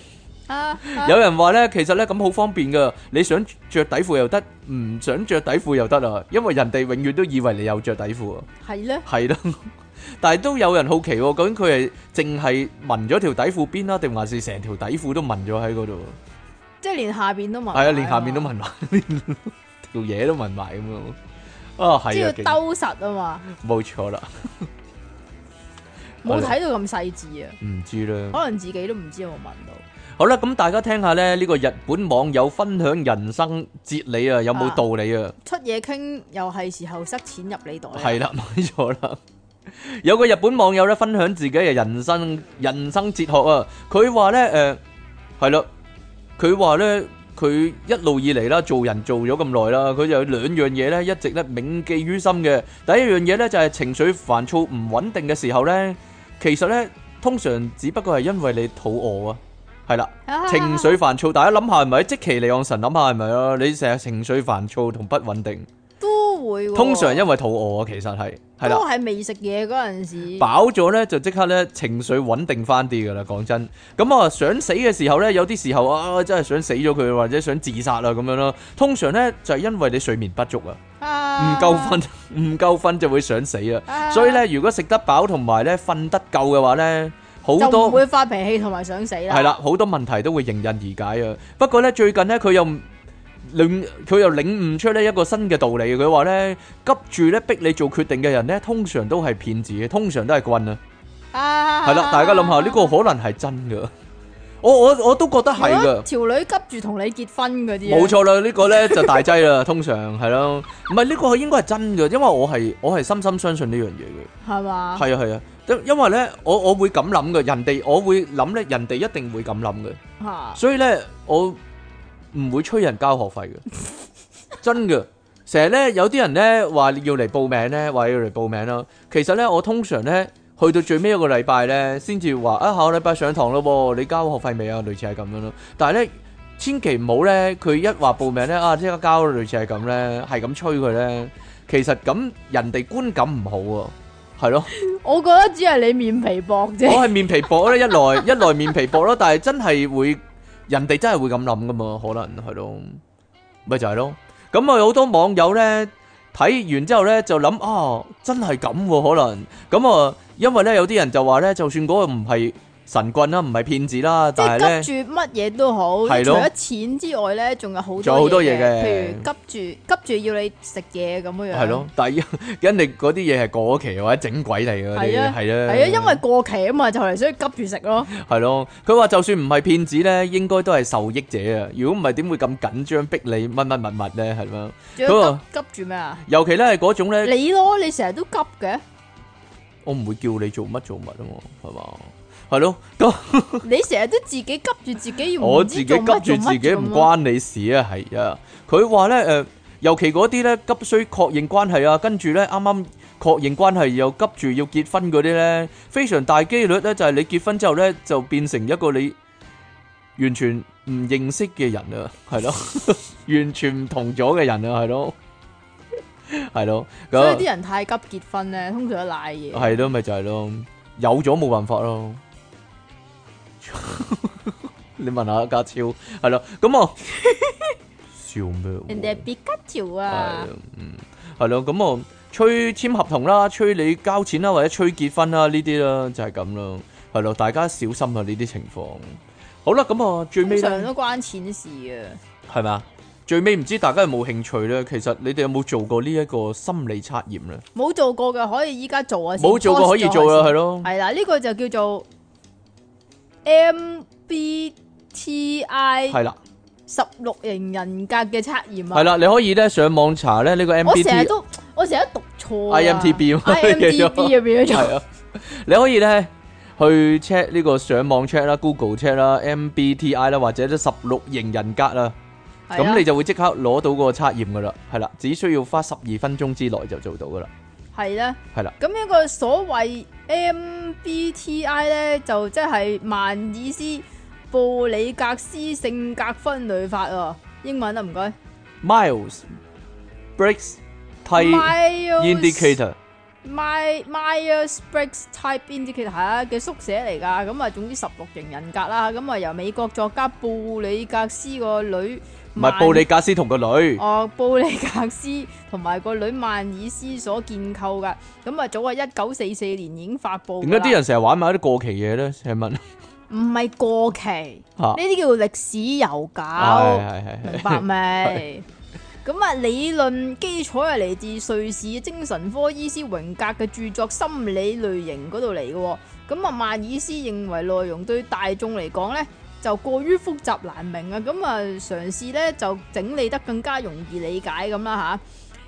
A: 啊，
B: 有人話咧，其實咧咁好方便噶，你想着底褲又得，唔想着底褲又得啊，因為人哋永遠都以為你有着底褲啊。
A: 係咧，
B: 係咯。但係都有人好奇喎，究竟佢係淨係紋咗條底褲邊啊啦，定還是成條底褲都紋咗喺嗰度？
A: 即係連下邊都聞。
B: 係啊，連下面都紋。埋， 條嘢都紋埋咁樣。啊，
A: 即
B: 係
A: 係
B: 啊勁
A: 要，兜實啊嘛，
B: 冇錯啦，
A: 冇睇到咁細緻啊，
B: 唔知啦。
A: 可能自己都唔知有冇聞到。
B: 好啦，咁大家聽下咧，呢個日本網友分享人生哲理啊，有冇
A: 啊
B: 道理啊？
A: 出嘢傾又係時候塞錢入你袋。
B: 係啦， 冇錯啦。有個日本網友咧分享自己嘅人生人生哲學啊，佢話咧誒係啦，佢話咧佢一路以嚟啦，做人做咗咁耐啦，佢就有兩樣嘢咧一直咧銘記於心嘅。第一樣嘢咧就係情緒煩躁唔穩定嘅時候咧，其實咧通常只不過係因為你肚餓啊，係啦。
A: 啊
B: 情緒煩躁，大家諗下係咪？即其利昂神諗下係咪啊？你成日情緒煩躁同不穩定，
A: 都會喎。
B: 通常因為肚餓啊，其實係係啦
A: 都。係未食嘢嗰陣時。
B: 飽咗咧就即刻咧情緒穩定翻啲噶啦，講真。咁啊想死嘅時候咧，有啲時候啊真係想死咗佢，或者想自殺啦咁樣啦。通常咧就係、因為你睡眠不足啊，
A: 啊
B: 唔夠瞓，唔夠瞓就會想死啊。
A: 啊
B: 所以咧，如果食得飽同埋咧瞓得夠嘅話咧，好
A: 就唔
B: 多。
A: 會發脾氣同埋想死啦。
B: 系啦，好多問題都會迎刃而解啊。不過咧，最近咧佢又領佢又領悟出呢一個新嘅道理。佢話咧，急住咧逼你做決定嘅人咧，通常都係騙子嘅，通常都係棍啊。
A: 啊，
B: 係啦，大家諗下，呢個可能係真噶。 我我我都覺得係
A: 如
B: 噶
A: 果。條女急住同你結婚嗰啲啊，
B: 冇錯啦，呢個咧就大劑啦， 通常係咯，唔係呢個應該係真嘅，因為我係我係深深相信呢樣嘢嘅。
A: 係嘛？
B: 係啊係啊，因因為咧我我會咁諗嘅，人哋我會諗咧，人哋一定會咁諗嘅。
A: 嚇
B: 所以咧，我唔會催人交學費嘅，真嘅。成日咧有啲人咧話要嚟報名咧，話要嚟報名啦。其實咧，我通常咧去到最尾一個禮拜咧，先至話啊，下個禮拜上堂咯喎，你交學費未啊？類似係咁樣咯。但係咧，千祈唔好咧，佢一話報名咧啊，即刻交啦，類似係咁咧，係咁催佢咧。其實咁人哋觀感唔好喎，係咯。
A: 我覺得只係你面皮薄 啫。
B: 我係面皮薄咧，一來 一來面皮薄咯，但係真係會人哋真係會咁諗噶嘛，可能係咯，咪就係咯。咁啊，好多網友咧睇完之後咧就諗啊，真係咁喎，可能咁啊，因為咧有啲人就話咧，就算嗰個唔係神棍啦，唔係騙子 啦，
A: 即
B: 但係
A: 係
B: 咧
A: 急住乜嘢都好，
B: 係
A: 除
B: 咯
A: 咗錢之外咧，仲有好
B: 仲有好多
A: 多
B: 嘢
A: 嘢
B: 嘅
A: 譬如急住急住要你食嘢咁樣樣。
B: 係咯， 但係因為嗰啲嘢係過期或者整鬼嚟嘅嗰
A: 係
B: 啲
A: 啊
B: 係啦，
A: 係啊，因為過期啊嘛，就嚟所以急住食咯。
B: 係咯，佢話就算唔係騙子咧，應該都係受益者啊！如果唔係點會咁緊張逼你乜乜乜乜咧？係咪？
A: 仲
B: 嗰
A: 要
B: 個
A: 急急住咩啊？
B: 尤其咧係嗰種咧，
A: 你咯，你成日都急嘅，
B: 我唔會叫你做乜做乜啊嘛，係嘛？係咯，咁
A: 你成日都自己急住自己，
B: 我
A: 唔
B: 自
A: 知
B: 己
A: 做
B: 急
A: 乜
B: 住自己唔
A: 做乜
B: 關你事啊，係啊。佢話咧誒，尤其嗰啲咧急需確認關係啊，跟住咧啱啱確認關係又急住要結婚嗰啲咧，非常大機率咧就係你結婚之後咧就變成一個你完全唔認識嘅人啊，係咯， 完全唔同咗嘅人啊，係咯，係咯，
A: 做乜所以啲
B: 咁
A: 人太急結婚咧，通常都賴嘢。
B: 係咯，咪就係咯，有咗冇辦法咯。 你問下家超係咯，咁我 笑咩喎？
A: 人哋係別吉條
B: 係
A: 啊
B: 啊，嗯，係咯，咁我催簽合同啦，催你交錢啦，或者催結婚啦，呢啲啦，就係咁咯，係咯，大家小心啊呢啲情況。好啦，咁啊，最
A: 通
B: 尾
A: 常
B: 咧
A: 都關錢事啊。
B: 係咪啊？最尾唔知大家有冇興趣咧？其實你哋有冇做過呢一個心理測驗咧？
A: 冇做過嘅可以依家做啊先，
B: 冇做過可以做啦，係咯，
A: 系啦，呢個就叫做 MBTI
B: 係啦，
A: 十六型人格嘅測驗
B: 係
A: 啊。
B: 啦，你可以咧上網查咧呢個
A: 我成日
B: MBT
A: 都我成日都讀錯啊
B: IMDb 啊
A: IMDb 啊變咗做
B: 係啊，你可以咧去 check 呢個上網 check 啦、Google check 啦、MBTI 啦，或者啲十六型人格啦。
A: 係啊啦
B: 咁你就會即刻攞到個測驗噶啦，係啦，只需要花十二分鐘之內就做到噶啦，
A: 係啦。
B: 係啦，
A: 咁呢個所謂 MBTI 咧，就即係曼爾斯布里格斯性格分類法喎。英文啊，唔該。
B: Miles breaks type
A: Miles-
B: indicator
A: My Myers-Briggs Type Indicator 係啊嘅縮寫嚟㗎，咁啊總之十六型人格啦，咁啊由美國作家布里格斯個女
B: 唔
A: 曼
B: 係布里格斯同個女，
A: 哦布里格斯同埋個女曼爾斯所建構㗎，咁啊早喺一九四四年已經發布㗎
B: 點
A: 啦。
B: 解啲人成日玩埋啲過期嘢咧？請問
A: 唔係過期？呢
B: 嚇，
A: 啲叫歷史悠久。
B: 啊係係係係
A: 明白 未？咁啊，理論基礎係嚟自瑞士精神科醫師榮格嘅著作《心理類型》嗰度嚟嘅喎。咁啊，馬爾斯認為內容對大眾嚟講呢，就過於複雜難明啊。咁啊，嘗試呢，就整理得更加容易理解咁啦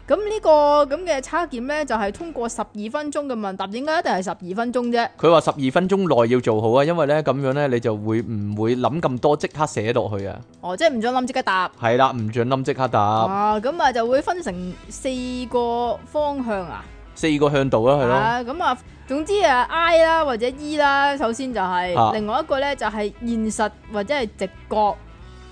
A: 吓，咁呢個咁嘅測驗呢，就係、通過十二分鐘嘅問答，點解一定係十二分鐘啫？
B: 佢話十二分鐘內要做好啊，因為咧咁樣咧你就會唔會諗咁多，即刻寫落去啊？
A: 哦，即係唔准諗即刻答。
B: 係啦，唔准諗即刻答，
A: 啊，咁啊就會分成四個方向啊。
B: 四個向度啦，係咯。
A: 啊，咁啊，總之啊，I 啦或者 E 啦，首先就係、
B: 啊
A: 另外一個咧就係、現實或者係直覺，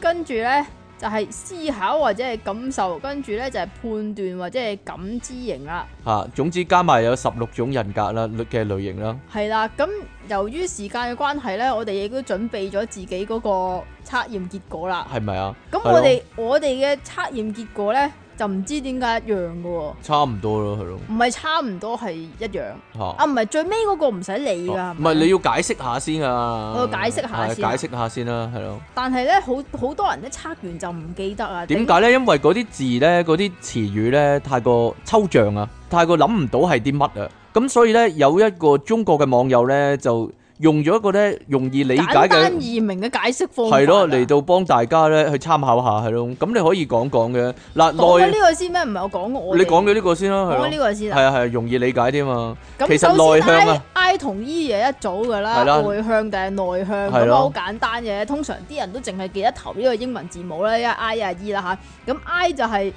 A: 跟住咧就係、思考或者係感受，跟住咧就係、判斷或者係感知型啊啦，
B: 嚇，總之加埋有十六種人格啦嘅類型啦，
A: 係啦。咁由於時間嘅關係咧，我哋亦都準備咗自己嗰個測驗結果啦。
B: 係咪啊？
A: 咁
B: 係咯
A: 我哋我哋嘅測驗結果咧就唔知點解一樣嘅喎，
B: 差唔多咯，係咯
A: 唔係差唔多係一樣
B: 嚇
A: 啊，。唔係最尾嗰個唔使理㗎，係
B: 哦唔
A: 咪
B: 係你要解釋下先啊！
A: 我要解釋下先啊
B: 係解釋下先啦，係咯。
A: 但係咧，好好多人咧測完就唔記得啊。
B: 點解咧？因為嗰啲字咧、嗰啲詞語咧，太過抽象啊，太過諗唔到係啲乜啊。咁所以咧，有一個中國嘅網友咧，就用咗一個咧容易理
A: 頂
B: 解
A: 簡單
B: 嘅
A: 易明嘅解釋方法啊？
B: 係咯，嚟到幫大家咧去參考下係咯。咁你可以講講嘅
A: 講
B: 嗱
A: 咗
B: 內啊
A: 呢，個先咩？唔係我講過我哋
B: 你講咗呢個先啦，
A: 講咗
B: 係
A: 呢
B: 咯，
A: 個先
B: 係
A: 啊。
B: 啊係啊，容易理解啲嘛。
A: 咁
B: 其實
A: 首先
B: 內向啊
A: I I 同 E 嘢一組㗎啦，
B: 係啦
A: 外向定係內向
B: 係
A: 咁
B: 咯
A: 啊好簡單嘅。通常啲人都淨係記得頭呢個英文字母啦，一 I 啊 E 啦吓。咁 I 就係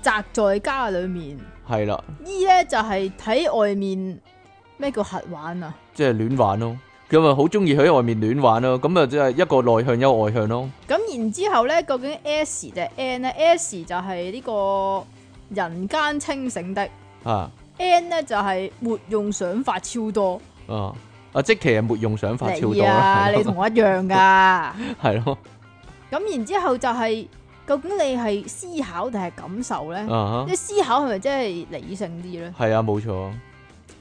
A: 宅在家裡面
B: 係啦，
A: ，E 咧就係睇外面咩叫核玩啊？
B: 即係亂玩咯。咁啊，好中意喺外面亂玩咯。咁啊，即係一個內向一個外向咯。
A: 咁然之後咧，究竟 S 定係 N 咧？S 就係呢個人間清醒的
B: 啊
A: ，N 咧就係活用想法超多。
B: 啊啊！即其係沒用想法超
A: 你
B: 多啦
A: 啊，，你
B: 係
A: 同
B: 咯
A: 我一樣噶。
B: 係咯。
A: 咁然之後就係、究竟你係思考定係感受咧？
B: 啊
A: 即係思考係咪真係理性啲咧
B: 哈，係啊，冇錯，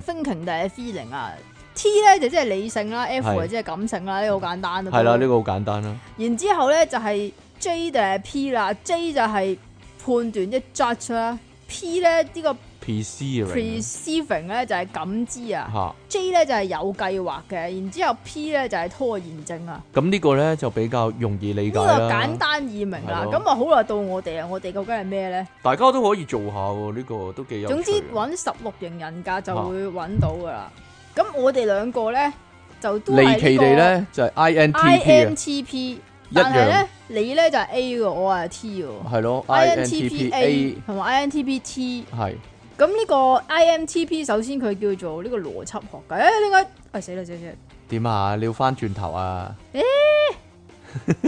A: ？thinking 定係 feeling 啊？T 咧就即係理性啦，F
B: 係
A: 就即係感性啦，呢個好簡單啊。
B: 係啦，呢
A: 個。
B: 個好簡單啦，
A: 然之後咧就係、J 定係 P 啦，J 就係判斷即係 judge 啦，P 咧呢、個。
B: PC 啊
A: perceiving 咧就係感知啊
B: 嚇，
A: ，J 咧就係有計劃嘅，然之後 P 咧就係拖延症啊。
B: 咁呢個咧就比較容易理
A: 呢
B: 解
A: 個
B: 啦
A: 簡，單易明啦
B: 係，咯
A: 咁啊好耐到我哋啊，我哋究竟係咩咧？
B: 大家都可以做下喎，呢個都幾有趣。
A: 總之揾十六型人格就會揾到噶啦。咁我哋兩個咧就都
B: 離
A: 係
B: 奇地咧就係 INTP 啊，
A: INTP，
B: 一
A: 但係
B: 樣
A: 咧你咧就係 A 喎，我係 T 喎
B: 係咯
A: ，INTPA
B: ，INTPA
A: 同埋 INTPT。
B: 係
A: 咁呢個 IMTP 首先佢叫做呢個邏輯學嘅，誒點解？哎死啦死啦 死啦！
B: 點啊？你要翻轉頭啊？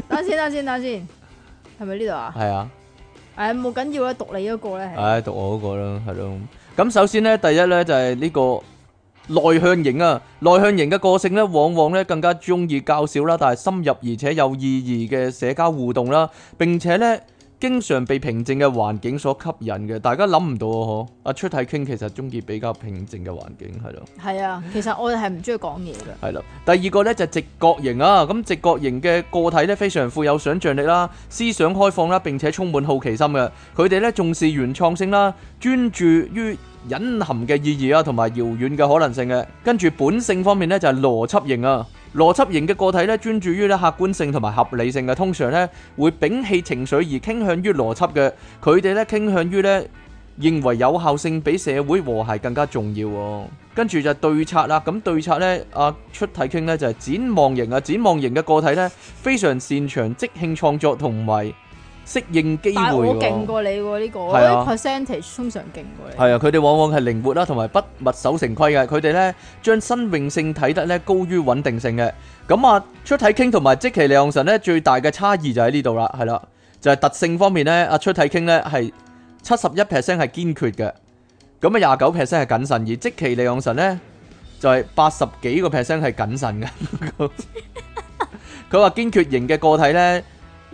A: 等先，等先，等先，係咪呢度啊？
B: 係啊，
A: 誒，冇緊要啦，啊讀你嗰個咧係
B: 唉，讀我嗰個啦，係咯。咁首先咧，第一咧就係呢個。內向型啊，內向型嘅個性咧，往往咧更加中意較少啦，但係深入而且有意義嘅社交互動啦，並且咧經常被平靜嘅環境所吸引嘅，大家諗唔到啊！嗬，阿出體傾其實中意比較平靜嘅環境，係咯。
A: 系啊，其實我哋係唔中意講嘢嘅，
B: 系啦，第二個呢就係直覺型啊，咁直覺型嘅個體呢，非常富有想像力啦，思想開放啦，並且充滿好奇心嘅，佢哋呢重視原創性啦，專注於隱含嘅意義啊，同埋遙遠嘅可能性嘅。跟住本性方面呢，就係邏輯型啊，邏輯型嘅個體呢，專注於呢客觀性同埋合理性嘅，通常呢會摒棄情緒而傾向於邏輯嘅，佢哋呢傾向於呢。認為有效性比社會和諧更加重要、喎。跟住就對策啦，咁對策呢，阿、出體傾呢就係、展望型啊，展望型嘅個體呢，非常擅長即興創作同埋適應機會、
A: 但係我
B: 喎。
A: 勁過你喎呢個，我
B: 係啊
A: 啲 percentage 通常勁過你。
B: 係啊，佢哋往往係靈活啦，同埋不墨守成規嘅。佢哋咧將新穎性睇得咧高於穩定性嘅。咁啊，出體傾同埋即其量神咧最大嘅差異就喺呢度啦，係啦，就係、特性方面咧，阿出體傾咧係七十一 percent 係堅決嘅，咁啊廿九 percent 係謹慎，而即其量神咧 就係八十幾個 percent 係謹慎嘅。佢話堅決型嘅個體咧。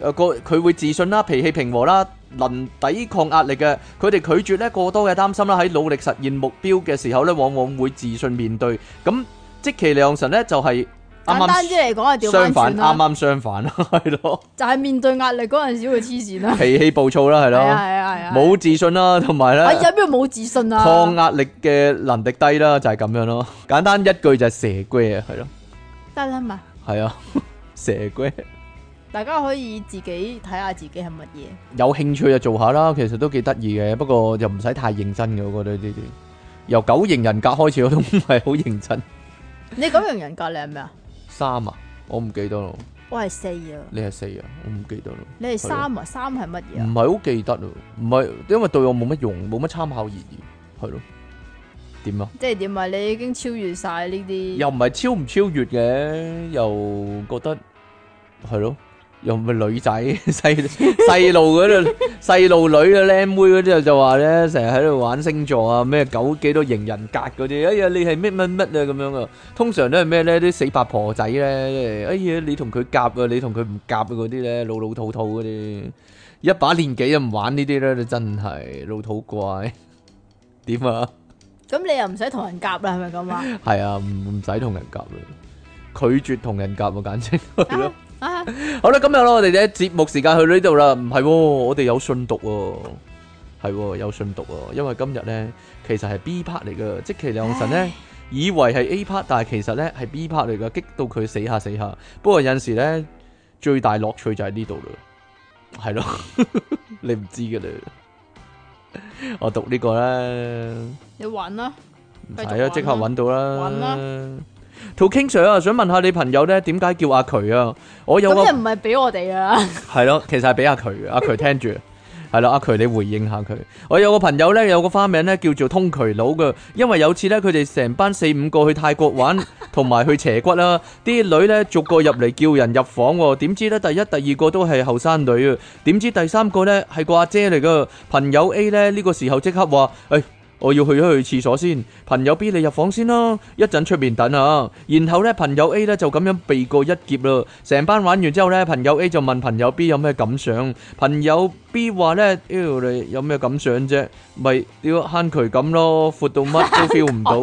B: 誒個佢會自信啦，脾氣平和啦，能抵抗壓力嘅。佢哋拒絕咧過多嘅擔心啦，喺努力實現目標嘅時候咧，往往會自信面對。咁即其良神咧就係
A: 簡單
B: 啱
A: 啲嚟講係
B: 啱
A: 調
B: 相
A: 翻
B: 反，
A: 轉
B: 啱
A: 啦，
B: 啱相反 啦，係咯，
A: 就係面對壓力嗰陣時會黐線啦。
B: 脾氣暴躁啦，
A: 係
B: 係
A: 啊
B: 咯，
A: 係啊係啊，
B: 冇自信啦，同埋
A: 哎
B: 咧
A: 呀邊度冇自信啊？
B: 抗壓力嘅能力低啦，就係咁樣咯。簡單一句就係蛇龜啊，係咯，
A: 得啦嘛，
B: 係啊， 蛇龜
A: 大家可以自己睇下自己係乜嘢。
B: 有興趣就做下啦，其實都幾得意嘅，不過就唔使太認真嘅，我覺得呢啲。由九型人格開始，我都唔係好認真。
A: 你咁樣人格你係咩啊？
B: 三啊，我唔記得咯，
A: 我係四啊，
B: 你係四啊，我唔記得咯，
A: 你係三啊，三係乜嘢
B: 唔
A: 啊？
B: 係好記得咯，唔係因為對我冇乜用，冇乜參考意義，係咯。點啊？
A: 即係點啊？你已經超越晒呢啲。
B: 又唔係超唔超越嘅，又覺得係咯，又唔係女仔 細細路嗰度 細路女啊靚妹嗰啲就話咧，成日喺度玩星座啊，咩九幾多型人格嗰啲，哎呀你係乜乜乜啊咁樣啊，通常都係咩咧啲死八婆仔咧，哎呀你同佢夾啊，你同佢唔夾啊嗰啲咧，老老土土嗰啲，一把年紀就唔玩呢啲咧，你真係老土怪， 點啊？
A: 咁你又唔使同人夾啦，係咪咁啊？
B: 系啊，唔唔使同人夾啦，拒絕同人夾啊，簡直係咯。
A: 啊，
B: 好啦，今日咯，我哋咧節目時間去到呢度啦。唔係喎，我哋有信讀喎，係喎，有信讀喎。因為今日咧其實係 B part 嚟嘅，即其兩神咧
A: 唉
B: 以為係 A part，但係其實咧係 B part 嚟嘅，激到佢死下死下。不過有陣時咧最大樂趣就喺呢度啦，係咯， 你唔知嘅啦。我讀呢個啦。
A: 你揾啦，
B: 唔
A: 繼續
B: 使啊，
A: 揾
B: 即刻
A: 啦
B: 揾到啦。
A: 揾
B: 陶 King Sir 啊，想問下你朋友咧，點解叫阿渠啊？我有個
A: 咁又唔係俾我哋啊？
B: 係咯，其實係俾阿渠嘅，阿 渠聽住。係啦，阿渠你回應下佢。我有個朋友咧，有個花名咧叫做通渠佬嘅，因為有次咧佢哋成班四五個去泰國玩，同埋去斜骨啦，啲女咧逐個入嚟叫人入房喎，點知咧第一、第二個都係後生女啊，點知第三個咧係個阿姐嚟噶。朋友 A 咧呢個時候即刻話：，誒、我要去一去廁所先，朋友 B 你入房先啦，一陣出面等啊。然後呢，朋友 A 呢就咁樣避過一劫啦。成班玩完之後呢，朋友 A 就問朋友 B 有咩感想，朋友 B 話呢：「妖你有咩感想啫？咪屌慳渠咁咯，闊到乜都 feel 唔到，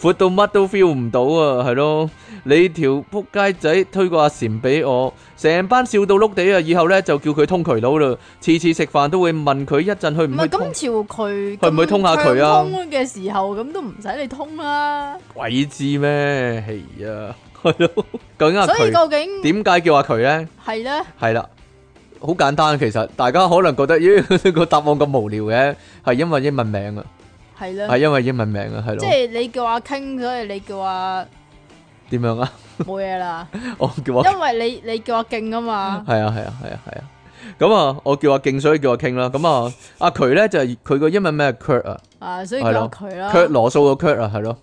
B: 闊到乜都 feel 唔到啊，係咯。你條撲街仔推個阿禪俾我，成班笑到碌地啊！以後呢，就叫佢通渠佬啦，次次食飯都會問佢一陣去
A: 唔
B: 唔
A: 係
B: 去通
A: 咁朝佢，
B: 去唔去通下佢啊
A: 咁暢通嘅時候咁都唔使你通啦。
B: 鬼知咩？係啊， 係咯，究竟阿
A: 所以
B: 佢
A: 究竟
B: 點解叫阿佢咧？
A: 係咧？
B: 係啦，好簡單，其實大家可能覺得咦 個答案咁無聊嘅，係因為英文名啊，
A: 係咧？
B: 係因為英文名啊，係
A: 即
B: 咯，
A: 係你叫阿傾，所以你叫 阿
B: 點樣啊？
A: 冇嘢啦，
B: 我叫阿
A: 因為你你叫阿勁啊嘛。
B: 係啊，係啊，係啊，係啊，咁啊，我叫阿勁，所以叫阿傾啦。咁啊，阿佢咧就係佢個英文名係 Kurt 啊
A: 啊，所以
B: 係咯
A: 叫佢啦。
B: ，Kurt 羅素個 Kurt 啊，係咯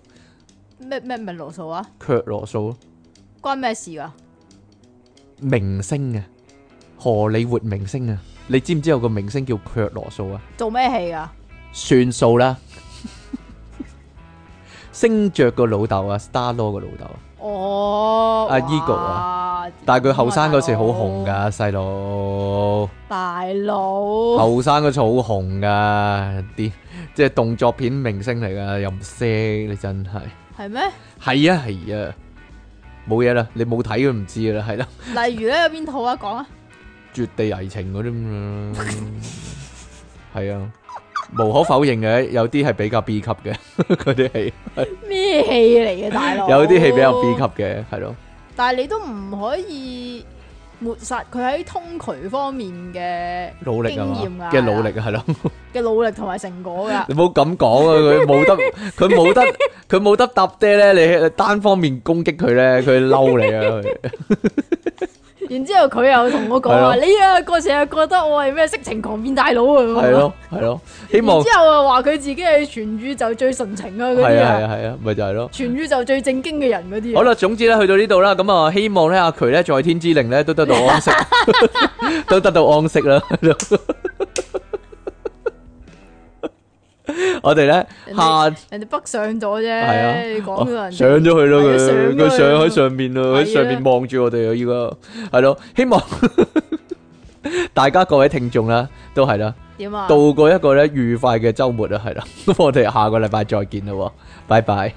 A: 咩咩咩羅素啊？
B: ，Kurt 羅素咯
A: 關咩事噶？
B: 明星啊，荷里活明星啊，你知唔知有個明星叫 Kurt 羅素啊？
A: 做咩戲噶？
B: 算數啦。星爵個老豆啊，Star Law 個老豆啊，
A: 哦，
B: 阿
A: 哇
B: Eagle 啊，但係佢後生嗰時好紅，
A: 大佬
B: 噶細佬，
A: 大佬，
B: 後生嗰陣好紅噶，啲即係動作片明星嚟噶，又唔識你真係。
A: 係咩？
B: 係啊係啊，冇嘢啦，你冇睇佢唔知噶啦，係啦，
A: 例如咧有邊套啊？講啊，
B: 絕地危情嗰啲咁樣，係啊，無可否認嘅，有啲係比較 B 級嘅，嗰啲戲，
A: 咩戲嚟嘅大佬？
B: 有啲戲比較 B 級嘅，係咯，
A: 但係你都唔可以抹殺佢喺通渠方面嘅
B: 努力啊
A: 經驗
B: 嘛
A: 啊，
B: 嘅努力啊，係咯。
A: 嘅努力同埋成果 噶。
B: 你唔好咁講啊！佢冇得，佢冇得，佢冇得搭爹咧。你單方面攻擊佢咧，佢嬲 你啊！佢
A: 然之後佢又同我講話，你啊個成日覺得我係咩色情狂變大佬啊，
B: 係，咯，係咯，希
A: 然
B: 望
A: 之後啊又話佢自己係全宇宙最純情啊嗰
B: 係
A: 啲
B: 啊，係
A: 啊，
B: 啊，係啊，咪就係咯。
A: 全宇宙最正經嘅人嗰啲啊。
B: 好啦，總之咧，去到呢度啦，咁啊，希望咧阿渠咧在天之靈咧都得到安 息，都得到安息啦。我哋咧
A: 人
B: 下
A: 哋人哋北上咗啫，
B: 係啊
A: 你講
B: 哦
A: 咗人哋
B: 上咗去咯，
A: 係啊上
B: 佢
A: 咗
B: 佢
A: 去
B: 上喺
A: 咯
B: 上面咯，喺
A: 係啊
B: 上面望住我哋啊，依家係咯，希望 大家各位聽眾啦，都係啦，
A: 點啊？
B: 度過一個咧愉快嘅周末啊，係啦，咁我哋下個禮拜再見啦喎，拜拜。